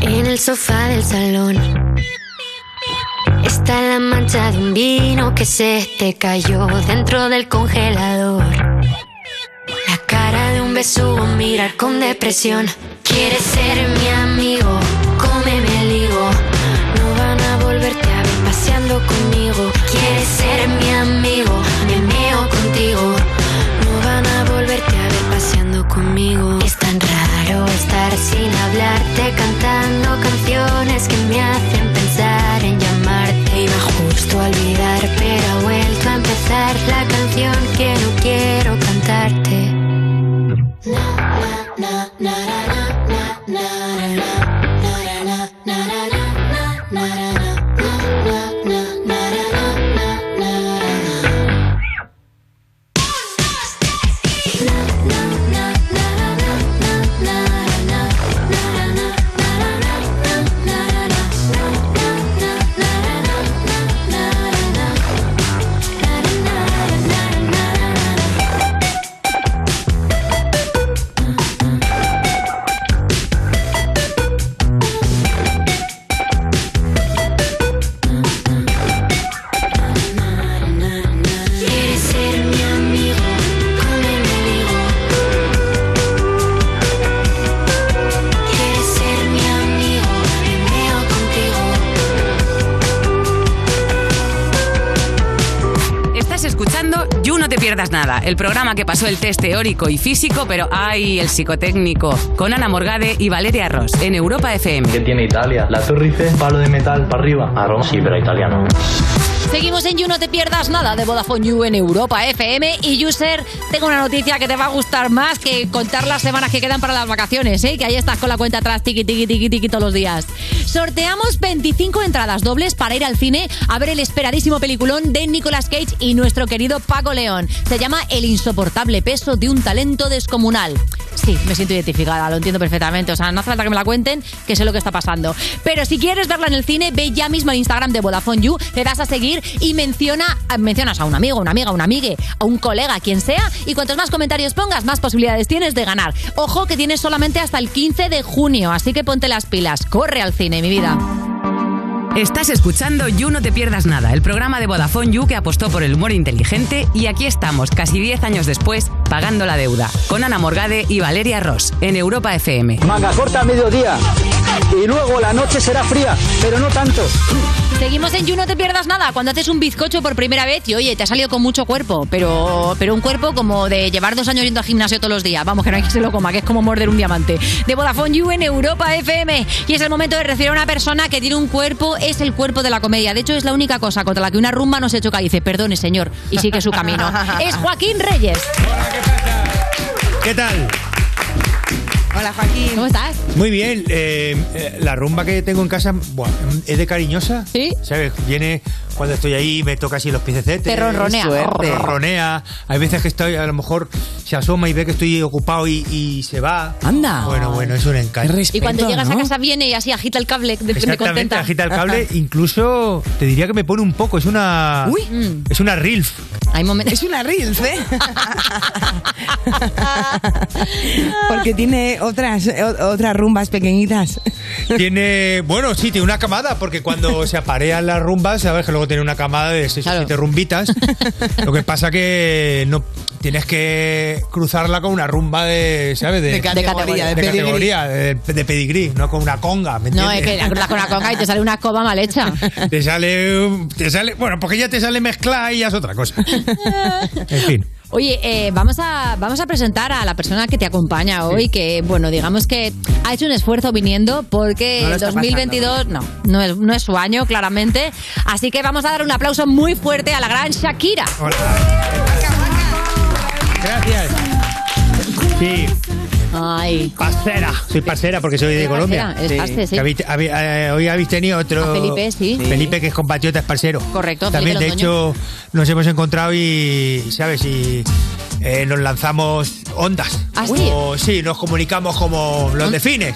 Speaker 29: En el sofá del salón está la mancha de un vino que se te cayó dentro del congelador. La cara de un besugo, mirar con depresión. Quieres ser mi amigo, cómeme el higo. No van a volverte a ver paseando conmigo. Quieres ser mi amigo, me meo contigo. No van a volverte a ver paseando conmigo. Es tan raro estar sin hablarte, cantando canciones que me hacen pensar en llamarte. Iba justo a olvidar, pero ha vuelto a empezar la canción que no quiero cantarte. Quieres ser mi amigo, cómeme el higo. Quieres ser mi amigo, me meo contigo.
Speaker 30: Estás escuchando You No Te Pierdas Nada, el programa que pasó el test teórico y físico, pero ¡ay! el psicotécnico, con Ana Morgade y Valeria Ross, en Europa FM.
Speaker 31: ¿Qué tiene Italia? La Torre Eiffel, palo de metal para arriba. A Roma. Sí, pero italiano.
Speaker 3: Seguimos en You, no te pierdas nada de Vodafone You en Europa FM. Y User, tengo una noticia que te va a gustar más que contar las semanas que quedan para las vacaciones, ¿eh? que ahí estás con la cuenta atrás, tiqui, tiqui, tiqui, tiqui, todos los días. Sorteamos 25 entradas dobles para ir al cine a ver el esperadísimo peliculón de Nicolas Cage y nuestro querido Paco León. Se llama El insoportable peso de un talento descomunal. Sí, me siento identificada, lo entiendo perfectamente. O sea, no hace falta que me la cuenten, que sé lo que está pasando. Pero si quieres verla en el cine, ve ya mismo al Instagram de Vodafone You, le das a seguir y menciona, ah, mencionas a un amigo, una amiga, una amigue, a un colega, a quien sea. Y cuantos más comentarios pongas, más posibilidades tienes de ganar. Ojo que tienes solamente hasta el 15 de junio, así que ponte las pilas. Corre al cine, mi vida.
Speaker 30: Estás escuchando You No Te Pierdas Nada, el programa de Vodafone You que apostó por el humor inteligente y aquí estamos, casi 10 años después, pagando la deuda, con Ana Morgade y Valeria Ross, en Europa FM.
Speaker 25: Manga corta a mediodía y luego la noche será fría, pero no tanto.
Speaker 3: Seguimos en You, no te pierdas nada. Cuando haces un bizcocho por primera vez y oye, te ha salido con mucho cuerpo, pero, pero un cuerpo como de llevar dos años yendo al gimnasio todos los días. Vamos, que no hay que se lo coma, que es como morder un diamante. De Vodafone You en Europa FM. Y es el momento de recibir a una persona que tiene un cuerpo, es el cuerpo de la comedia. De hecho, es la única cosa contra la que una rumba no se choca y dice, perdone, señor, y sigue su camino. Es Joaquín Reyes.
Speaker 32: ¿Qué tal?
Speaker 3: Hola, Joaquín. ¿Cómo estás?
Speaker 32: Muy bien. eh, eh, la rumba que tengo en casa buah, es de cariñosa. Sí. ¿Sabes? Viene cuando estoy ahí, me toca así los piececetes.
Speaker 3: Te ronronea.
Speaker 32: Qué
Speaker 3: Suerte.
Speaker 32: Ronronea. Hay veces que estoy, a lo mejor se asoma y ve que estoy ocupado y, y se va. Anda. Bueno, bueno, es un encanto.
Speaker 3: y cuando llegas a casa viene y así agita el cable, de- me
Speaker 32: Exactamente,
Speaker 3: contenta.
Speaker 32: agita el cable, incluso te diría que me pone un poco, es una
Speaker 3: Uy.
Speaker 32: es una RILF.
Speaker 4: Es una Reels, ¿eh? Porque tiene otras, o- otras rumbas pequeñitas.
Speaker 32: Tiene, bueno, sí, tiene una camada, porque cuando se aparean las rumbas, sabes que luego tiene una camada de 6 o 7 rumbitas. Lo que pasa que no tienes que cruzarla con una rumba de, ¿sabes?
Speaker 4: De categoría, de pedigrí.
Speaker 32: categoría, de, de pedigrí, no con una conga, ¿me
Speaker 3: No, es que
Speaker 32: entiendes?
Speaker 3: la cruzas con una conga y te sale una escoba mal hecha.
Speaker 32: Te sale, un- te sale, bueno, porque ya te sale mezclada y ya es otra cosa. En fin.
Speaker 3: Oye, eh, vamos, a, vamos a presentar a la persona que te acompaña hoy, que, bueno, digamos que ha hecho un esfuerzo viniendo porque
Speaker 13: No lo
Speaker 3: el
Speaker 13: está
Speaker 3: 2022 no, no es, no es su año, claramente. Así que vamos a dar un aplauso muy fuerte a la gran Shakira.
Speaker 32: Gracias. Sí.
Speaker 3: Ay.
Speaker 32: Parcera. Soy parcera porque soy de Colombia.
Speaker 3: parcera, eres parce, sí.
Speaker 32: Que habéis- habéis- eh, hoy habéis tenido otro.
Speaker 3: A Felipe, sí. Sí.
Speaker 32: Felipe, que es compatriota, es parcero.
Speaker 3: Correcto,
Speaker 32: También, de
Speaker 3: Felipe Londoño.
Speaker 32: hecho, nos hemos encontrado y, ¿sabes? Y eh, nos lanzamos ondas.
Speaker 3: ¿Ah, sí? ¿Ah?
Speaker 32: Como- sí, nos comunicamos como los defines.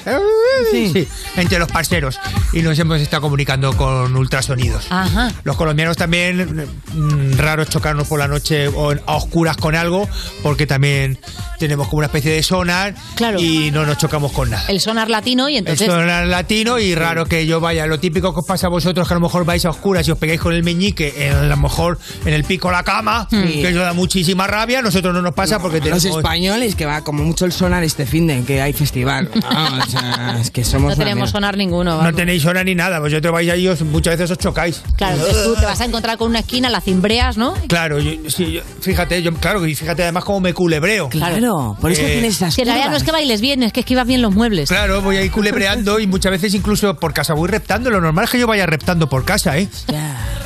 Speaker 32: Sí. Entre los parceros. Y nos hemos estado comunicando con ultrasonidos.
Speaker 3: Ajá.
Speaker 32: Los colombianos también, mm, raros chocarnos por la noche o en- a oscuras con algo, porque también tenemos como una especie de sonar y no nos chocamos con nada.
Speaker 3: El sonar latino y entonces...
Speaker 32: El sonar latino y raro que yo vaya. Lo típico que os pasa a vosotros, que a lo mejor vais a oscuras y os pegáis con el meñique, en- a lo mejor en el pico de la cama,
Speaker 4: Sí.
Speaker 32: que eso da muchísima rabia. Nosotros no nos pasa porque tenemos.
Speaker 4: Los españoles que va como mucho el sonar este fin de que hay festival. Ah, o sea, es que somos
Speaker 3: No
Speaker 4: la
Speaker 3: tenemos
Speaker 4: mierda.
Speaker 3: sonar ninguno.
Speaker 32: No tenéis hora ni nada, vosotros vais ahí y os- muchas veces os chocáis.
Speaker 3: Claro, entonces tú te vas a encontrar con una esquina, la cimbreas, ¿no?
Speaker 32: Claro, yo- sí, yo- fíjate, yo, claro, y fíjate además cómo me culebreo. Eh,
Speaker 4: Claro, por eso tienes esas
Speaker 3: Si en realidad no es Eh, que bailes bien, es que esquivas bien los muebles.
Speaker 32: Claro, voy ahí culebreando y muchas veces incluso por casa voy reptando. Lo normal es que yo vaya reptando por casa, ¿eh?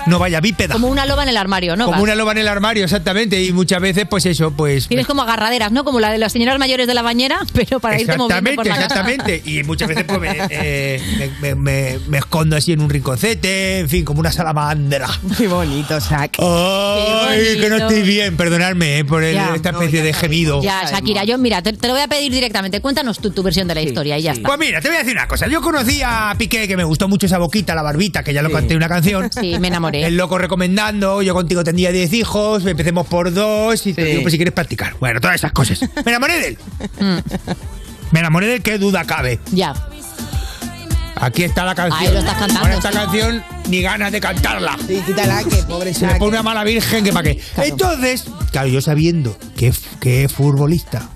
Speaker 32: No vaya bípeda.
Speaker 3: Como una loba en el armario, ¿no?
Speaker 32: Como
Speaker 3: Vas.
Speaker 32: una loba en el armario, exactamente. Y muchas veces, pues eso, pues...
Speaker 3: Tienes como agarraderas, ¿no? Como la de las señoras mayores de la bañera, pero para irte moviendo por
Speaker 32: Exactamente,
Speaker 3: la casa.
Speaker 32: exactamente. Y muchas veces pues, me, eh, me- me- me- me escondo así en un rinconcete, en fin, como una salamandra.
Speaker 4: Qué bonito, Sac.
Speaker 32: Ay, que no estoy bien, perdonadme eh, por el-
Speaker 3: Ya.
Speaker 32: esta especie de gemido.
Speaker 3: Ya, Shakira, yo, mira, te, te lo voy a pedir directamente. Cuéntanos tú tu versión de la historia y ya está.
Speaker 32: Pues mira, te voy a decir una cosa. Yo conocí a Piqué, que me gustó mucho esa boquita, la barbita, que ya lo canté en una canción.
Speaker 3: Sí, me enamoré.
Speaker 32: El loco recomendando, yo contigo tendría 10 hijos, empecemos por dos y te
Speaker 3: Sí.
Speaker 32: digo, pues si quieres practicar. Bueno, todas esas cosas. Me enamoré de él. Me enamoré de él, qué duda cabe.
Speaker 3: Ya.
Speaker 32: Aquí está la canción.
Speaker 4: Ahí lo estás cantando,
Speaker 32: Ahora esta
Speaker 4: sí.
Speaker 32: canción, ni ganas de cantarla.
Speaker 4: Sí, quítala, que pobre
Speaker 32: Se le
Speaker 4: Sac.
Speaker 32: pone una mala virgen que pa' qué. Entonces, claro, yo sabiendo que, es- que es futbolista,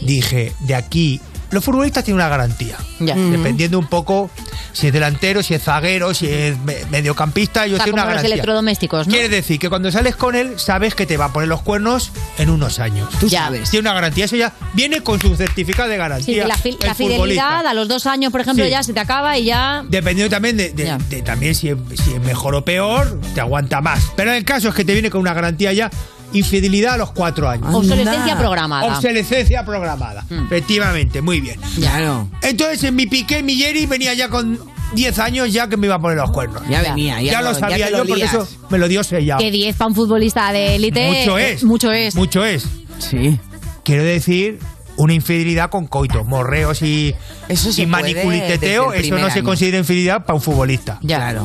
Speaker 32: dije, de aquí. Los futbolistas tienen una garantía.
Speaker 3: Ya.
Speaker 32: Mm. Dependiendo un poco si es delantero, si es zaguero, si es me- mediocampista, yo
Speaker 3: O sea,
Speaker 32: tengo una
Speaker 3: como los
Speaker 32: garantía.
Speaker 3: electrodomésticos, ¿no?
Speaker 32: Quiere decir que cuando sales con él, sabes que te va a poner los cuernos en unos años. Tú sabes. Tiene una garantía. Eso ya viene con su certificado de
Speaker 3: Sí,
Speaker 32: garantía.
Speaker 3: la, fi-
Speaker 32: el
Speaker 3: la
Speaker 32: futbolista.
Speaker 3: fidelidad a los dos años, por ejemplo,
Speaker 32: Sí.
Speaker 3: ya se te acaba y ya.
Speaker 32: Dependiendo también de, de- de también si es, si es mejor o peor, te aguanta más. Pero el caso es que te viene con una garantía ya infidelidad a los cuatro años.
Speaker 3: Ah, Obsolescencia programada. Mm.
Speaker 32: Obsolescencia programada. Efectivamente, muy bien.
Speaker 4: Claro.
Speaker 32: Entonces en mi piqué, en mi Jerry venía ya con 10 años ya que me iba a poner los cuernos.
Speaker 4: Ya venía, ya
Speaker 32: lo,
Speaker 4: lo- ya
Speaker 32: sabía
Speaker 4: te lo
Speaker 32: yo porque
Speaker 4: olías.
Speaker 32: eso me lo dio sellado.
Speaker 3: Que 10 para un futbolista de élite. Eh,
Speaker 32: Mucho es.
Speaker 3: Mucho es.
Speaker 32: Mucho es. Sí. Quiero decir, una infidelidad con coitos, morreos y,
Speaker 4: Eso se
Speaker 32: y
Speaker 4: puede
Speaker 32: maniculiteteo,
Speaker 4: desde el
Speaker 32: eso no
Speaker 4: primer
Speaker 32: se
Speaker 4: año.
Speaker 32: considera infidelidad para un futbolista. Claro.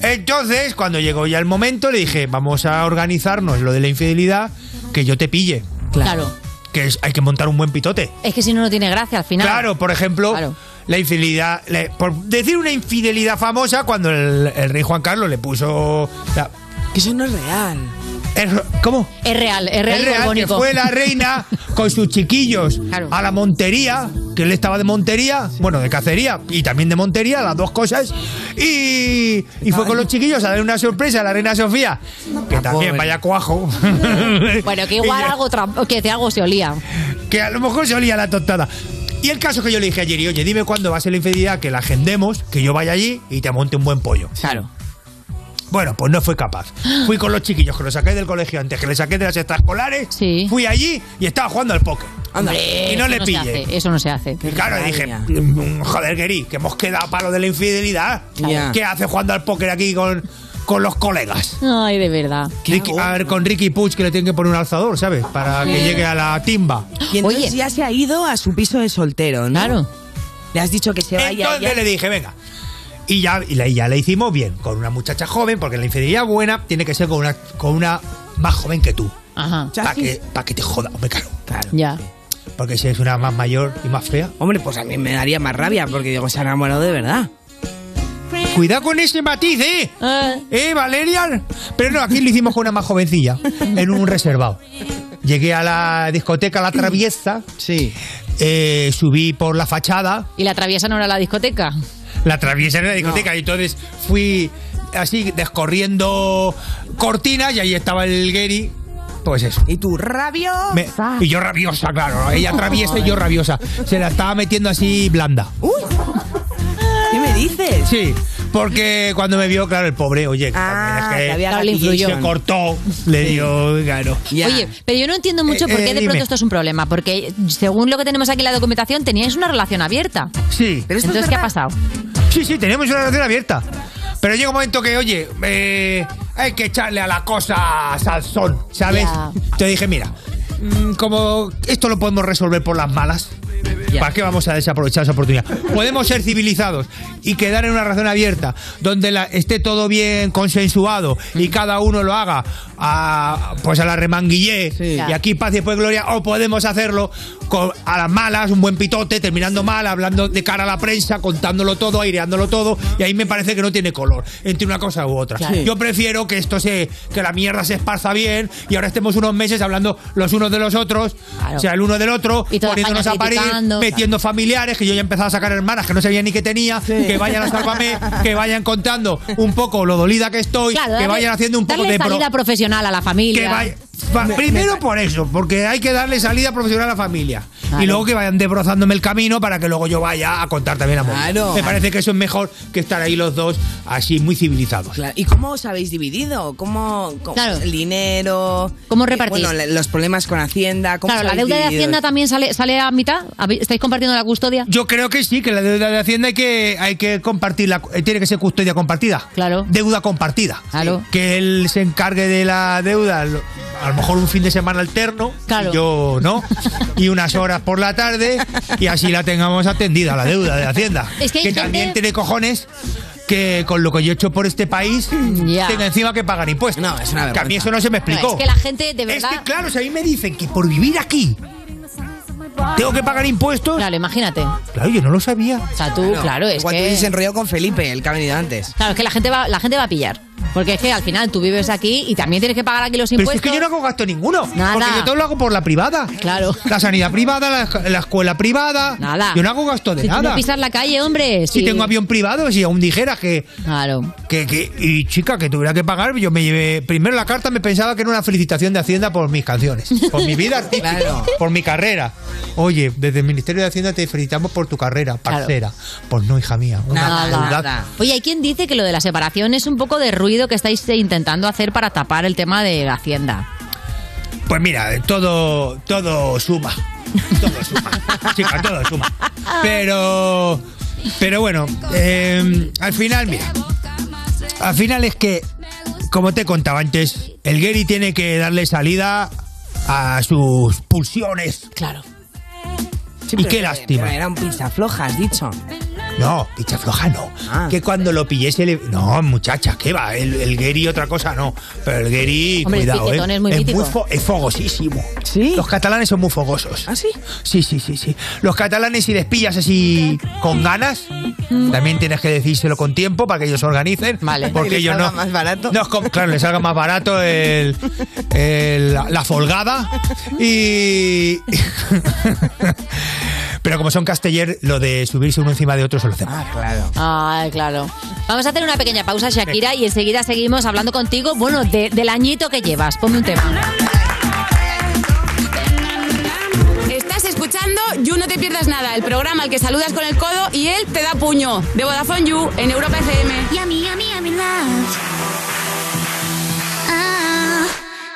Speaker 32: Entonces, cuando llegó ya el momento, le dije, vamos a organizarnos lo de la infidelidad, que yo te pille.
Speaker 3: Claro. Claro.
Speaker 32: Que es- hay que montar un buen pitote.
Speaker 3: Es que si no, no tiene gracia al final.
Speaker 32: Claro, por ejemplo, la infidelidad. la- por decir una infidelidad famosa cuando el, el rey Juan Carlos le puso. que eso no es real. ¿Cómo?
Speaker 3: Es real, es real. y
Speaker 32: que
Speaker 3: borbónico.
Speaker 32: fue la reina con sus chiquillos a la montería, que él estaba de montería, bueno, de cacería y también de montería, las dos cosas. Y, y fue con los chiquillos a dar una sorpresa a la reina Sofía, que también vaya cuajo.
Speaker 3: Bueno, que igual algo, tram- que de algo se olía.
Speaker 32: que a lo mejor se olía la tostada. Y el caso que yo le dije a Jerry, oye, dime cuándo va a ser la infidelidad, que la agendemos, que yo vaya allí y te monte un buen pollo. Claro. Bueno, pues no fue capaz. Fui con los chiquillos, que los saqué del colegio antes, que les saqué de las extraescolares. Fui allí y estaba jugando al póker.
Speaker 3: Hombre,
Speaker 32: y no
Speaker 3: eso
Speaker 32: le
Speaker 3: se
Speaker 32: pille.
Speaker 3: hace, eso no se hace.
Speaker 32: Y claro, dije, mm, joder, Geri, que hemos quedado para lo de la infidelidad.
Speaker 3: Ya.
Speaker 32: ¿Qué hace jugando al póker aquí con, con los colegas?
Speaker 3: Ay, de verdad.
Speaker 32: Ricky- a ver, con Ricky Puig que le tienen que poner un alzador, ¿sabes? Para que
Speaker 4: Sí.
Speaker 32: llegue a la timba.
Speaker 4: Y entonces ya se ha ido a su piso de soltero, ¿no? Claro. Le has dicho que se vaya.
Speaker 32: Entonces
Speaker 4: ya.
Speaker 32: le dije, venga. Y ya, y la, y ya la hicimos bien, con una muchacha joven, porque la infidelidad buena tiene que ser con una, con una más joven que tú.
Speaker 3: Ajá.
Speaker 32: Para que, pa' que te joda, hombre, claro.
Speaker 3: Ya.
Speaker 32: Porque si es una más mayor y más fea.
Speaker 4: Hombre, pues a mí me daría más rabia porque digo, se ha enamorado de verdad.
Speaker 32: Cuidado con ese matiz, ¿eh? ¿Eh, Valeria? Pero no, aquí lo hicimos con una más jovencilla, en un reservado. Llegué a la discoteca La Traviesa. Sí. subí por la fachada.
Speaker 3: ¿Y la traviesa no era la discoteca?
Speaker 32: La traviesa era la discoteca. Y entonces fui así, descorriendo cortinas y ahí estaba el Gary. Pues eso.
Speaker 4: ¿Y tú rabiosa?
Speaker 32: Me- y yo rabiosa, claro. ¿no? Ella traviesa y yo rabiosa. Se la estaba metiendo así blanda.
Speaker 4: ¿Qué me dices?
Speaker 32: Sí, porque cuando me vio, claro, el pobre, oye,
Speaker 4: Ah,
Speaker 32: también es que
Speaker 4: te había
Speaker 3: Claro, le influyó.
Speaker 32: se cortó, le dio, claro.
Speaker 3: Oye, pero yo no entiendo mucho
Speaker 32: Eh,
Speaker 3: por qué
Speaker 32: eh,
Speaker 3: de pronto
Speaker 32: dime.
Speaker 3: esto es un problema. Porque según lo que tenemos aquí en la documentación, teníais una relación abierta.
Speaker 32: Sí. Pero
Speaker 3: Entonces, ¿qué ha pasado?
Speaker 32: Sí, sí, tenemos una relación abierta. Pero llega un momento que, oye, eh, hay que echarle a la cosa salsón, ¿sabes?
Speaker 13: Ya.
Speaker 32: Te dije, mira, mm, como esto lo podemos resolver por las malas, ¿para qué vamos a desaprovechar esa oportunidad? Podemos ser civilizados y quedar en una relación abierta, donde la- esté todo bien consensuado y cada uno lo haga a, pues a la remanguillé y aquí paz y después gloria, o podemos hacerlo con- a las malas, un buen pitote, terminando mal, hablando de cara a la prensa, contándolo todo, aireándolo todo, y ahí me parece que no tiene color entre una cosa u otra.
Speaker 19: Claro. Sí.
Speaker 32: Yo prefiero que esto se, que la mierda se esparza bien y ahora estemos unos meses hablando los unos de los otros, o sea, el uno del otro,
Speaker 3: Y toda
Speaker 32: poniéndonos
Speaker 3: España
Speaker 32: a parir,
Speaker 3: criticando.
Speaker 32: metiendo familiares, que yo ya he empezado a sacar hermanas que no sabía ni que tenía, que vayan a Sálvame, que vayan contando un poco lo dolida que estoy,
Speaker 3: Claro,
Speaker 32: que
Speaker 3: darle-
Speaker 32: vayan haciendo un poco
Speaker 3: darle
Speaker 32: de... pro-
Speaker 3: salida profesional a la familia.
Speaker 32: que vaya- fa- primero por eso, porque hay que darle salida profesional a la familia.
Speaker 3: Claro.
Speaker 32: Y luego que vayan desbrozándome el camino para que luego yo vaya a contar también a Mónica.
Speaker 4: Claro.
Speaker 32: Me parece que eso es mejor que estar ahí los dos así muy civilizados.
Speaker 4: Claro, ¿Y cómo os habéis dividido? ¿Cómo, cómo- el dinero?
Speaker 3: ¿Cómo
Speaker 4: repartís? Bueno, le- los problemas con Hacienda. ¿cómo
Speaker 3: Claro,
Speaker 4: os
Speaker 3: la
Speaker 4: habéis
Speaker 3: deuda de
Speaker 4: dividido?
Speaker 3: Hacienda también sale, sale a mitad. ¿Habéis- ¿Estáis compartiendo la custodia?
Speaker 32: Yo creo que sí, que la deuda de Hacienda hay que, hay que compartirla, eh, tiene que ser custodia compartida. Claro. Deuda compartida.
Speaker 3: Claro.
Speaker 32: Que él se encargue de la deuda, lo- a lo mejor un fin de semana alterno, y yo no, y unas horas por la tarde, y así la tengamos atendida, la deuda de Hacienda.
Speaker 3: Es que hay gente-
Speaker 32: también tiene cojones que con lo que yo he hecho por este país, tenga encima que pagar impuestos. No, es una Que a mí eso no se me
Speaker 3: No,
Speaker 32: explicó.
Speaker 3: es que la gente de
Speaker 32: Es
Speaker 3: verdad.
Speaker 32: que, claro, si a mí me dicen que por vivir aquí tengo que pagar impuestos.
Speaker 3: Claro, imagínate.
Speaker 32: Claro, yo no lo sabía.
Speaker 3: O sea, tú, claro, es
Speaker 4: Igual
Speaker 3: que-
Speaker 4: tú hubieses enrollado con Felipe, el que ha venido antes.
Speaker 3: Claro, es que la gente va, la gente va a pillar. Porque es que al final tú vives aquí y también tienes que pagar aquí los
Speaker 32: Pero si
Speaker 3: impuestos.
Speaker 32: es que yo no hago gasto ninguno.
Speaker 3: Nada.
Speaker 32: Porque yo todo lo hago por la privada. Claro. La sanidad privada, la, escu- la escuela privada.
Speaker 3: Nada.
Speaker 32: Yo no hago gasto de
Speaker 3: Si tú
Speaker 32: nada.
Speaker 3: no pisas la calle, hombre.
Speaker 32: Si
Speaker 3: sí.
Speaker 32: tengo avión privado, si aún dijeras que.
Speaker 3: Claro.
Speaker 32: Que, que- y chica, que tuviera que pagar, yo me llevé. Primero la carta me pensaba que era una felicitación de Hacienda por mis canciones, por mi vida artística,
Speaker 4: Claro.
Speaker 32: por mi carrera. Oye, desde el Ministerio de Hacienda te felicitamos por tu carrera, parcera. Pues no, hija mía. Una crueldad.
Speaker 3: Oye, hay quien dice que lo de la separación es un poco de ruido que estáis eh, intentando hacer para tapar el tema de la Hacienda.
Speaker 32: Pues mira, todo, todo suma. Todo suma. Chica, todo suma. Pero. Pero bueno, eh, al final, mira. Al final es que, como te contaba antes, el Gary tiene que darle salida a sus pulsiones.
Speaker 3: Claro.
Speaker 4: Sí,
Speaker 32: y
Speaker 4: pero-
Speaker 32: qué lástima.
Speaker 4: pero era un pizza floja, has dicho.
Speaker 32: No, picha floja no.
Speaker 4: Ah.
Speaker 32: Que cuando lo pillese le... No, muchacha, ¿qué va? El, el Gueri otra cosa no. Pero el Gueri,
Speaker 3: Hombre, el
Speaker 32: cuidado,
Speaker 3: piquetón
Speaker 32: ¿eh?
Speaker 3: es muy mítico.
Speaker 32: fo- es fogosísimo. ¿Sí? Los catalanes son muy fogosos. ¿Ah, sí? Sí, sí, sí, sí. Los catalanes si les pillas así con ganas,
Speaker 3: Mm.
Speaker 32: también tienes que decírselo con tiempo para que ellos se organicen. Vale. Porque
Speaker 4: Y les
Speaker 32: ellos
Speaker 4: salga
Speaker 32: no...
Speaker 4: más barato.
Speaker 32: no es com- claro, les salga más barato el, el- la, la folgada y... Pero como son casteller, lo de subirse uno encima de otro se lo hacen.
Speaker 4: Claro.
Speaker 3: Ay, claro. Vamos a hacer una pequeña pausa, Shakira, y enseguida seguimos hablando contigo, bueno, de- del añito que llevas. Ponme un tema.
Speaker 22: Estás escuchando You No Te Pierdas Nada, el programa al que saludas con el codo y él te da puño. De Vodafone You en Europa FM.
Speaker 33: Yummy, yummy, yummy love. Ah,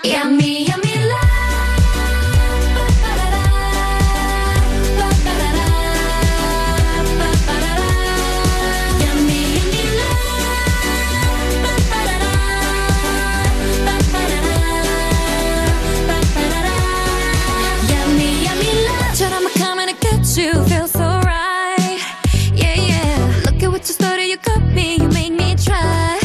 Speaker 33: yummy, yummy love.
Speaker 28: Yummy, yummy love. Said I'm coming to get you. Feels so right. Yeah, yeah. Look at what you started. You got me. You made me try.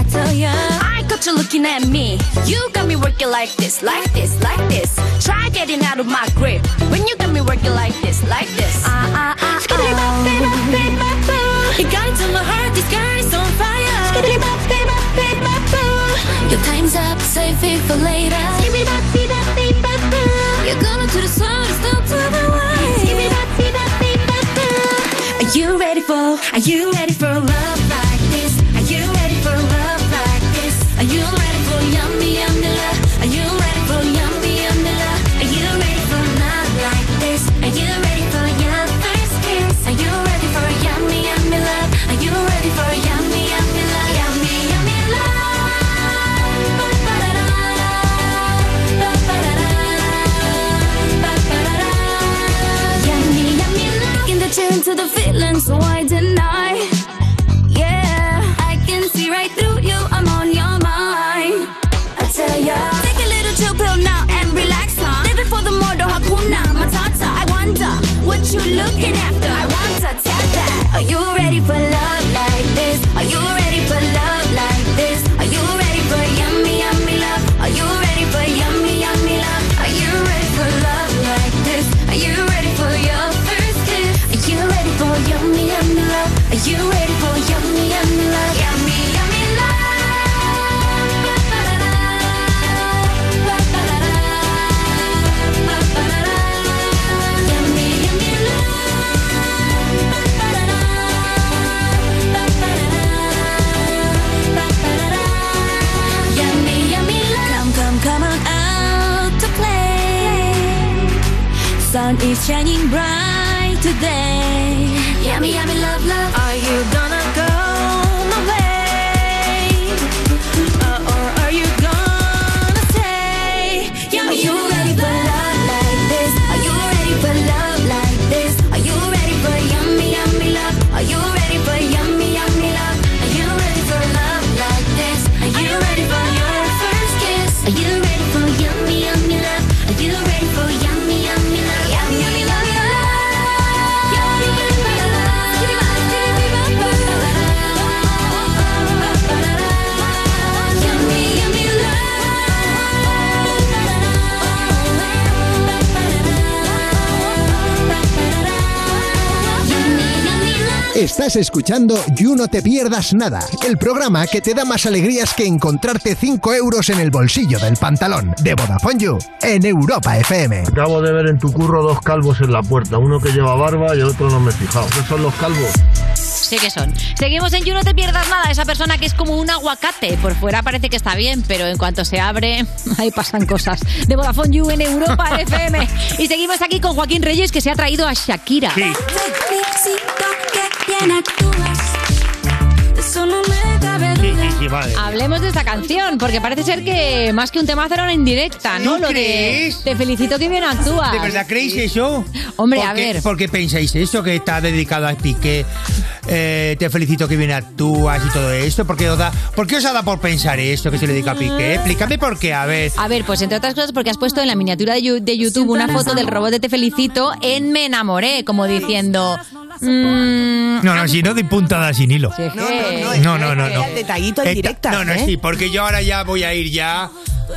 Speaker 28: I tell ya. I got you looking at me. You got me working like this, like this, like this. Try getting out of my grip. When you got me working like this, like this. Ah, ah, ah. Skiddly bop, bop, bop, bop, bop. You got it to my heart. This girl is on fire. Skiddly bop, bop, bop, bop, bop.
Speaker 33: Your time's up, save it for later.
Speaker 8: for? Are you ready for love like this? Are you ready for love like this? Are you ready for yummy yummy love? Are you ready for yummy yummy love? Are you ready for love like this? Are you ready for your first kiss? Are you ready for yummy yummy love? Are you ready for yummy yummy love? Yummy yummy love. Ba-ba-da-da-da. Yummy, yummy, look in the chair into the feeling, so why deny? Yeah, I can see right through you, I'm on your mind. I tell ya, take a little chill pill now and relax, huh? Living for the mortal hakuna matata. I wonder what you looking after. I want to tell that. Are you ready for love like this? Are you ready for love like this? Are you ready for yummy, yummy love? Are you ready for yummy, yummy love? Are you ready for love like this? Are you ready for your first kiss? Are you ready for yummy, yummy love? Are you ready for yummy, yummy love? Yummy, yummy Yummy, yummy love. Come, come, come on out to play. Sun is shining bright today. Yummy, yummy love, love. Are you gonna go my way? Uh, or are you gonna stay? Yummy, are you ready for love like this? Are you ready for love like this? Are you ready for yummy, yummy love? Are you ready for yummy, yummy love? Are you ready for love like this? Are you ready for your first kiss? Are you ready for yummy, yummy love? Are you ready for yummy, yummy love? Yummy, yummy love, yummy, yummy love. Yummy, yummy love.
Speaker 5: Estás escuchando You No Te Pierdas Nada, el programa que te da más alegrías que encontrarte 5 euros en el bolsillo del pantalón de Vodafone You en Europa FM.
Speaker 34: Acabo de ver en tu curro dos calvos en la puerta, uno que lleva barba y el otro no me he fijado. ¿Qué son los calvos?
Speaker 3: Sí que son. Seguimos en You, no te pierdas nada. Esa persona que es como un aguacate. Por fuera parece que está bien, pero en cuanto se abre, ahí pasan cosas. De Vodafone You en Europa FM. Y seguimos aquí con Joaquín Reyes, que se ha traído a Shakira.
Speaker 8: Éxito que bien actúas. Eso no me cabe duda.
Speaker 3: Hablemos de esta canción, porque parece ser que más que un temazo era una indirecta, ¿no?
Speaker 32: ¿No
Speaker 3: Lo de
Speaker 32: crees?
Speaker 3: Te felicito que bien actúas.
Speaker 32: ¿De verdad creéis eso?
Speaker 3: Hombre, a
Speaker 32: ¿Por qué-
Speaker 3: ver.
Speaker 32: ¿Por qué pensáis eso? Que está dedicado a Piqué. eh, te felicito que bien actúas y todo esto. ¿Por qué os da, por qué os ha dado por pensar esto que se le dedica a Piqué? Explícame por qué, a ver.
Speaker 3: A ver, pues entre otras cosas porque has puesto en la miniatura de, Yu- de YouTube una foto del robot de Te Felicito en Me Enamoré, como diciendo... mm,
Speaker 32: No, no, si no, de puntada sin hilo. No, no, no. no.
Speaker 4: El detallito en
Speaker 32: Esta-
Speaker 4: directa.
Speaker 32: No, no,
Speaker 4: ¿eh?
Speaker 32: sí, porque yo ahora ya voy a ir ya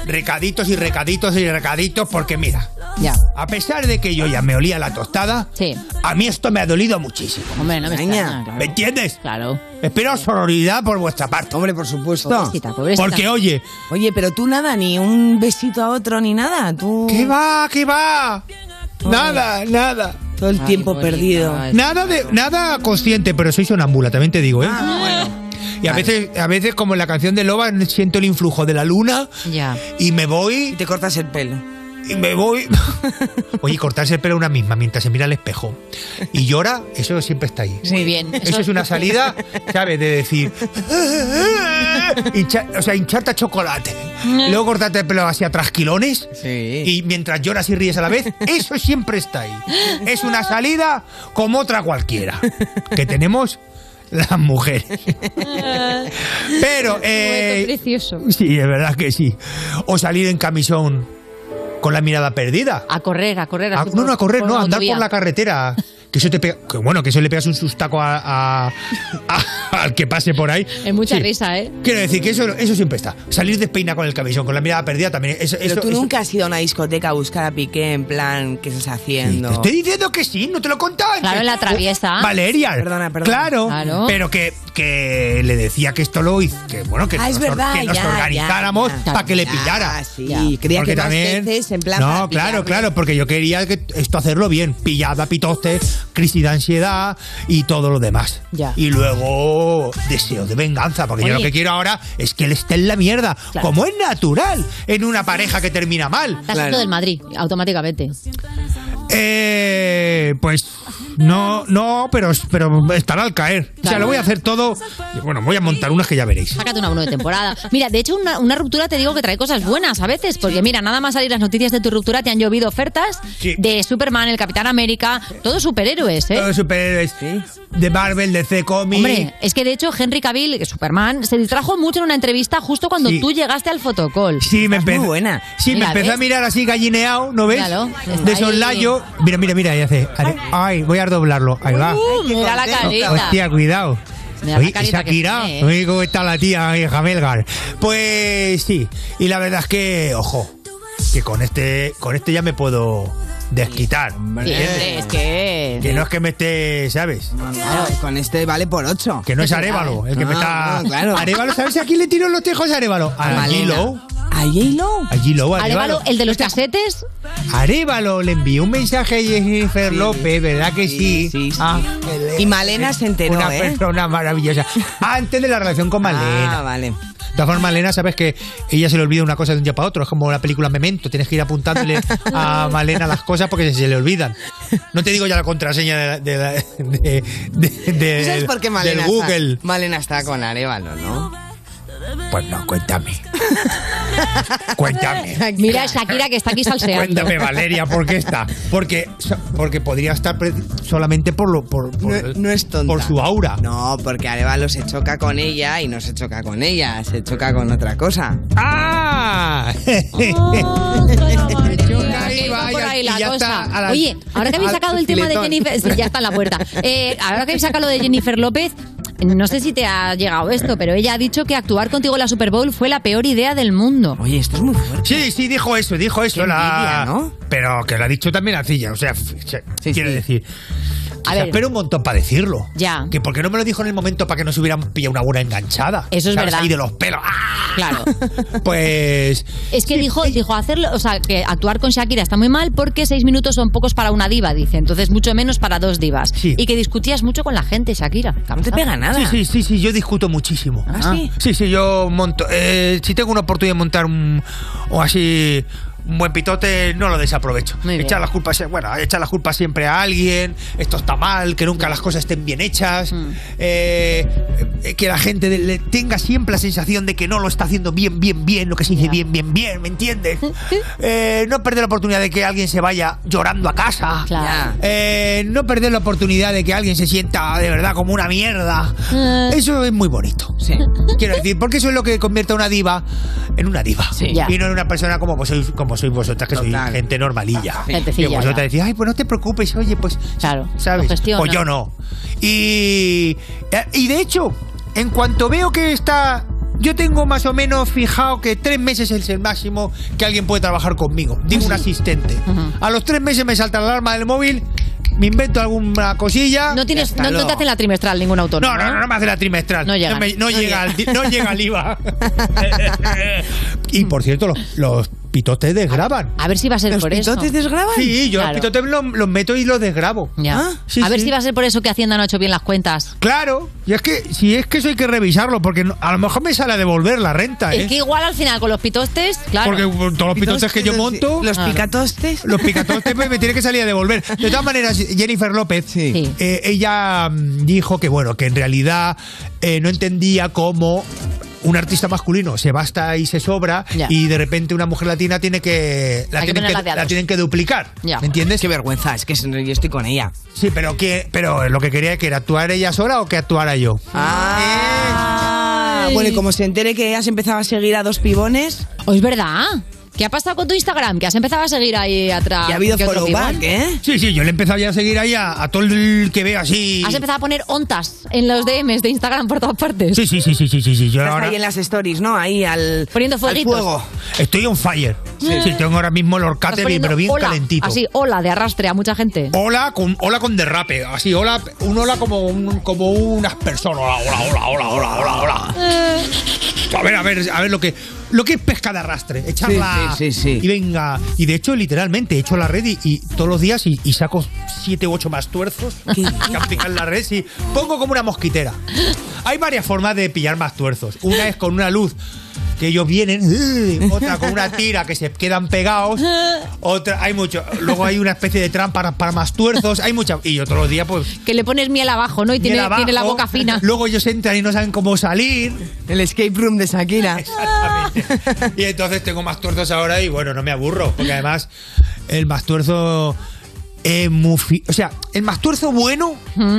Speaker 32: recaditos y recaditos y recaditos, porque mira,
Speaker 3: ya.
Speaker 32: a pesar de que yo ya me olía la tostada, a mí esto me ha dolido muchísimo.
Speaker 3: Hombre, no me extraña, claro.
Speaker 32: ¿Me entiendes?
Speaker 3: Claro.
Speaker 32: Espero sororidad por vuestra parte.
Speaker 4: Hombre, por supuesto.
Speaker 3: Pobrecita, pobrecita.
Speaker 32: Porque, oye,
Speaker 4: Oye, pero tú nada, ni un besito a otro, ni nada. Tú... ¿Qué
Speaker 32: va? ¿Qué va? Nada, nada.
Speaker 4: Todo el tiempo perdido.
Speaker 32: Nada de nada consciente, pero soy sonámbula, también te digo, ¿eh?
Speaker 3: Ah,
Speaker 32: Y a veces, a veces, como en la canción de Loba, siento el influjo de la luna
Speaker 3: Ya.
Speaker 32: y me voy. Y
Speaker 4: te cortas el pelo.
Speaker 32: Y me voy. Oye, cortarse el pelo a una misma mientras se mira al espejo y llora, eso siempre está ahí.
Speaker 3: Muy bien.
Speaker 32: Eso es una salida, ¿sabes? De decir, hincha- o sea, hincharte a chocolate.
Speaker 3: Mm.
Speaker 32: Luego cortarte el pelo hacia trasquilones. Y mientras lloras y ríes a la vez, eso siempre está ahí. Es una salida como otra cualquiera que tenemos las mujeres. Pero, eh,
Speaker 3: precioso.
Speaker 32: Sí, es verdad que sí. O salir en camisón con la mirada perdida.
Speaker 3: A correr, a correr.
Speaker 32: A-
Speaker 3: así
Speaker 32: no,
Speaker 3: por-
Speaker 32: no, a correr, no, a andar
Speaker 3: autovía.
Speaker 32: por la carretera. Que eso te pega- que bueno, que eso le pegas un sustaco a, a- a- al que pase por ahí.
Speaker 3: Es mucha
Speaker 32: Sí.
Speaker 3: risa, ¿eh?
Speaker 32: Quiero decir que eso, eso siempre está. Salir despeinado con el cabellón, con la mirada perdida también. Eso,
Speaker 4: Pero
Speaker 32: eso-
Speaker 4: tú
Speaker 32: eso-
Speaker 4: nunca has ido a una discoteca a buscar a Piqué en plan, ¿qué estás haciendo?
Speaker 32: Te estoy diciendo que sí, no te lo contaba.
Speaker 3: Claro, en la traviesa.
Speaker 32: Valeria.
Speaker 4: Perdona, perdona.
Speaker 32: Claro,
Speaker 3: Claro.
Speaker 32: Pero que, que le decía que esto lo hizo, que bueno, que
Speaker 4: Ah, es
Speaker 32: nos, or-
Speaker 4: verdad,
Speaker 32: que nos
Speaker 4: ya, ya,
Speaker 32: organizáramos
Speaker 4: ya.
Speaker 32: para que le
Speaker 4: Ya,
Speaker 32: pillara.
Speaker 4: sí, creía
Speaker 32: Porque
Speaker 4: que más veces, en plan, para
Speaker 32: No, claro, claro, porque yo quería que esto hacerlo bien, pillada, pitoste, crisis de ansiedad y todo lo demás.
Speaker 3: Ya.
Speaker 32: Y luego deseo de venganza, porque yo
Speaker 3: Oye.
Speaker 32: lo que quiero ahora es que él esté en la mierda,
Speaker 3: Claro.
Speaker 32: como es natural en una pareja que termina mal.
Speaker 3: Estás hablando del Madrid, automáticamente.
Speaker 32: Eh, pues no, no, pero, pero estará al caer. O sea,
Speaker 3: Claro.
Speaker 32: lo voy a hacer todo. y Bueno, voy a montar unas que ya veréis.
Speaker 3: Sácate una uno de temporada. Mira, de hecho, una, una ruptura te digo que trae cosas buenas a veces, porque mira, nada más salir las noticias de tu ruptura, te han llovido ofertas de Superman, el Capitán América, todos superhéroes, ¿eh?
Speaker 32: Todos superhéroes de Marvel, de C Comics.
Speaker 3: Hombre, es que de hecho Henry Cavill, Superman, se distrajo mucho en una entrevista justo cuando tú llegaste al fotocall.
Speaker 32: Sí, me empezó. Sí, me
Speaker 3: Mira,
Speaker 32: empezó
Speaker 3: ¿ves?
Speaker 32: a mirar así gallineado, ¿no ves?
Speaker 3: Míralo, está
Speaker 32: de
Speaker 3: ahí.
Speaker 32: soslayo. Mira, mira, mira, y hace. Ay, voy a doblarlo. Ahí va.
Speaker 3: Uh, mira la carita.
Speaker 32: Hostia, cuidado.
Speaker 3: Mira la
Speaker 32: Oye,
Speaker 3: carita que
Speaker 32: Shakira,
Speaker 3: tiene, ¿eh?
Speaker 32: oye, cómo está la tía, oye, Jamelgar. Pues sí, y la verdad es que, ojo, que con este, con este ya me puedo desquitar.
Speaker 3: Sí, hombre, es que...
Speaker 32: Que no es que me esté, ¿sabes?
Speaker 4: con este vale por ocho.
Speaker 32: Que no es Arevalo, el que me
Speaker 4: No,
Speaker 32: está.
Speaker 4: no, claro.
Speaker 32: Arevalo, ¿sabes a quién le tiró los tejos a Arevalo? A
Speaker 4: Malena.
Speaker 32: Gilo.
Speaker 4: ¿A J-Lo?
Speaker 32: A Gilo,
Speaker 3: Arévalo,
Speaker 32: Arevalo.
Speaker 3: el de los casetes.
Speaker 32: Arevalo le envió un mensaje a Jennifer López, ¿verdad que sí? Ah,
Speaker 4: Y Malena se enteró,
Speaker 32: Una
Speaker 4: ¿eh?
Speaker 32: persona maravillosa. Antes de la relación con Malena.
Speaker 4: Ah, vale.
Speaker 32: De todas formas, Malena, sabes que ella se le olvida una cosa de un día para otro. Es como la película Memento. Tienes que ir apuntándole a Malena las cosas porque se le olvidan. No te digo ya la contraseña de, la- de, la- de- de- de-
Speaker 4: ¿Tú sabes por qué Malena
Speaker 32: del Google.
Speaker 4: está? Malena está con Arevalo, ¿no?
Speaker 32: Pues no, cuéntame. cuéntame.
Speaker 3: Mira Shakira que está aquí salseando.
Speaker 32: Cuéntame, Valeria, ¿por qué está? Porque, porque podría estar pre- solamente por lo. Por, por-
Speaker 4: No, no es tonta.
Speaker 32: Por su aura.
Speaker 4: No, porque Arevalo se choca con ella y no se choca con ella, se choca con otra cosa.
Speaker 32: ¡Ah!
Speaker 3: Que iba por ahí
Speaker 32: y
Speaker 3: la
Speaker 32: ya está,
Speaker 3: cosa.
Speaker 32: a la-
Speaker 3: Oye, ahora que habéis
Speaker 32: al
Speaker 3: sacado el tema de
Speaker 32: filetón.
Speaker 3: Jennifer. Sí, ya está en la puerta. Eh, ahora que habéis sacado lo de Jennifer López, no sé si te ha llegado esto, pero ella ha dicho que actuar contigo en la Super Bowl fue la peor idea del mundo.
Speaker 4: Oye, esto es muy fuerte.
Speaker 32: Sí, sí, dijo eso, dijo eso. la... Pero que lo ha dicho también Arcilla. O sea, f- se- quiere decir.
Speaker 3: A
Speaker 32: O sea,
Speaker 3: ver.
Speaker 32: espero un montón para decirlo.
Speaker 3: Ya.
Speaker 32: Que porque no me lo dijo en el momento para que no se hubieran pillado una buena enganchada.
Speaker 3: Eso es
Speaker 32: ¿Sabes?
Speaker 3: verdad.
Speaker 32: Ahí de los pelos. ¡Ah!
Speaker 3: Claro.
Speaker 32: Pues.
Speaker 3: Es que dijo, dijo hacerlo, o sea, que actuar con Shakira está muy mal porque seis minutos son pocos para una diva, dice. Entonces, mucho menos para dos divas. Y que discutías mucho con la gente, Shakira. No
Speaker 32: Sí, sí, sí, sí, yo discuto muchísimo.
Speaker 3: ¿Ah, sí?
Speaker 32: Sí, sí, yo monto. eh, si tengo una oportunidad de montar un. o así. Un buen pitote no lo desaprovecho.
Speaker 3: bien.
Speaker 32: Echar las culpas, bueno, echar las culpas siempre a alguien. Esto está mal, que nunca las cosas estén bien hechas.
Speaker 3: Mm.
Speaker 32: eh, eh, que la gente de- le tenga siempre la sensación de que no lo está haciendo bien, bien, bien, lo que se dice bien, bien, bien, ¿me entiendes? Eh, no perder la oportunidad de que alguien se vaya llorando a casa. Eh, no perder la oportunidad de que alguien se sienta de verdad como una mierda. Eso es muy bonito. Quiero decir, porque eso es lo que convierte a una diva en una diva.
Speaker 3: Ya.
Speaker 32: Y no en una persona como pues, vos sois, como sois vosotras, que sois gente normalilla.
Speaker 3: Sí. Gentecilla,
Speaker 32: Que vosotras
Speaker 3: ya.
Speaker 32: decís, ay, pues no te preocupes, oye, pues.
Speaker 3: Claro.
Speaker 32: ¿Sabes?
Speaker 3: gestiona.
Speaker 32: Pues yo no. Y. Y de hecho, en cuanto veo que está. Yo tengo más o menos fijado que tres meses es el máximo que alguien puede trabajar conmigo. Digo
Speaker 3: Ah,
Speaker 32: un asistente. A los tres meses me salta la alarma del móvil, me invento alguna cosilla. No
Speaker 3: tienes, no, no te hacen la trimestral ¿eh? ningún autor.
Speaker 32: no, no, no, no me hace la trimestral.
Speaker 3: No llega.
Speaker 32: me- no llega, al, no llega al IVA. y por cierto, los, los pitotes desgraban.
Speaker 3: A ver si va a ser por eso.
Speaker 32: Sí, yo
Speaker 3: Claro.
Speaker 32: los pitotes los, los meto y los desgrabo.
Speaker 3: Ya. a ver si va a ser por eso que Hacienda no ha hecho bien las cuentas.
Speaker 32: Claro, y es que si es que eso hay que revisarlo, porque no- a lo mejor me sale a devolver la renta, ¿eh?
Speaker 3: Es que igual al final con los pitostes, claro.
Speaker 32: Porque bueno, todos los pitostes que yo monto.
Speaker 3: los Claro.
Speaker 32: picatostes. Los picatostes pues, me tiene que salir a devolver. De todas maneras, Jennifer López, eh, ella mm, dijo que, bueno, que en realidad eh, no entendía cómo. Un artista masculino se basta y se sobra
Speaker 3: Ya.
Speaker 32: y de repente una mujer latina tiene que la,
Speaker 4: Hay
Speaker 32: tienen, que,
Speaker 4: que ponerla de a
Speaker 32: la
Speaker 4: dos.
Speaker 32: tienen que duplicar.
Speaker 4: Ya.
Speaker 32: ¿Me entiendes?
Speaker 4: Qué vergüenza, es que yo estoy con ella.
Speaker 32: Sí, pero que pero lo que quería que era actuar ella sola o que actuara yo.
Speaker 4: Ah, bueno, y como se entere que has empezado a seguir a dos pibones.
Speaker 3: ¿O Oh, es verdad? ¿Qué ha pasado con tu Instagram? Que has empezado a seguir ahí atrás. ¿Qué otro timón?
Speaker 4: ¿eh?
Speaker 32: Sí, sí, yo le he empezado ya a seguir ahí a, a todo el que veo así.
Speaker 3: Has empezado a poner ontas en los DMs de Instagram por todas partes.
Speaker 32: Sí, sí, sí, sí, sí, sí, sí, Yo
Speaker 4: Estás
Speaker 32: ahora
Speaker 4: ahí en las stories, ¿no? Ahí al,
Speaker 3: Poniendo
Speaker 4: al
Speaker 3: fueguitos.
Speaker 4: fuego.
Speaker 32: estoy on fire.
Speaker 3: Sí.
Speaker 32: Sí. tengo ahora mismo el
Speaker 3: Estás
Speaker 32: orcate,
Speaker 3: poniendo
Speaker 32: pero bien
Speaker 3: hola,
Speaker 32: calentito.
Speaker 3: Así, hola, de arrastre a mucha gente.
Speaker 32: Hola con, hola con derrape, así, hola, un hola como, un, como unas personas. Hola, hola, hola, hola, hola, hola, hola.
Speaker 3: Eh.
Speaker 32: A ver, a ver, a ver lo que, lo que es pesca de arrastre. Echarla.
Speaker 4: Sí, sí, sí, sí.
Speaker 32: Y venga. Y de hecho, literalmente, he hecho la red y, y todos los días y, y saco siete u ocho más tuerzos que pican la red y pongo como una mosquitera. Hay varias formas de pillar más tuerzos. Una es con una luz que ellos vienen, ¡eh! otra con una tira que se quedan pegados, otra, hay mucho, luego hay una especie de trampa para, para más tuerzos, hay mucha, y yo todos los días pues
Speaker 3: Que le pones miel abajo, ¿no? Y tiene,
Speaker 32: Miel abajo.
Speaker 3: tiene la boca fina.
Speaker 32: Luego ellos entran y no saben cómo salir.
Speaker 4: El escape room de Shakira.
Speaker 32: Y entonces tengo más tuerzos ahora y bueno, no me aburro. Porque además el más tuerzo es muy... fi- o sea, el más tuerzo bueno,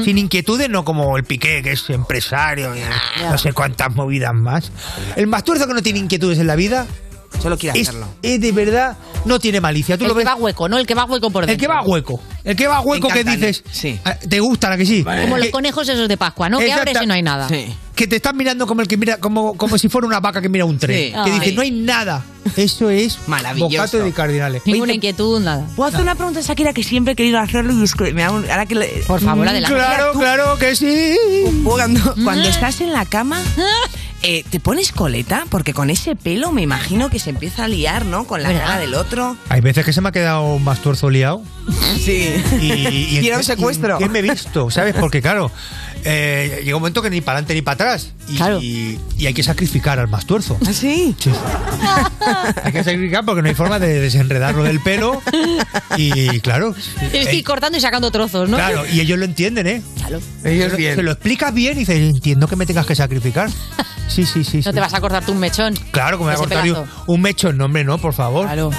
Speaker 32: sin inquietudes, no como el Piqué, que es empresario, y no sé cuántas movidas más. El más tuerzo que no tiene inquietudes en la vida...
Speaker 4: Solo quiere
Speaker 32: es,
Speaker 4: hacerlo.
Speaker 32: es de verdad, no tiene malicia. Tú
Speaker 3: el
Speaker 32: lo
Speaker 3: que
Speaker 32: ves.
Speaker 3: va hueco, ¿no? El que va hueco por dentro.
Speaker 32: El que va hueco. El que va hueco que
Speaker 3: encantan,
Speaker 32: dices. "Ah, ¿Te gusta la que sí?
Speaker 4: ¿eh?
Speaker 3: Como los
Speaker 32: Que-
Speaker 3: conejos esos de Pascua, ¿no? Que
Speaker 32: Exacta-
Speaker 3: abres y no hay nada.
Speaker 32: Que te estás mirando como el que mira, como, como si fuera una vaca que mira un tren.
Speaker 3: Sí.
Speaker 32: Que dice,
Speaker 3: Ay.
Speaker 32: no hay nada. Eso es
Speaker 4: Maravilloso.
Speaker 32: bocate de cardinales.
Speaker 3: Ninguna inquietud, nada.
Speaker 4: ¿Puedo hacer una pregunta, Shakira, que siempre he querido hacerlo y es que me da un- ahora que le-
Speaker 3: Por favor, adelante.
Speaker 32: Claro, claro que sí.
Speaker 4: Cuando,
Speaker 3: Mm.
Speaker 4: cuando estás en la cama, eh, ¿te pones coleta? Porque con ese pelo me imagino que se empieza a liar, ¿no? Con la
Speaker 32: ¿Verdad?
Speaker 4: cara del otro.
Speaker 32: Hay veces que se me ha quedado más tuerzo liado.
Speaker 4: Sí.
Speaker 32: Y, y-
Speaker 4: Quiero un
Speaker 32: y-
Speaker 4: secuestro.
Speaker 32: ¿Qué me he visto? ¿Sabes? Porque, claro, eh, llega un momento que ni para adelante ni para atrás. Y, y, y hay que sacrificar al más tuerzo.
Speaker 4: ¿Ah, sí?
Speaker 32: Hay que sacrificar porque no hay forma de desenredarlo del pelo. Y, claro.
Speaker 3: Tienes que ir cortando y sacando trozos, ¿no?
Speaker 32: Eh, Claro, y ellos lo entienden, ¿eh?
Speaker 3: Claro.
Speaker 32: Ellos Se lo explicas bien y dices, entiendo que me tengas que sacrificar. Sí, sí, sí.
Speaker 3: No
Speaker 32: sí.
Speaker 3: te vas a cortarte un mechón.
Speaker 32: Claro, como me voy a
Speaker 3: ese
Speaker 32: cortar yo
Speaker 3: pedazo.
Speaker 32: un mecho en nombre, ¿no? Por favor.
Speaker 3: Claro.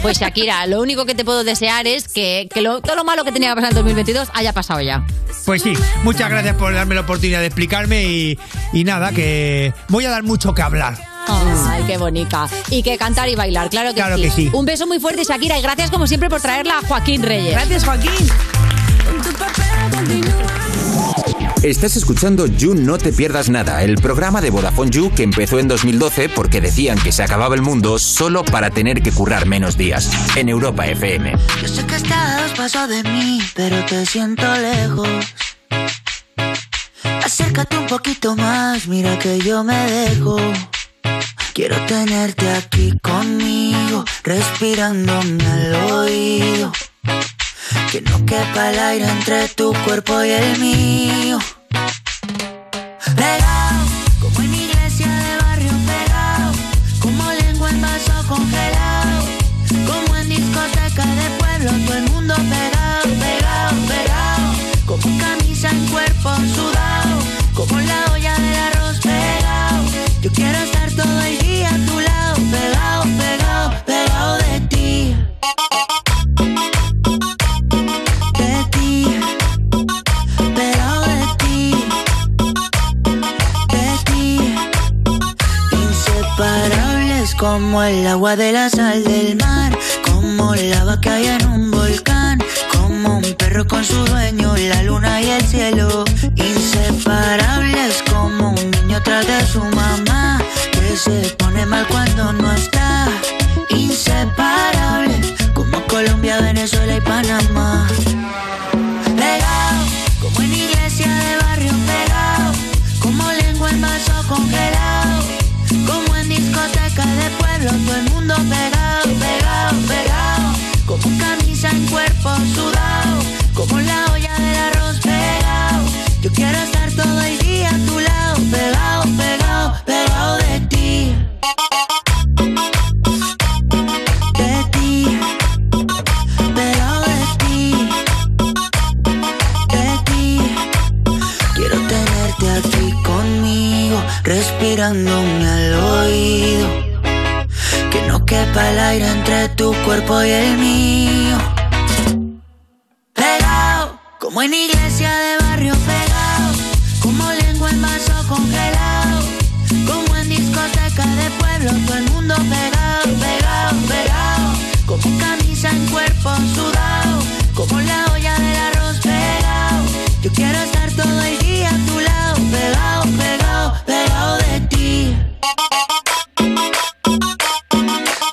Speaker 3: Pues Shakira, lo único que te puedo desear es que, que lo- todo lo malo que tenía que pasar en 2022 haya pasado ya.
Speaker 32: Pues sí, muchas gracias por darme la oportunidad de explicarme y, y nada, que voy a dar mucho que hablar.
Speaker 3: Ay, qué bonita. Y que cantar y bailar, claro que,
Speaker 32: Claro
Speaker 3: sí.
Speaker 32: que sí.
Speaker 3: Un beso muy fuerte, Shakira, y gracias como siempre por traerla a Joaquín Reyes.
Speaker 4: Gracias, Joaquín.
Speaker 19: Estás escuchando You No Te Pierdas Nada, el programa de Vodafone You que empezó en 2012 porque decían que se acababa el mundo solo para tener que currar menos días. En Europa FM.
Speaker 23: Yo sé que estás a dos pasos de mí, pero te siento lejos. Acércate un poquito más, mira que yo me dejo. Quiero tenerte aquí conmigo, respirándome al oído. Que no quepa el aire entre tu cuerpo y el mío. Pegado, como en iglesia de barrio pegado, como lengua en vaso congelado. Como en discoteca de pueblo, todo el mundo pegado, pegado, pegado. Como camisa en cuerpo sudado, como la olla del arroz pegado. Yo quiero estar todo el día a tu lado, pegado, pegado, pegado de ti. De ti, pegado de ti. De ti. Inseparables como el agua de la sal del mar, como lava que hay en un volcán, como un perro con su dueño, la luna y el cielo. Inseparables como un niño tras de su mamá, que se pone mal cuando no está. Inseparables como Colombia, Venezuela y Panamá. Pegado, como en iglesia de barrio pegado, como lengua en vaso congelado. Como en discoteca de pueblo, todo el mundo pegado, pegado, pegado. Como camisa en cuerpo sudado, como la olla del arroz pegado. Yo quiero estar todo el día a tu lado, pegado, pegado, pegado de ti. De ti, pegado de ti. De ti. Quiero tenerte aquí conmigo, respirándome al oído. Que no quepa el aire entre tu cuerpo y el mío. Pegado, como en iglesia de barrio pegado, como lengua en vaso congelado, como en discoteca de pueblo. pueblo, todo el mundo pegado, pegado, pegado. Como camisa en cuerpo sudado, como la olla del arroz pegado. Yo quiero estar todo el día a tu lado, pegado, pegado, pegado de ti.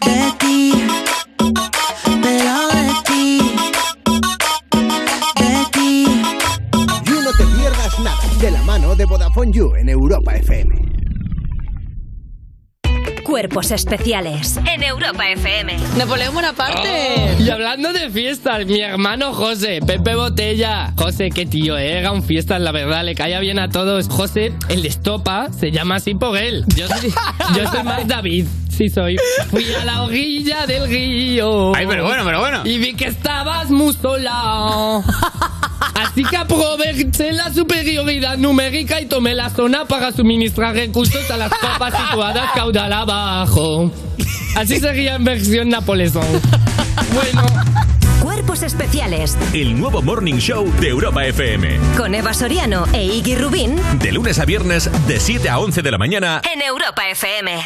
Speaker 23: De ti, pegado de ti, de ti.
Speaker 5: You no te pierdas nada de la mano de Vodafone You en Europa FM.
Speaker 9: Cuerpos especiales en Europa FM.
Speaker 10: Napoleón Bonaparte. Y hablando de fiestas, mi hermano José, Pepe Botella. José, qué tío, eh, era un fiestas, la verdad, le caía bien a todos. José, el de estopa, se llama así por él. Yo soy, yo soy más David. Sí soy. Fui a la orilla del río.
Speaker 11: Ay, pero bueno, pero bueno.
Speaker 10: Y vi que estabas muy sola. Así que aproveché la superioridad numérica y tomé la zona para suministrar recursos a las copas situadas caudal abajo. Así sería en versión napolesón. Bueno.
Speaker 9: Cuerpos especiales
Speaker 12: El nuevo Morning Show de Europa FM.
Speaker 9: con Eva Soriano e Iggy Rubín
Speaker 12: De lunes a viernes, de 7 a 11 de la mañana.
Speaker 9: en Europa FM.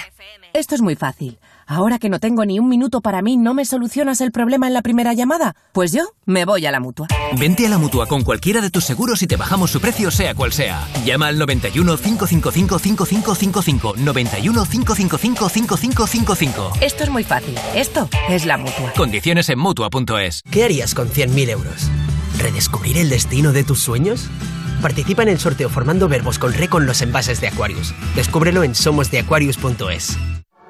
Speaker 35: Esto es muy fácil. Ahora que no tengo ni un minuto para mí, ¿no me solucionas el problema en la primera llamada? Pues yo me voy a la mutua.
Speaker 36: Vente a la mutua con cualquiera de tus seguros y te bajamos su precio, sea cual sea. Llama al 91 555 5555. 91 555 5555.
Speaker 35: Esto es muy fácil. Esto es la mutua.
Speaker 36: Condiciones en mutua.es.
Speaker 17: ¿Qué harías con 100.000 euros? ¿Redescubrir el destino de tus sueños? Participa en el sorteo formando verbos con re con los envases de Aquarius. Descúbrelo en somosdeaquarius.es.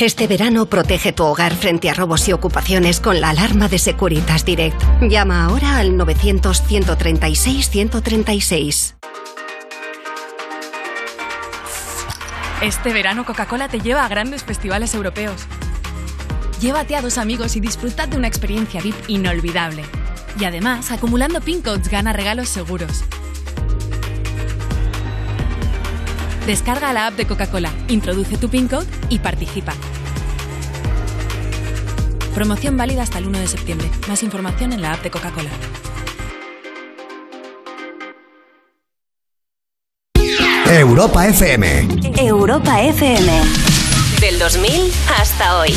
Speaker 37: Este verano protege tu hogar frente a robos y ocupaciones con la alarma de Securitas Direct. Llama ahora al 900-136-136.
Speaker 3: Este verano Coca-Cola te lleva a grandes festivales europeos. Llévate a dos amigos y disfrutad de una experiencia VIP inolvidable. Y además, acumulando pincodes gana regalos seguros. Descarga la app de Coca-Cola, introduce tu pincode y participa. Promoción válida hasta el 1 de septiembre. Más información en la app de Coca-Cola.
Speaker 5: Europa FM.
Speaker 9: Europa FM. Del 2000 hasta hoy.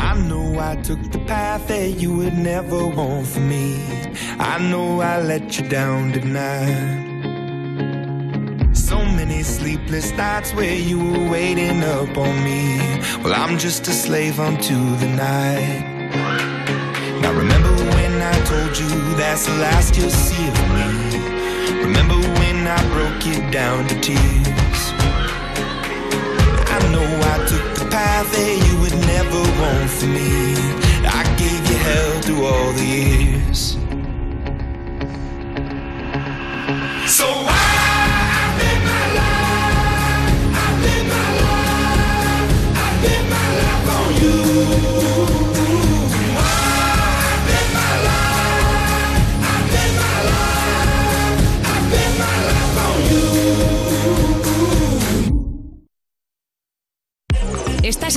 Speaker 38: I know I took the path that you would never want for me. I know I let you down tonight. So many sleepless nights where you were waiting up on me. Well, I'm just a slave unto the night. Now remember when I told you that's the last you'll see of me. Remember when I broke you down to tears. I know I took the path that you would never want for me. I gave you hell through all the years. So I live my life. I live my life. I live my life on you. I live my life. I live my life. I live my life on you.
Speaker 30: Estás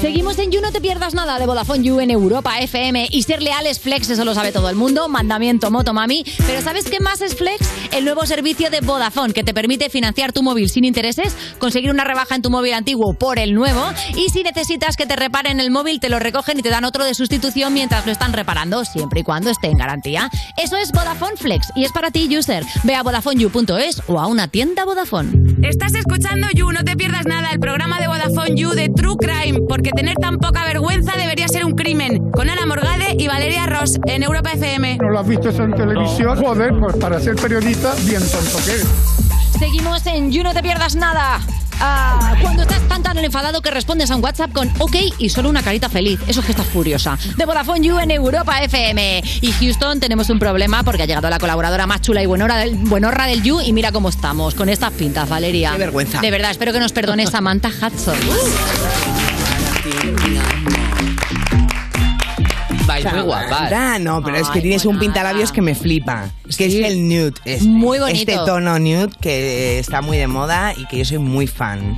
Speaker 18: Seguimos en You No
Speaker 3: no te pierdas nada de Vodafone You en Europa FM y ser leales Flex, eso lo sabe todo el mundo, mandamiento moto mami, pero ¿sabes qué más es Flex? El nuevo servicio de Vodafone que te permite financiar tu móvil sin intereses, conseguir una rebaja en tu móvil antiguo por el nuevo y si necesitas que te reparen el móvil te lo recogen y te dan otro de sustitución mientras lo están reparando, siempre y cuando esté en garantía. Eso es Vodafone Flex y es para ti user. Ve a vodafoneyou.es o a una tienda Vodafone.
Speaker 6: Estás escuchando You, no te pierdas nada, el programa de Vodafone You de True Crime, porque tener tan poca vergüenza debería ser un crimen. Con Ana Morgade y Valeria Ross en Europa FM.
Speaker 1: ¿No lo has visto eso en televisión? Joder, pues para ser periodista, bien tonto que eres.
Speaker 3: Seguimos en You, no te pierdas nada. Ah, cuando estás tan tan enfadado que respondes a un WhatsApp con OK y solo una carita feliz. Eso es que estás furiosa. De Vodafone You en Europa FM. Y Houston tenemos un problema porque ha llegado la colaboradora más chula y buenora del, buenorra del You y mira cómo estamos con estas pintas, Valeria. Qué vergüenza. De verdad, espero que nos perdone Samantha Hudson.
Speaker 4: Vais
Speaker 2: muy guapas.
Speaker 4: Ah, no, pero es que tienes un pintalabios que me flipa. Que es el nude. este.
Speaker 3: Muy bonito.
Speaker 4: Este tono nude que está muy de moda y que yo soy muy fan.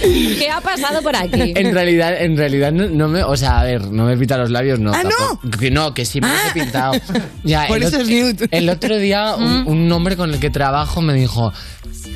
Speaker 3: ¿Qué ha pasado por aquí?
Speaker 2: En realidad, en realidad no, no me, o sea, a ver, no me pinta los labios, no.
Speaker 3: Ah, ¿no?
Speaker 2: tampoco. Que no, que sí me los he pintado. Ya,
Speaker 4: Por
Speaker 2: el
Speaker 4: eso
Speaker 2: ot-
Speaker 4: es nude.
Speaker 2: El otro día Ah, un,
Speaker 3: Mm.
Speaker 2: un hombre con el que trabajo me dijo,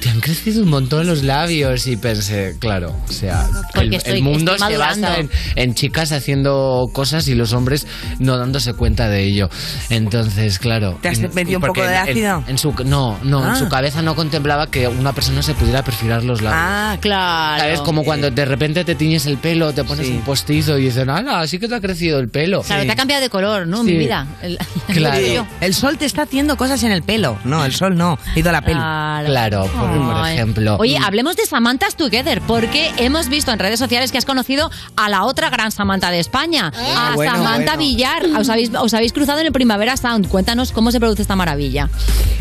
Speaker 2: te han crecido un montón los labios y pensé, claro, o sea,
Speaker 3: Porque
Speaker 2: el,
Speaker 3: estoy-
Speaker 2: el mundo
Speaker 3: estoy
Speaker 2: se
Speaker 3: madurando.
Speaker 2: basa en, en chicas haciendo cosas y los hombres no dándose cuenta de ello. Entonces, claro.
Speaker 4: ¿Te has
Speaker 2: mm,
Speaker 4: metido un
Speaker 2: porque
Speaker 4: poco de
Speaker 2: en- en-
Speaker 4: ácido?
Speaker 2: En, su, no, no,
Speaker 4: Ah.
Speaker 2: en su cabeza no contemplaba que una persona se pudiera perfilar los labios.
Speaker 4: Ah,
Speaker 3: claro.
Speaker 2: ¿Sabes? Como cuando de repente te tiñes el pelo, te pones un postizo y dicen, ¡Hala, sí que te ha crecido el pelo!
Speaker 3: Claro, te ha cambiado de color, ¿no? Mi
Speaker 2: Sí.
Speaker 3: vida. El-
Speaker 2: Claro.
Speaker 4: El sol te está haciendo cosas en el pelo. No, el sol no. He ido a la peli.
Speaker 2: Claro, por, por
Speaker 3: Ay.
Speaker 2: ejemplo.
Speaker 3: Oye, hablemos de Samantha's Together, porque hemos visto en redes sociales que has conocido a la otra gran Samantha de España,
Speaker 4: Ah.
Speaker 3: a
Speaker 2: bueno,
Speaker 3: Samantha
Speaker 2: bueno.
Speaker 3: Villar. Os habéis, os habéis cruzado en el Primavera Sound. Cuéntanos cómo se produce esta maravilla.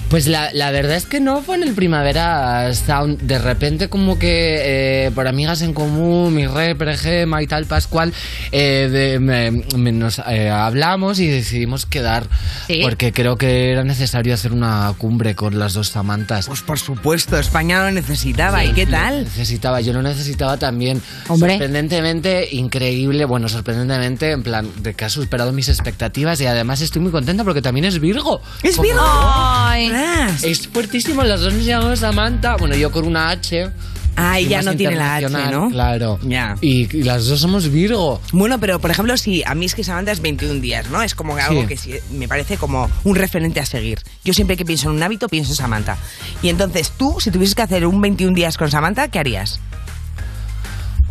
Speaker 2: Pues la, la verdad es que no fue en el Primavera Sound. De repente, como que eh, por amigas en común, mi rep, Gema y tal, Pascual, eh, de- me- me- nos eh, hablamos y decidimos quedar. Porque creo que era necesario hacer una cumbre con las dos Samantas. Pues
Speaker 4: por supuesto, España lo necesitaba. ¿Y qué tal?
Speaker 2: necesitaba, yo lo necesitaba también. Sorprendentemente, increíble, bueno, sorprendentemente, en plan, de que ha superado mis expectativas y además estoy muy contenta porque también es Virgo.
Speaker 4: ¡Es
Speaker 2: Como-
Speaker 4: Virgo!
Speaker 3: Ay.
Speaker 2: Es fuertísimo, las dos nos llamamos Samantha, bueno, yo con una H. um,
Speaker 4: Ah,
Speaker 2: y
Speaker 4: ella
Speaker 2: más
Speaker 4: no tiene la H,
Speaker 2: internacional,
Speaker 4: ¿no?
Speaker 2: Claro.
Speaker 4: Ya.
Speaker 2: Y, y las dos somos Virgo.
Speaker 4: Bueno, pero por ejemplo, si a mí es que Samantha es 21 días, ¿no? Es como que algo
Speaker 2: Sí.
Speaker 4: que sí- me parece como un referente a seguir. Yo siempre que pienso en un hábito, pienso en Samantha. Y entonces tú, si tuvieses que hacer un 21 días con Samantha, ¿qué harías?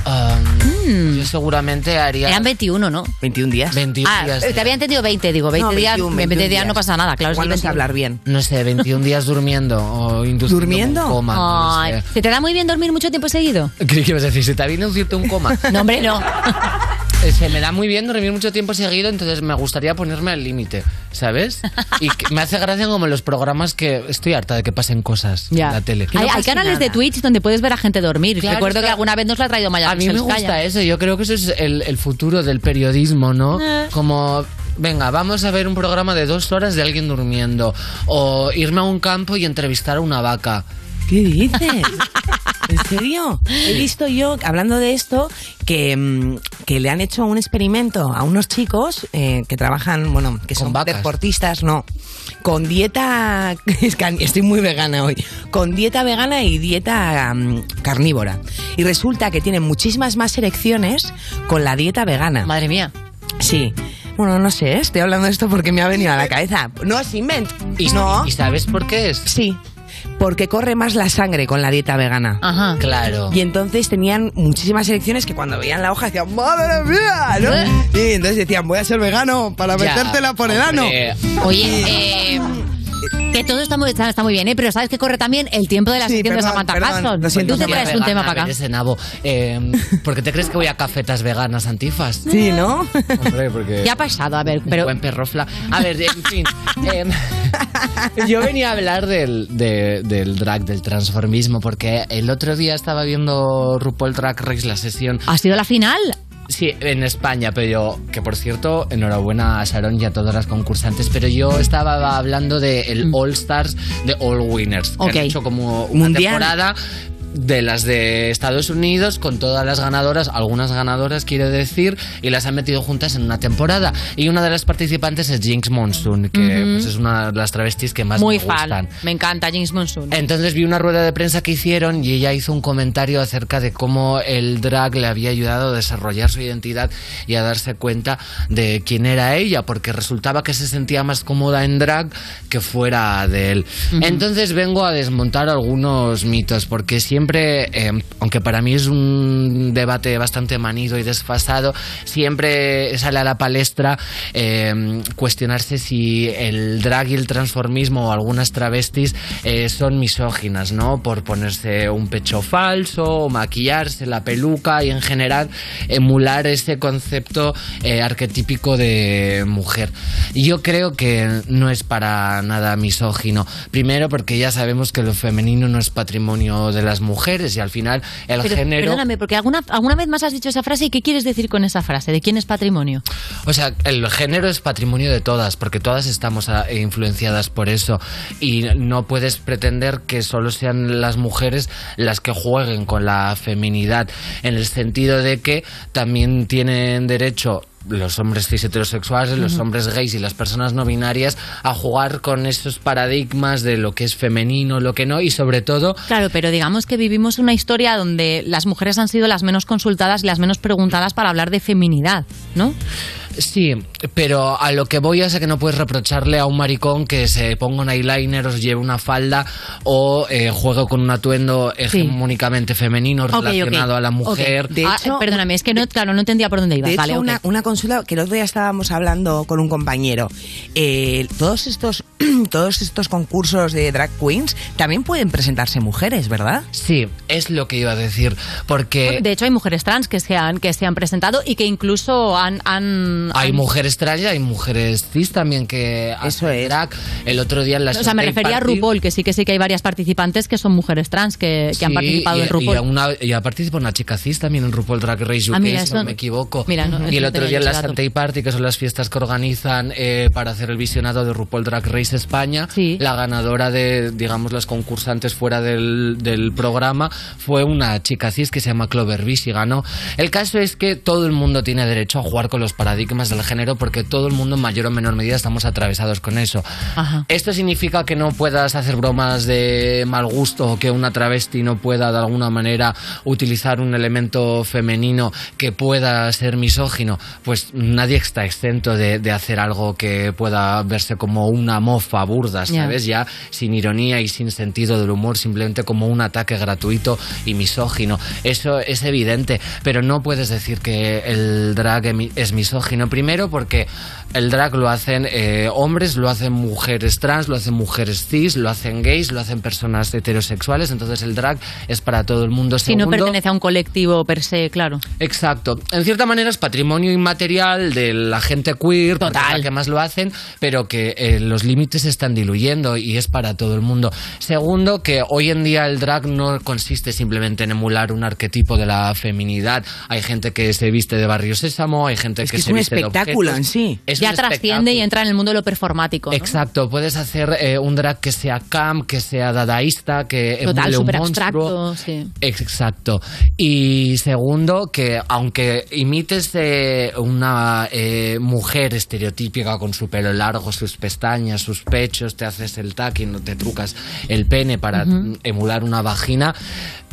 Speaker 2: Um, Yo seguramente haría.
Speaker 3: Hmm. Eran 21, ¿no?
Speaker 4: 21 días.
Speaker 2: 21
Speaker 3: Ah,
Speaker 2: días.
Speaker 3: te había entendido 20, digo, 20
Speaker 2: No,
Speaker 3: días,
Speaker 2: 21,
Speaker 3: 20
Speaker 2: 21
Speaker 3: días no
Speaker 2: días.
Speaker 3: pasa nada, claro.
Speaker 2: Igual no sé hablar
Speaker 4: bien.
Speaker 2: No sé, 21 días durmiendo o induciendo
Speaker 3: ¿Durmiendo?
Speaker 2: un coma. no
Speaker 3: Ay,
Speaker 2: sé.
Speaker 3: ¿Se te da muy bien dormir mucho tiempo seguido?
Speaker 2: Creí que ibas a decir, se te había inducido un coma.
Speaker 3: No, hombre, no.
Speaker 2: Eh, Se me da muy bien dormir mucho tiempo seguido, entonces me gustaría ponerme al límite, ¿sabes? Y que- me hace gracia como en los programas que estoy harta de que pasen cosas en la tele.
Speaker 3: hay, hay canales de Twitch donde puedes ver a gente dormir.
Speaker 2: Claro,
Speaker 3: Recuerdo
Speaker 2: es
Speaker 3: que
Speaker 2: que-
Speaker 3: alguna vez nos la ha traído Maya
Speaker 2: A mí me
Speaker 3: Roselskaya.
Speaker 2: gusta eso, yo creo que eso es el, el futuro del periodismo, ¿no?
Speaker 3: Eh.
Speaker 2: Como, venga, vamos a ver un programa de dos horas de alguien durmiendo, o irme a un campo y entrevistar a una vaca.
Speaker 4: ¿Qué dices? ¿En serio? He visto yo, hablando de esto, que, mm, que le han hecho un experimento a unos chicos eh, que trabajan, bueno, que son deportistas, no, con dieta, es que estoy muy vegana hoy, con dieta vegana y dieta mm, carnívora. Y resulta que tienen muchísimas más erecciones con la dieta vegana.
Speaker 3: Madre mía.
Speaker 4: Sí. Bueno, no sé, estoy hablando de esto porque me ha venido a la cabeza. No, sin invent.
Speaker 2: ¿Y,
Speaker 4: no.
Speaker 2: ¿Y sabes por qué es?
Speaker 4: Sí, porque corre más la sangre con la dieta vegana.
Speaker 3: Ajá.
Speaker 2: Claro.
Speaker 4: Y entonces tenían muchísimas elecciones que cuando veían la hoja decían, ¡Madre mía! ¿no?
Speaker 3: ¿Eh?
Speaker 4: Y entonces decían, voy a ser vegano para
Speaker 2: Ya,
Speaker 4: metértela por el ano.
Speaker 2: hombre.
Speaker 3: Oye, eh, que todo está muy, está, está muy bien, ¿eh? pero ¿sabes que corre también el tiempo de la
Speaker 4: Sí,
Speaker 3: sección de
Speaker 4: perdón,
Speaker 3: Samantha
Speaker 4: perdón,
Speaker 3: Hudson?
Speaker 4: lo siento,
Speaker 3: Tú te
Speaker 4: Samantha.
Speaker 3: traes un tema para acá.
Speaker 2: Ese nabo. Eh, ¿Por qué te crees que voy a cafetas veganas antifas?
Speaker 4: Sí, ¿no?
Speaker 2: Hombre, porque...
Speaker 3: ¿Qué ha pasado? A ver, pero...
Speaker 2: Buen perrofla. A ver, en fin. em, yo venía a hablar del, de- del drag, del transformismo, porque el otro día estaba viendo RuPaul Drag Race la sesión.
Speaker 3: ¿Ha sido la final?
Speaker 2: Sí, en España, pero yo, que por cierto, enhorabuena a Sharon y a todas las concursantes, pero yo estaba hablando de el All Stars de All Winners. que
Speaker 3: Mm. Ok.
Speaker 2: han hecho como una
Speaker 3: Mundial.
Speaker 2: temporada de las de Estados Unidos con todas las ganadoras, algunas ganadoras quiero decir, y las han metido juntas en una temporada. Y una de las participantes es Jinx Monsoon, que
Speaker 3: Ujú.
Speaker 2: pues, es una de las travestis que más
Speaker 3: Muy
Speaker 2: me
Speaker 3: fan.
Speaker 2: gustan.
Speaker 3: Me encanta James Monsoon.
Speaker 2: Entonces vi una rueda de prensa que hicieron y ella hizo un comentario acerca de cómo el drag le había ayudado a desarrollar su identidad y a darse cuenta de quién era ella, porque resultaba que se sentía más cómoda en drag que fuera de él. Entonces vengo a desmontar algunos mitos, porque siempre, eh, aunque para mí es un debate bastante manido y desfasado, siempre sale a la palestra eh, cuestionarse si el drag y el transformismo o algunas travestis eh, son misóginas, ¿no? Por ponerse un pecho falso, o maquillarse, la peluca y en general emular ese concepto eh, arquetípico de mujer. Y Yo creo que no es para nada misógino. Primero porque ya sabemos que lo femenino no es patrimonio de las mujeres y al final el
Speaker 3: Pero,
Speaker 2: género...
Speaker 3: Perdóname, porque alguna, alguna vez más has dicho esa frase y ¿qué quieres decir con esa frase? ¿De quién es patrimonio?
Speaker 2: O sea, el género es patrimonio de todas, porque todas estamos ah, influenciadas por eso. Y no puedes pretender que solo sean las mujeres las que jueguen con la feminidad, en el sentido de que también tienen derecho los hombres cis heterosexuales, los
Speaker 8: Ujú.
Speaker 2: hombres gays y las personas no binarias a jugar con esos paradigmas de lo que es femenino, lo que no, y sobre todo
Speaker 3: Claro, pero digamos que vivimos una historia donde las mujeres han sido las menos consultadas y las menos preguntadas para hablar de feminidad, ¿no?
Speaker 2: Sí, pero a lo que voy es a que no puedes reprocharle a un maricón que se ponga un eyeliner o se lleve una falda o eh, juegue con un atuendo hegemónicamente femenino
Speaker 3: Ok, ok,
Speaker 2: relacionado a la
Speaker 3: ok.
Speaker 2: mujer.
Speaker 3: De Ah, hecho- perdóname, es que no, claro, no entendía por dónde ibas.
Speaker 4: De hecho,
Speaker 3: Vale, ok.
Speaker 4: una, una consulta que el otro día estábamos hablando con un compañero. Eh, todos estos todos estos concursos de drag queens también pueden presentarse mujeres, ¿verdad?
Speaker 2: Sí, es lo que iba a decir, porque
Speaker 3: De hecho, hay mujeres trans que se han, que se han presentado y que incluso han... han-
Speaker 2: hay
Speaker 3: han-
Speaker 2: mujeres trans y hay mujeres cis también que Eso es. drag. El otro día en la
Speaker 3: O sea, me
Speaker 2: Showcase
Speaker 3: refería a
Speaker 2: Party-
Speaker 3: RuPaul, que sí que sí que hay varias participantes que son mujeres trans que, que han
Speaker 2: Sí,
Speaker 3: participado
Speaker 2: y,
Speaker 3: en
Speaker 2: y
Speaker 3: RuPaul.
Speaker 2: a una, y ha participado una chica cis también en RuPaul Drag Race UK,
Speaker 3: Ah, mira,
Speaker 2: si
Speaker 3: eso
Speaker 2: no
Speaker 3: no-
Speaker 2: me equivoco.
Speaker 3: mira, no, eso
Speaker 2: y el
Speaker 3: no
Speaker 2: otro
Speaker 3: tenía yo
Speaker 2: día en la
Speaker 3: ese dato.
Speaker 2: Santay Party, que son las fiestas que organizan eh, para hacer el visionado de RuPaul Drag Race España, la ganadora de, digamos, las concursantes fuera del, del programa fue una chica cis que se llama Clover Bish y ganó. El caso es que todo el mundo tiene derecho a jugar con los paradigmas del género porque todo el mundo en mayor o menor medida estamos atravesados con eso. ¿Esto significa que no puedas hacer bromas de mal gusto o que una travesti no pueda de alguna manera utilizar un elemento femenino que pueda ser misógino? Pues nadie está exento de, de hacer algo que pueda verse como una mofa burda,
Speaker 11: Ya.
Speaker 2: ¿sabes? Ya sin ironía y sin sentido del humor, simplemente como un ataque gratuito y misógino. Eso es evidente, pero no puedes decir que el drag emi- es misógino. Primero porque el drag lo hacen eh, hombres, lo hacen mujeres trans, lo hacen mujeres cis, lo hacen gays, lo hacen personas heterosexuales, entonces el drag es para todo el mundo.
Speaker 3: Si no
Speaker 2: Segundo,
Speaker 3: pertenece a un colectivo per se, claro.
Speaker 2: Exacto. En cierta manera es patrimonio inmaterial de la gente queer, Total. que más lo hacen, pero que eh, los límites se están diluyendo y es para todo el mundo. Segundo, que hoy en día el drag no consiste simplemente en emular un arquetipo de la feminidad. Hay gente que se viste de barrio sésamo, hay gente que,
Speaker 4: es
Speaker 2: se
Speaker 4: un
Speaker 2: viste de
Speaker 4: espectáculo
Speaker 2: objetos.
Speaker 4: en sí.
Speaker 2: Es
Speaker 3: ya
Speaker 2: un
Speaker 3: trasciende y entra en el mundo de lo performático. ¿no?
Speaker 2: Exacto, puedes hacer eh, un drag que sea camp, que sea dadaísta, que
Speaker 3: Total,
Speaker 2: emule un
Speaker 3: súper
Speaker 2: monstruo.
Speaker 3: abstracto. Sí.
Speaker 2: Exacto. Y segundo, que aunque imites eh, una eh, mujer estereotípica con su pelo largo, sus pestañas, sus pechos, te haces el tacking, te trucas el pene para
Speaker 10: Ujú.
Speaker 2: emular una vagina.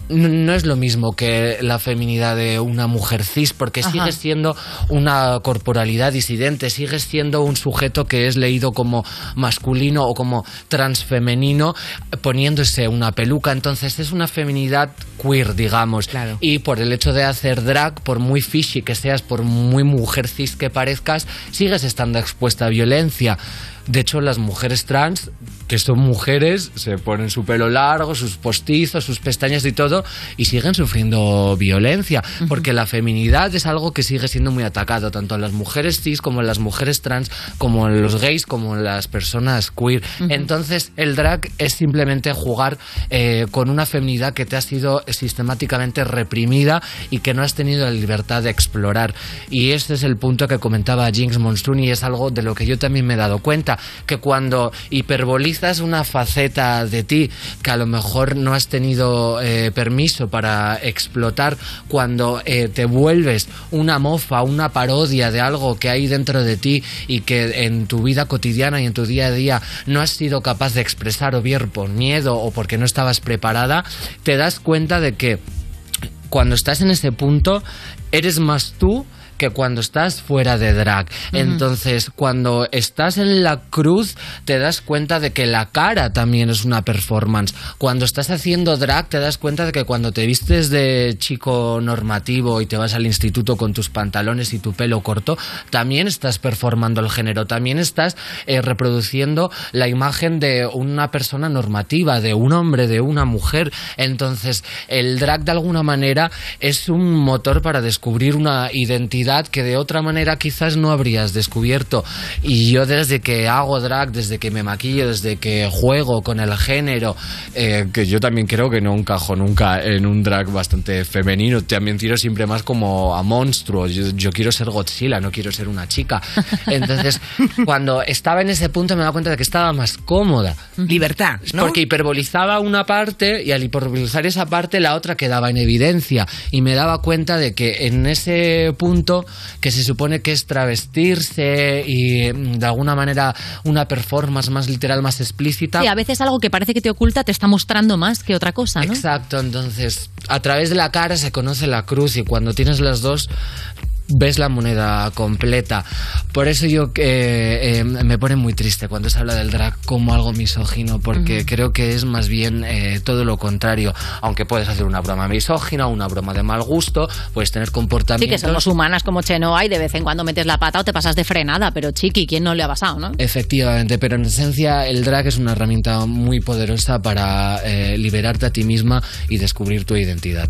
Speaker 2: n- No es lo mismo que la feminidad de una mujer cis, porque
Speaker 10: Ajá.
Speaker 2: sigues siendo una corporalidad disidente, sigues siendo un sujeto que es leído como masculino o como transfemenino, poniéndose una peluca. Entonces es una feminidad queer, digamos. Y por el hecho de hacer drag, por muy fishy que seas, por muy mujer cis que parezcas, sigues estando expuesta a violencia. De hecho, las mujeres trans, que son mujeres, se ponen su pelo largo, sus postizos, sus pestañas y todo, y siguen sufriendo violencia, porque la feminidad es algo que sigue siendo muy atacado, tanto en las mujeres cis como en las mujeres trans, como en los gays, como en las personas queer. Entonces, el drag es simplemente jugar eh, con una feminidad que te ha sido sistemáticamente reprimida y que no has tenido la libertad de explorar. Y este es el punto que comentaba Jinx Monsoon y es algo de lo que yo también me he dado cuenta. pasa que cuando hiperbolizas una faceta de ti que a lo mejor no has tenido eh, permiso para explotar, cuando eh, te vuelves una mofa, una parodia de algo que hay dentro de ti y que en tu vida cotidiana y en tu día a día no has sido capaz de expresar o bien por miedo o porque no estabas preparada, te das cuenta de que cuando estás en ese punto eres más tú que cuando estás fuera de drag. Entonces, cuando estás en la cruz, te das cuenta de que la cara también es una performance. Cuando estás haciendo drag, te das cuenta de que cuando te vistes de chico normativo y te vas al instituto con tus pantalones y tu pelo corto, también estás performando el género, también estás eh, reproduciendo la imagen de una persona normativa, de un hombre, de una mujer. Entonces, el drag de alguna manera es un motor para descubrir una identidad que de otra manera quizás no habrías descubierto. Y yo desde que hago drag, desde que me maquillo, desde que juego con el género, eh, que yo también creo que no encajo nunca en un drag bastante femenino, también tiro siempre más como a monstruo. Yo, yo quiero ser Godzilla, no quiero ser una chica. Entonces, cuando estaba en ese punto me daba cuenta de que estaba más cómoda.
Speaker 4: Libertad, ¿no?
Speaker 2: Porque hiperbolizaba una parte y al hiperbolizar esa parte la otra quedaba en evidencia. Y me daba cuenta de que en ese punto que se supone que es travestirse y mm, de alguna manera una performance más literal, más explícita.
Speaker 3: Sí, a veces algo que parece que te oculta te está mostrando más que otra cosa, ¿no?
Speaker 2: Exacto, entonces a través de la cara se conoce la cruz y cuando tienes las dos ves la moneda completa. Por eso yo eh, eh, me pone muy triste cuando se habla del drag como algo misógino, porque creo que es más bien eh, todo lo contrario. Aunque puedes hacer una broma misógina, una broma de mal gusto, puedes tener comportamientos...
Speaker 3: Sí, que somos humanas como Chenoa y de vez en cuando metes la pata o te pasas de frenada, pero chiqui, ¿quién no le ha pasado, no?
Speaker 2: Efectivamente, pero en esencia el drag es una herramienta muy poderosa para eh, liberarte a ti misma y descubrir tu identidad.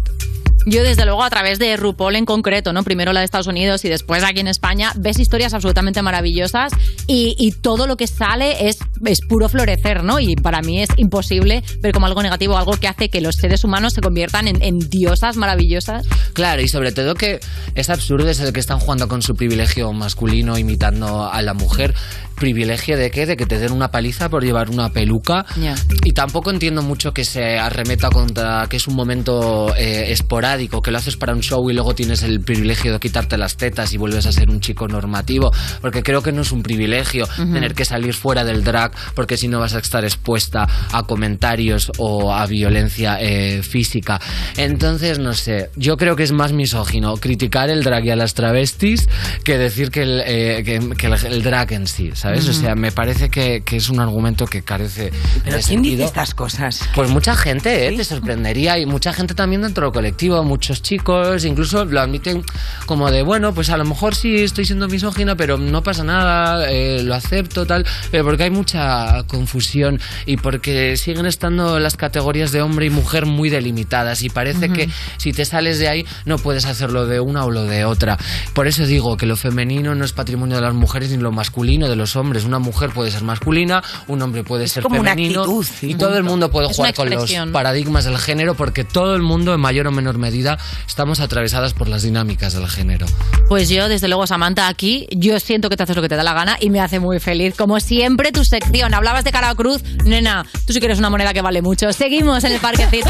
Speaker 3: Yo, desde luego, a través de RuPaul en concreto, ¿no? Primero la de Estados Unidos y después aquí en España, ves historias absolutamente maravillosas y, y todo lo que sale es, es puro florecer, ¿no? Y para mí es imposible ver como algo negativo, algo que hace que los seres humanos se conviertan en, en diosas maravillosas.
Speaker 2: Claro, y sobre todo que es absurdo es el que están jugando con su privilegio masculino imitando a la mujer. ¿Privilegio de qué? De que te den una paliza por llevar una peluca.
Speaker 3: Ya.
Speaker 2: Y tampoco entiendo mucho que se arremeta contra que es un momento eh, esporádico, que lo haces para un show y luego tienes el privilegio de quitarte las tetas y vuelves a ser un chico normativo. Porque creo que no es un privilegio
Speaker 8: Ujú.
Speaker 2: tener que salir fuera del drag, porque si no vas a estar expuesta a comentarios o a violencia eh, física. Entonces, no sé, yo creo que es más misógino criticar el drag y a las travestis que decir que el, eh, que- que el- el drag en sí, ¿sabes? O
Speaker 4: Ujú.
Speaker 2: sea, me parece que, que es un argumento que carece
Speaker 4: ¿Pero
Speaker 2: de
Speaker 4: quién dice
Speaker 2: sentido.
Speaker 4: estas cosas?
Speaker 2: Pues mucha gente, ¿eh? Te sorprendería. Y mucha gente también dentro del colectivo, muchos chicos, incluso lo admiten como de, bueno, pues a lo mejor sí estoy siendo misógino, pero no pasa nada, eh, lo acepto, tal. Pero porque hay mucha confusión y porque siguen estando las categorías de hombre y mujer muy delimitadas y parece
Speaker 11: Ujú.
Speaker 2: que si te sales de ahí no puedes hacerlo de una o lo de otra. Por eso digo que lo femenino no es patrimonio de las mujeres ni lo masculino de los hombres. Una mujer puede ser masculina, un hombre puede ser
Speaker 4: como una
Speaker 2: femenino
Speaker 4: actitud,
Speaker 2: y todo el mundo puede
Speaker 4: Es
Speaker 2: jugar
Speaker 4: una
Speaker 2: con los
Speaker 4: expresión.
Speaker 2: paradigmas del género porque todo el mundo en mayor o menor medida estamos atravesadas por las dinámicas del género.
Speaker 3: Pues yo, desde luego, Samantha, aquí, yo siento que te haces lo que te da la gana y me hace muy feliz. Como siempre, tu sección. Hablabas de cara a cruz, nena, tú sí que eres una moneda que vale mucho. Seguimos en el parquecito.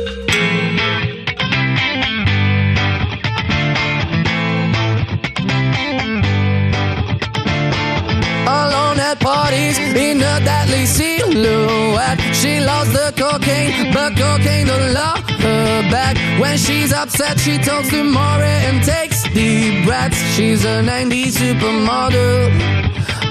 Speaker 11: Alone at parties in a deadly silhouette. She loves the cocaine, but cocaine don't love her back. When she's upset, she talks to Maury and takes deep breaths. She's a 90s supermodel.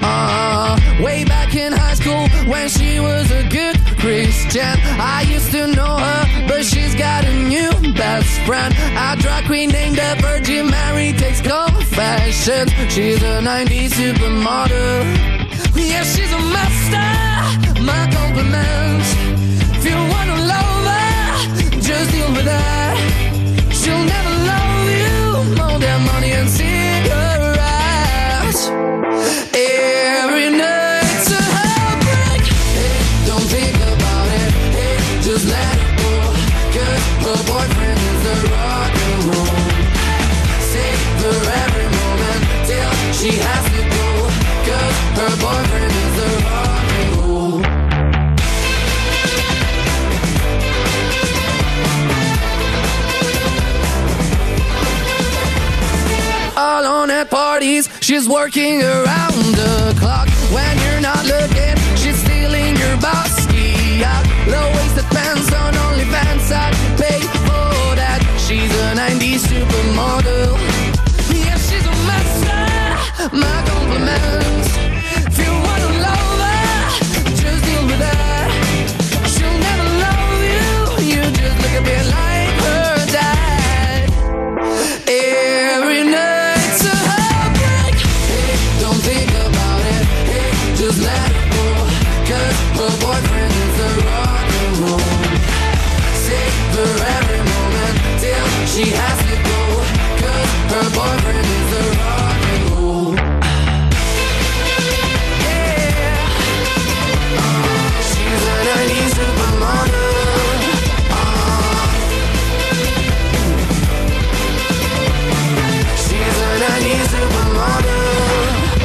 Speaker 11: Uh, way back in high school when she was a good Christian. I used to know her, but she's got a new best friend. A drag queen named the Virgin Mary takes confessions. She's a 90s supermodel. Yeah, she's a master. My compliments. If you wanna love her, just deal with her. She'll never love you more than money and cigarettes. Every night's a heartbreak. Hey, don't think about it. Hey, just let it go. 'Cause parties. She's working around the clock when you're not looking. She's stealing your bossy out. Low-waisted pants on OnlyFans. I pay for that. She's a '90s supermodel. Yeah, she's a master. My compliments. If you wanna love her, just deal with her. She'll never love you. You just look a bit like her dad. Every night's a heartbreak. Don't think about it. Just let it go. Cause her boyfriend is a rock and roll. Savor every moment till she has to go. Cause her boyfriend is a rock and roll. She's a 90s supermodel. She's a 90s supermodel.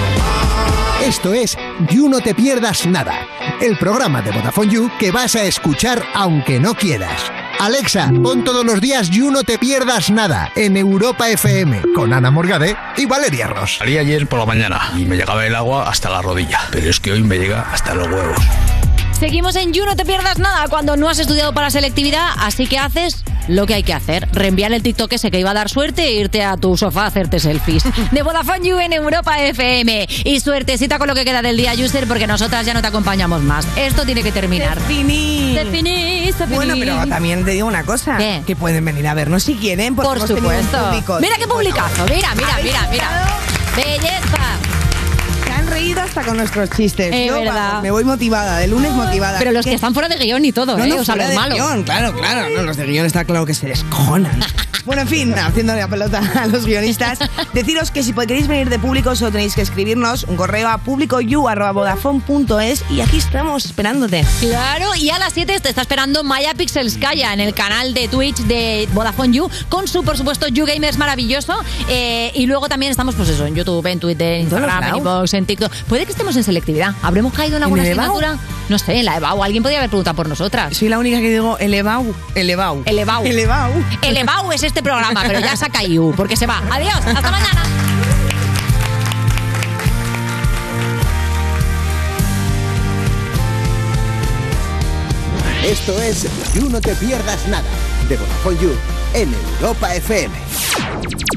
Speaker 5: Esto es You No Te Pierdas Nada, el programa de Vodafone You que vas a escuchar aunque no quieras. Alexa, pon todos los días You No Te Pierdas Nada en Europa FM con Ana Morgade y Valeria Ross.
Speaker 8: Salí ayer por la mañana y me llegaba el agua hasta la rodilla, pero es que hoy me llega hasta los huevos.
Speaker 3: Seguimos en You, no te pierdas nada cuando no has estudiado para selectividad, así que haces lo que hay que hacer. Reenviar el TikTok ese que iba a dar suerte e irte a tu sofá a hacerte selfies. De Vodafone You en Europa FM. Y suertecita con lo que queda del día, User, porque nosotras ya no te acompañamos más. Esto tiene que terminar.
Speaker 4: Definir.
Speaker 3: Definir,
Speaker 4: Bueno, pero también te digo una cosa. Que pueden venir a vernos si quieren. Porque
Speaker 3: Por
Speaker 4: hemos tenido un
Speaker 3: supuesto.
Speaker 4: público-
Speaker 3: Mira qué publicazo.
Speaker 4: Bueno,
Speaker 3: mira, mira,
Speaker 4: ¿habéis
Speaker 3: mira, mira. Belleza.
Speaker 4: Se han reído hasta con nuestros chistes.
Speaker 3: Es
Speaker 4: Yo,
Speaker 3: verdad.
Speaker 4: vamos, me voy motivada, de lunes motivada.
Speaker 3: Pero los que están fuera de guión y todo,
Speaker 4: No,
Speaker 3: ¿eh?
Speaker 4: no,
Speaker 3: o sea,
Speaker 4: fuera
Speaker 3: los
Speaker 4: de
Speaker 3: malos.
Speaker 4: guión, claro, claro. No, los de guión está claro que se desconan. Bueno, en fin, haciendo la pelota a los guionistas, deciros que si queréis venir de público, solo tenéis que escribirnos un correo a publicoyu.vodafone.es y aquí estamos esperándote.
Speaker 3: Claro, y a las 7 te está esperando Maya Pixelskaya en el canal de Twitch de Vodafone You con su, por supuesto, You Gamers maravilloso. Eh, y luego también estamos, pues eso, en YouTube, en Twitter, en Instagram, en
Speaker 4: lados.
Speaker 3: Inbox, en TikTok. Puede que estemos en selectividad. ¿Habremos caído en alguna
Speaker 4: el EBAU?
Speaker 3: asignatura? No sé, en la EBAU. Alguien podría haber preguntado por nosotras.
Speaker 4: Soy la única que digo elevau, elevau.
Speaker 3: Elevau.
Speaker 4: Elevau.
Speaker 3: Elevau es este programa, pero ya saca IU, porque se va. Adiós, hasta mañana.
Speaker 5: Esto es You No Te Pierdas Nada de Vodafone You en Europa FM.